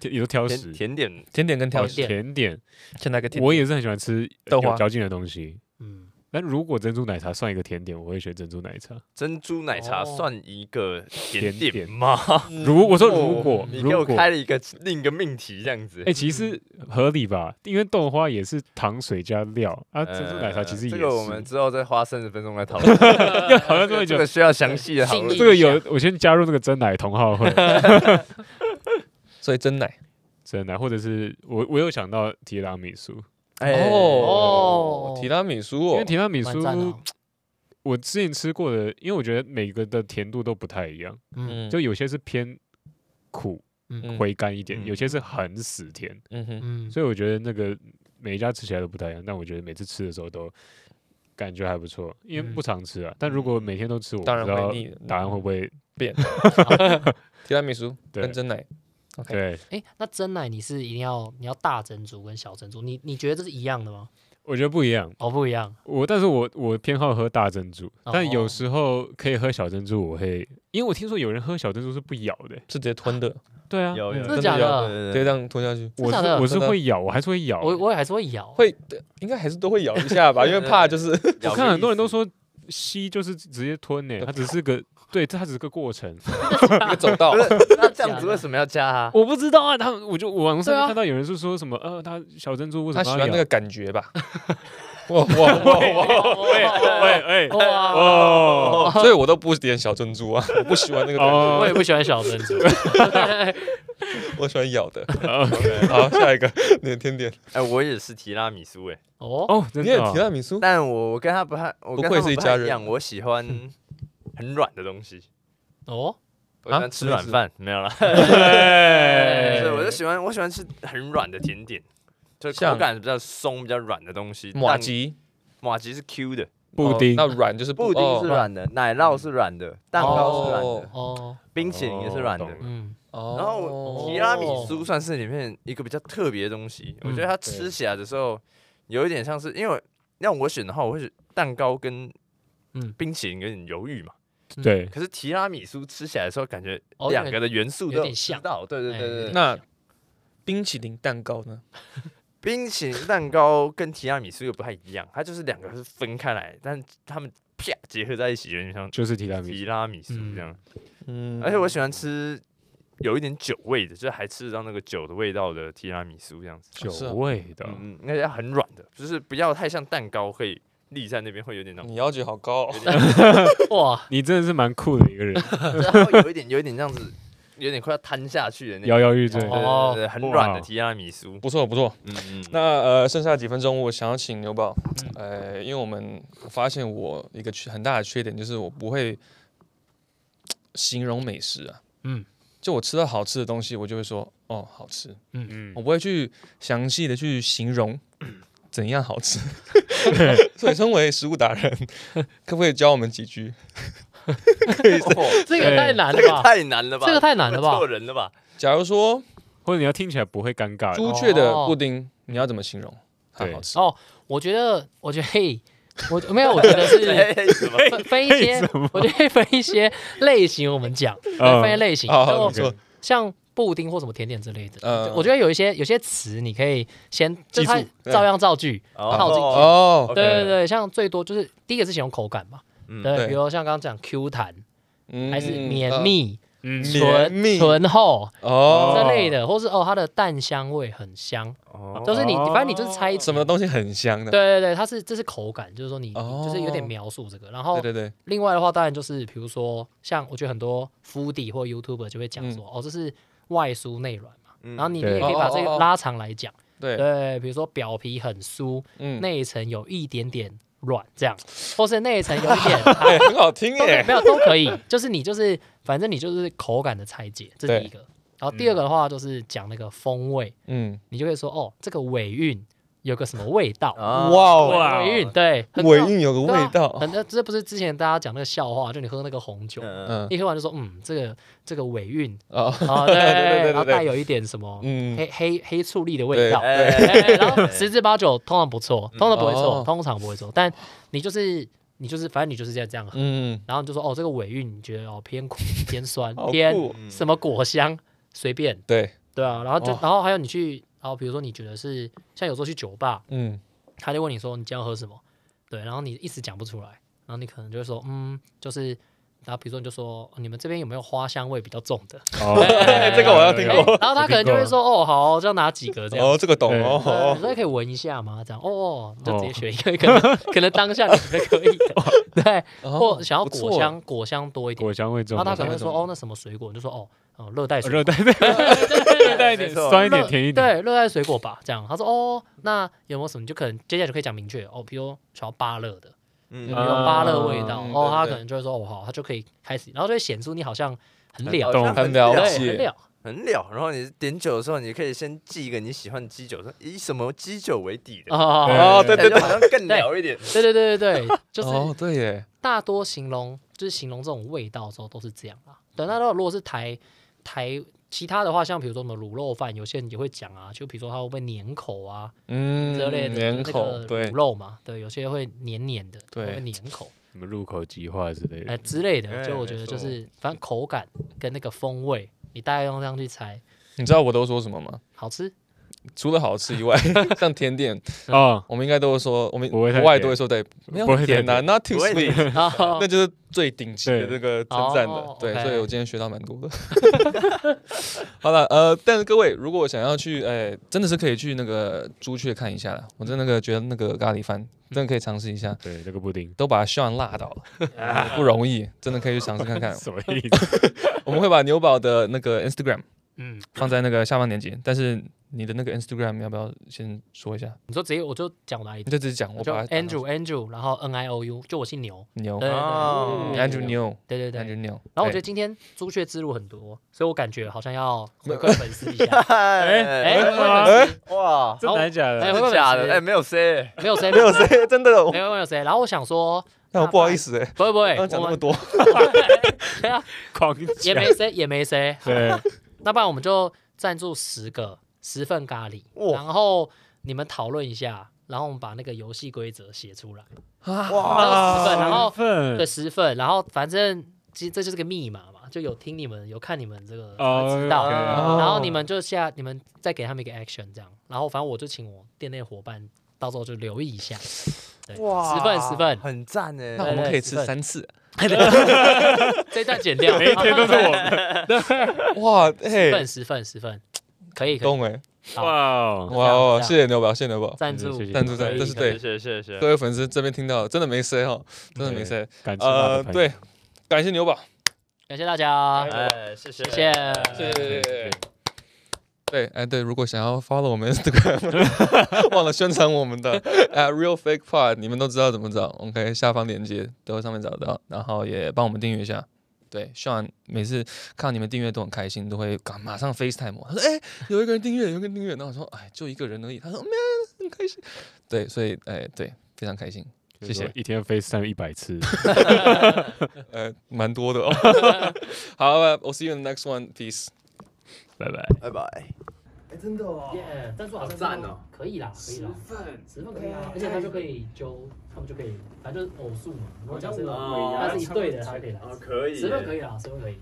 S4: 甜也都挑
S2: 甜
S4: 食，
S2: 甜点
S1: 甜点跟挑
S4: 挑
S1: 食，
S3: 点
S4: 哦甜点，
S1: 现在个甜
S4: 我也是很喜欢吃
S1: 豆
S4: 有
S1: 花
S4: 嚼劲的东西。
S3: 嗯，
S4: 但如果珍珠奶茶算一个甜点，我会选珍珠奶茶。
S2: 珍珠奶茶
S3: 哦
S2: 算一个甜
S4: 甜
S2: 点
S4: 点
S2: 吗？
S4: 如我说 (laughs) 如果
S2: 嗯哦
S3: 哦
S2: 你给
S4: 如
S2: 我
S4: 果，
S2: 开了一个另一个命题这样子
S4: 哎、。其实合理吧，因为豆花也是糖水加料啊，珍珠奶茶其实也
S2: 呃
S4: 是。
S2: 这个我们之后再花三十分钟来
S4: (laughs)
S2: 讨论，
S4: 要讨论这么
S2: 这
S4: 久
S2: 个，需要详细的讨
S3: 定
S2: 论
S3: 义。
S4: 这个有我先加入那个真奶同
S2: (laughs)
S4: 好会，
S1: 所以真奶
S4: 真奶或者是我我有想到提拉米苏，
S2: 哎
S1: 哦
S3: 哦
S1: 提拉米苏
S4: 因
S1: 哦
S4: 为，提拉米
S3: 蛮
S4: 苏
S3: 赞的啊。
S4: 我之前吃过的，因为我觉得每个的甜度都不太一样，
S3: 嗯
S4: 就有些是偏苦
S1: 嗯
S4: 回甘一点，
S2: 嗯
S4: 有些是很死甜，
S1: 嗯哼，
S3: 嗯，
S4: 所以我觉得那个每一家吃起来都不太一样，但我觉得每次吃的时候都感觉还不错，因为
S3: 嗯
S4: 不常吃啊。但如果每天都吃，我不
S1: 当然
S4: 知道
S1: 会腻嗯的
S4: 答案会不会
S3: (laughs)
S1: 提拉米苏
S4: 对
S1: 跟真奶，OK
S4: 对？
S3: 哎，那真奶你是一定要你要大珍珠跟小珍珠，你你觉得这是一样的吗？
S4: 我觉得不一样。
S3: 哦，不一样，
S4: 我但是我我偏好喝大珍珠，但
S3: 哦
S4: 有时候可以喝小珍珠，我会因为我听说有人喝小珍珠是不咬的、
S1: 是直接吞的，
S4: 对啊，
S2: 有
S1: 真
S2: 有，
S3: 真
S1: 的
S3: 的假
S1: 有直
S2: 对
S3: 的？
S1: 接
S2: 对
S1: 这样吞下去，
S4: 我
S3: 真
S4: 是
S3: 的
S4: 我是
S1: 真的
S4: 会咬，我还是会咬、
S3: 我我也还是会咬，啊
S1: 会的，应该还是都会咬一下
S4: (laughs)
S1: 吧，因为
S4: 嗯
S1: 怕就是
S2: 对
S4: 我看很多人都说吸就是直接吞呢、它只是个对，它只是个过程。
S1: 一个走道
S2: 不，是 (laughs) 那这样
S3: 假
S2: 子
S3: 的
S2: 为什么要加啊？
S4: 我不知道啊，他们我就我网
S3: 对啊
S4: 上看到有人是说什么呃，他小珍珠为
S1: 他
S4: 什
S1: 喜
S4: 么
S1: 欢那
S4: 要咬
S1: 个感觉吧。哇哇
S4: (laughs)
S1: 哇哇！
S3: 哇
S4: 喂喂
S3: 哇！
S4: 哦
S1: 所以我都不点小珍珠啊， (laughs) 我不喜欢那个感觉，
S3: 我也
S4: 哦，
S3: 不喜欢小珍珠， (laughs)
S1: 我喜欢
S4: (laughs)
S1: 咬的。
S4: 哦
S1: (laughs) 好，下一个你的甜点，
S2: 哎，我也是提拉米苏哎，
S3: 哦，
S4: 哦，真
S1: 你也
S4: 的啊
S1: 提拉米苏，
S2: 但我我跟他不太，我跟
S1: 不愧
S2: 他们
S1: 是一
S2: 不
S1: 家
S2: 太
S1: 人
S2: 一样，我喜欢很软的东西，
S3: 哦，
S1: 啊
S2: 我喜欢吃软饭，没有啦，
S4: 哎
S2: 对，我就喜欢我喜欢吃很软的甜点，就口
S1: 像
S2: 感比较松、比较软的东西。
S1: 马
S2: 蛋
S1: 吉
S2: 马吉是 Q 的，
S4: 布
S1: 哦
S4: 丁
S1: 那软就是
S2: 布丁是
S1: 哦
S2: 软的，奶酪是软的，蛋糕是软
S1: 哦
S2: 的，
S3: 哦，
S2: 冰淇淋也是软的
S4: 哦。懂了
S3: 嗯，
S1: 哦
S2: 然后我提拉米苏算是里面一个比较特别的东西，我
S3: 嗯
S2: 觉得它吃起来的时候有一点像是，因为让我选的话，我会选蛋糕跟
S3: 嗯
S2: 冰淇淋有点犹豫嘛。
S4: 对，
S2: 可是提拉米苏吃起来的时候，感觉
S3: 哦
S2: 两个的元素
S3: 有
S2: 都
S3: 点
S2: 吃
S3: 像
S2: 到，对对对对
S3: 哎
S1: 哦
S2: 对。
S1: 那冰淇淋蛋糕呢？
S2: 冰淇淋蛋糕跟提拉米苏又不太一样，它就是两个是分开来，但它们啪结合在一起，有点像
S4: 就是提拉米
S2: 提拉米苏这样。
S1: 嗯
S2: 而且我喜欢吃有一点酒味的，就是还吃得到那个酒的味道的提拉米苏这样子。
S4: 苏
S1: 是啊
S4: 酒味的，
S2: 嗯嗯，那要很软的，就是不要太像蛋糕，可以立在那边会有点那种，
S1: 你要求好高哦，
S3: 哇，
S4: 你真的是蛮酷的一个人，
S2: 然后有一点有一点这样子，有点快要瘫下去的那
S4: 摇
S2: 种。
S4: 摇欲坠。
S2: 对对
S3: 哦
S2: 对对，很软
S4: 哇
S2: 的提拉米苏。
S1: 不错不错。
S2: 嗯嗯，
S1: 那呃，剩下几分钟，我想要请牛宝，呃，因为我们我发现我一个缺很大的缺点就是我不会形容美食啊，
S3: 嗯
S1: 就我吃到好吃的东西，我就会说哦好吃，
S4: 嗯
S1: 我，不会去详细的去形 (laughs) 容怎样好 (laughs) 吃。所以身为食物达人， (laughs) 可不可以教我们几句？
S2: 哦
S3: (laughs) 这个太难
S2: 这
S3: 了
S2: 个
S3: 吧？
S2: 太难了吧？
S3: 这个太难了
S2: 问
S3: 吧
S2: 错？人了吧？
S1: 假如说
S4: 或者你要听起来不会尴尬。
S1: 朱雀的布丁，你要怎么形容？它
S4: 对
S1: 好吃。
S3: 哦，我觉得，我觉得，嘿，我没有，我觉得 (laughs) 是
S2: 哎什么？
S3: 分分一些，我觉得分一些类型，我们讲分一些类型，
S1: 好，哦你
S4: 就
S1: 说
S3: 像布丁或什么甜点之类的。
S1: 嗯
S3: 我觉得有一些有些词你可以先，
S1: 记
S3: 就是它
S1: 住
S3: 照样造句。靠近
S2: 哦，
S1: 哦，
S3: 对对
S2: OK
S3: 对，像最多就是第一个是形容口感嘛，
S2: 嗯
S3: 对，
S1: 对
S3: 比如像刚刚讲 Q 弹，
S1: 嗯
S3: 还是
S1: 嗯
S3: 绵
S1: 呃
S3: 密，
S4: 嗯
S1: 绵
S3: 醇
S1: 密
S3: 醇厚
S1: 哦，
S3: 这类的，或是哦它的蛋香味很香，
S2: 哦
S3: 就是你反正你就是猜
S1: 什么东西很香的，
S3: 对对对，它是这是口感，就是说你你就是有点
S1: 哦
S3: 描述这个，然后
S1: 对对对，
S3: 另外的话，当然就是比如说，像我觉得很多 foodie 或 YouTuber 就会讲说，
S1: 嗯
S3: 哦，这是外酥内软嘛。
S2: 嗯
S3: 然后你你
S4: 对
S3: 也可以把这
S1: 哦哦
S3: 个
S1: 哦
S3: 拉长来讲，
S1: 对，
S3: 对，比如说表皮很酥，
S1: 嗯，
S3: 内层有一点点软
S1: (laughs)
S3: 这样，或是内层有一点啊
S1: 哎，很好听
S3: 都可以
S1: 耶，
S3: 没有都可以，就是你就是反正你就是口感的拆解，这是第一个。然后第二个的话就是讲那个风味，
S1: 嗯，
S3: 你就会说哦，这个尾韵有个什么味道，
S2: 啊
S1: 哇哦，
S2: 哇
S3: 尾韵对，很
S1: 尾
S3: 妙
S1: 韵有个
S3: 对啊
S1: 味道，
S3: 很这不是之前大家讲那个笑话，就你喝那个红酒，
S2: 嗯
S1: 嗯
S3: 一喝完就说，嗯，这个这个尾
S1: (laughs)
S3: 韵
S1: 哦，
S3: 啊，对，
S1: 对对对
S3: 然后
S1: 对
S3: 带有一点什么
S1: 嗯
S3: 黑黑黑醋栗的味道，
S2: 哎
S3: 哎然后十之八九通常不错，通常不会
S1: 哦
S3: 错，通常不会错，但你就是你就是反正你就是这样这样喝，
S1: 嗯，
S3: 然后你就说哦，这个尾韵你觉得哦偏苦偏酸
S1: 好
S3: (laughs) 偏
S1: 酷，哦
S2: 嗯
S3: 什么果香随便，
S1: 对，
S3: 对啊，然后就
S1: 哇
S3: 然后还有你去，然后比如说你觉得是像有时候去酒吧，
S1: 嗯，
S3: 他就问你说你今天要喝什么，对，然后你一时讲不出来，然后你可能就会说，嗯，就是，然后比如说你就说哦你们这边有没有花香味比较重的，
S4: 哦
S1: 这个我要听
S3: 哎
S1: 过
S3: (laughs) 然后他可能就会说，哦，好，就拿几个这样。
S1: 哦，这个懂哦
S3: 对
S1: 哦，
S3: 你呃说可以闻一下吗？这样哦哦，你就直接选一个，可能可能当下你觉得可以的，对，
S1: 哦，
S3: 或想要
S1: 不
S3: 果
S1: 错
S3: 香果香多一点
S4: 果，香味重
S3: 然后他
S4: 的，
S3: 可能会说
S1: 果香
S3: 哦，那什么水果，你就说哦，哦，热带水果
S4: 热带对热带
S2: 没
S4: 一点，
S2: 错
S4: 酸一点甜一
S3: 对，
S4: 点，
S3: 热爱水果吧，这样。他说哦，那有没有什么？就可能接下来就可以讲明确哦，比如想要芭乐的，有没
S2: 嗯
S3: 有芭乐味道？
S1: 嗯
S3: 哦，
S1: 对
S3: 他
S1: 对
S3: 可能就会说哦好，他就可以开始，然后就会显出你好像很了，
S4: 懂
S1: 很了
S3: 对，
S1: 解
S3: 很了，
S2: 很了。然后你点酒的时候，你可以先记一个你喜欢的基酒，说以什么基酒为底的，
S3: 哦，
S1: 哦，对对对，
S2: 感觉好像更了一点。
S3: 对对对对对，就是
S1: 哦对耶，
S3: 大多形容就是形容这种味道的时候都是这样啦。对，那如果是台台其他的话，像比如说什么卤肉饭，有些人也会讲啊，就比如说它会不会粘口啊
S1: 嗯，
S3: 之类的，
S1: 年
S3: 就是
S1: 口
S3: 那个
S1: 对
S3: 卤，肉嘛，对，有些会黏黏的，
S1: 对
S3: 会不会粘口。
S4: 什么入口即化之类
S3: 哎
S4: 的，
S3: 之类
S2: 哎
S3: 的，就我觉
S2: 没
S3: 得就
S2: 错
S3: 是反正口感跟那个风味，你大概用这样去猜，
S1: 你知道我都说什么吗？
S3: 好吃。
S1: 除了好吃以外， (laughs) 像甜点，
S4: 哦，
S1: 我们应该都会说，我们
S4: 不会太
S1: 国外
S4: 甜
S1: 都会说对，没
S4: 不
S1: 有
S4: 会太
S1: 甜啊
S4: 甜
S1: ，not too
S2: 不会
S1: sweet，
S3: 然后
S1: 那就是最顶级的那个称赞的
S3: 哦，
S1: 对，
S3: OK
S1: 所以我今天学到蛮多的。 (laughs) 好了，呃，但是各位如果想要去，哎、真的是可以去那个朱雀看一下啦。我真的那个觉得那个咖喱饭真的可以尝试一下，
S4: 对，这个布丁。
S1: 都把 Sean 辣到了，不容易，真的可以去尝试看看 (laughs)
S4: 什么意思？
S1: 我们会把牛宝的那个 Instagram
S3: 嗯，
S1: 放在那个下方链接，但是你的那个 Instagram 要不要先说一下？
S3: 你说直接我就讲我哪里
S1: 你，就只是讲，我
S3: 我就
S1: 把它打上去
S3: Andrew Andrew，然后 N I O U，就我姓牛，
S1: 牛
S3: 对对对
S2: 哦
S3: 嗯
S1: Andrew 牛
S3: 对对
S1: Andrew
S3: 对。
S1: 牛，
S3: 然后我觉
S1: 哎
S3: 得今天朱雀之路很多，所以我感觉好像要回馈粉丝
S1: (laughs)
S3: 一下。 (laughs) 哎，
S2: 哎
S3: 回馈粉丝
S2: 哇，
S4: 真的还假
S3: 哎
S4: 的？
S2: 真的假的？哎，没有 C，
S3: 没有谁，
S1: 没有 (laughs) 谁 (laughs) 真的，
S3: 没有没有谁。然后我想说，
S1: 那我不好意思哎，
S3: 不会不
S1: 刚
S3: 会，
S1: 刚讲那
S3: 我
S1: 么
S3: 们
S1: 多。
S3: (laughs)
S4: 狂
S3: 也
S4: 讲
S3: 没谁也没谁，
S4: 对，
S3: 那不然我们就赞助十个十份咖喱，
S2: 哇
S3: 然后你们讨论一下，然后我们把那个游戏规则写出来，
S2: 哇
S3: 十份，然后对
S4: 份
S3: 十份，然后反正其实这就是个密码嘛，就有听你们有看你们这个才
S4: 哦
S3: 会知道，
S2: OK
S3: 然后你们就下你们再给他们一个 action 这样，然后反正我就请我店内伙伴到时候就留意一下，对，十份十份，
S2: 很赞哎。
S1: 那我们可以
S3: 对对
S1: 吃
S3: 十份
S1: 三次。
S3: (laughs) 这一段剪掉，
S4: 每一天都是我们，
S1: 哇，
S3: 十
S1: 哎
S3: 份，十份十份，可以可以
S1: 懂哎，
S3: 好
S4: 哇，
S1: 哇哦，
S3: 这样
S1: 谢谢牛宝，谢谢牛宝，
S3: 赞助
S4: 谢谢
S1: 赞助赞
S3: 可
S1: 助，
S3: 以
S1: 这是
S3: 可以
S1: 对
S2: 谢谢谢谢
S1: 各，位粉丝这边听到的，真的没 C 哈，真的没 C。
S4: 感谢他
S1: 呃，
S4: 的朋友
S1: 对，，感谢牛宝，
S3: 感谢大家，
S2: 哎，谢谢
S3: 谢谢
S1: 谢谢
S4: 对对
S1: 对，哎对，如果想要 follow 我们 Instagram，忘 (laughs) 了宣传我们的 at real fake pod，你们都知道怎么找，OK，下方链接都会上面找到，然后也帮我们订阅一下。对，Sean 每次看到你们订阅都很开心，都会赶马上 FaceTime 我，他说：“哎、有一个人订阅，有一个人订阅。”然后我说：“哎，就一个人而已。”他说：“没有，很开心。”对，所以哎、对，非常开心。谢
S4: 对
S1: 谢
S4: 一天 FaceTime 一百次， (laughs)
S1: 呃，蛮多的哦。 (laughs) 好，I'll see you in the next one. Peace.
S4: 拜拜。
S2: 拜拜。
S3: 耶，但是好像是
S2: 赞哦
S3: 可以啦，可以啦，十份，十份可以啊，而且他就可以揪，他们就可以，反正就是偶数嘛，如果假设啊
S2: 哦
S3: 他是一对的，他就可以来，
S2: 可以
S3: 十份可以啦，十份可以。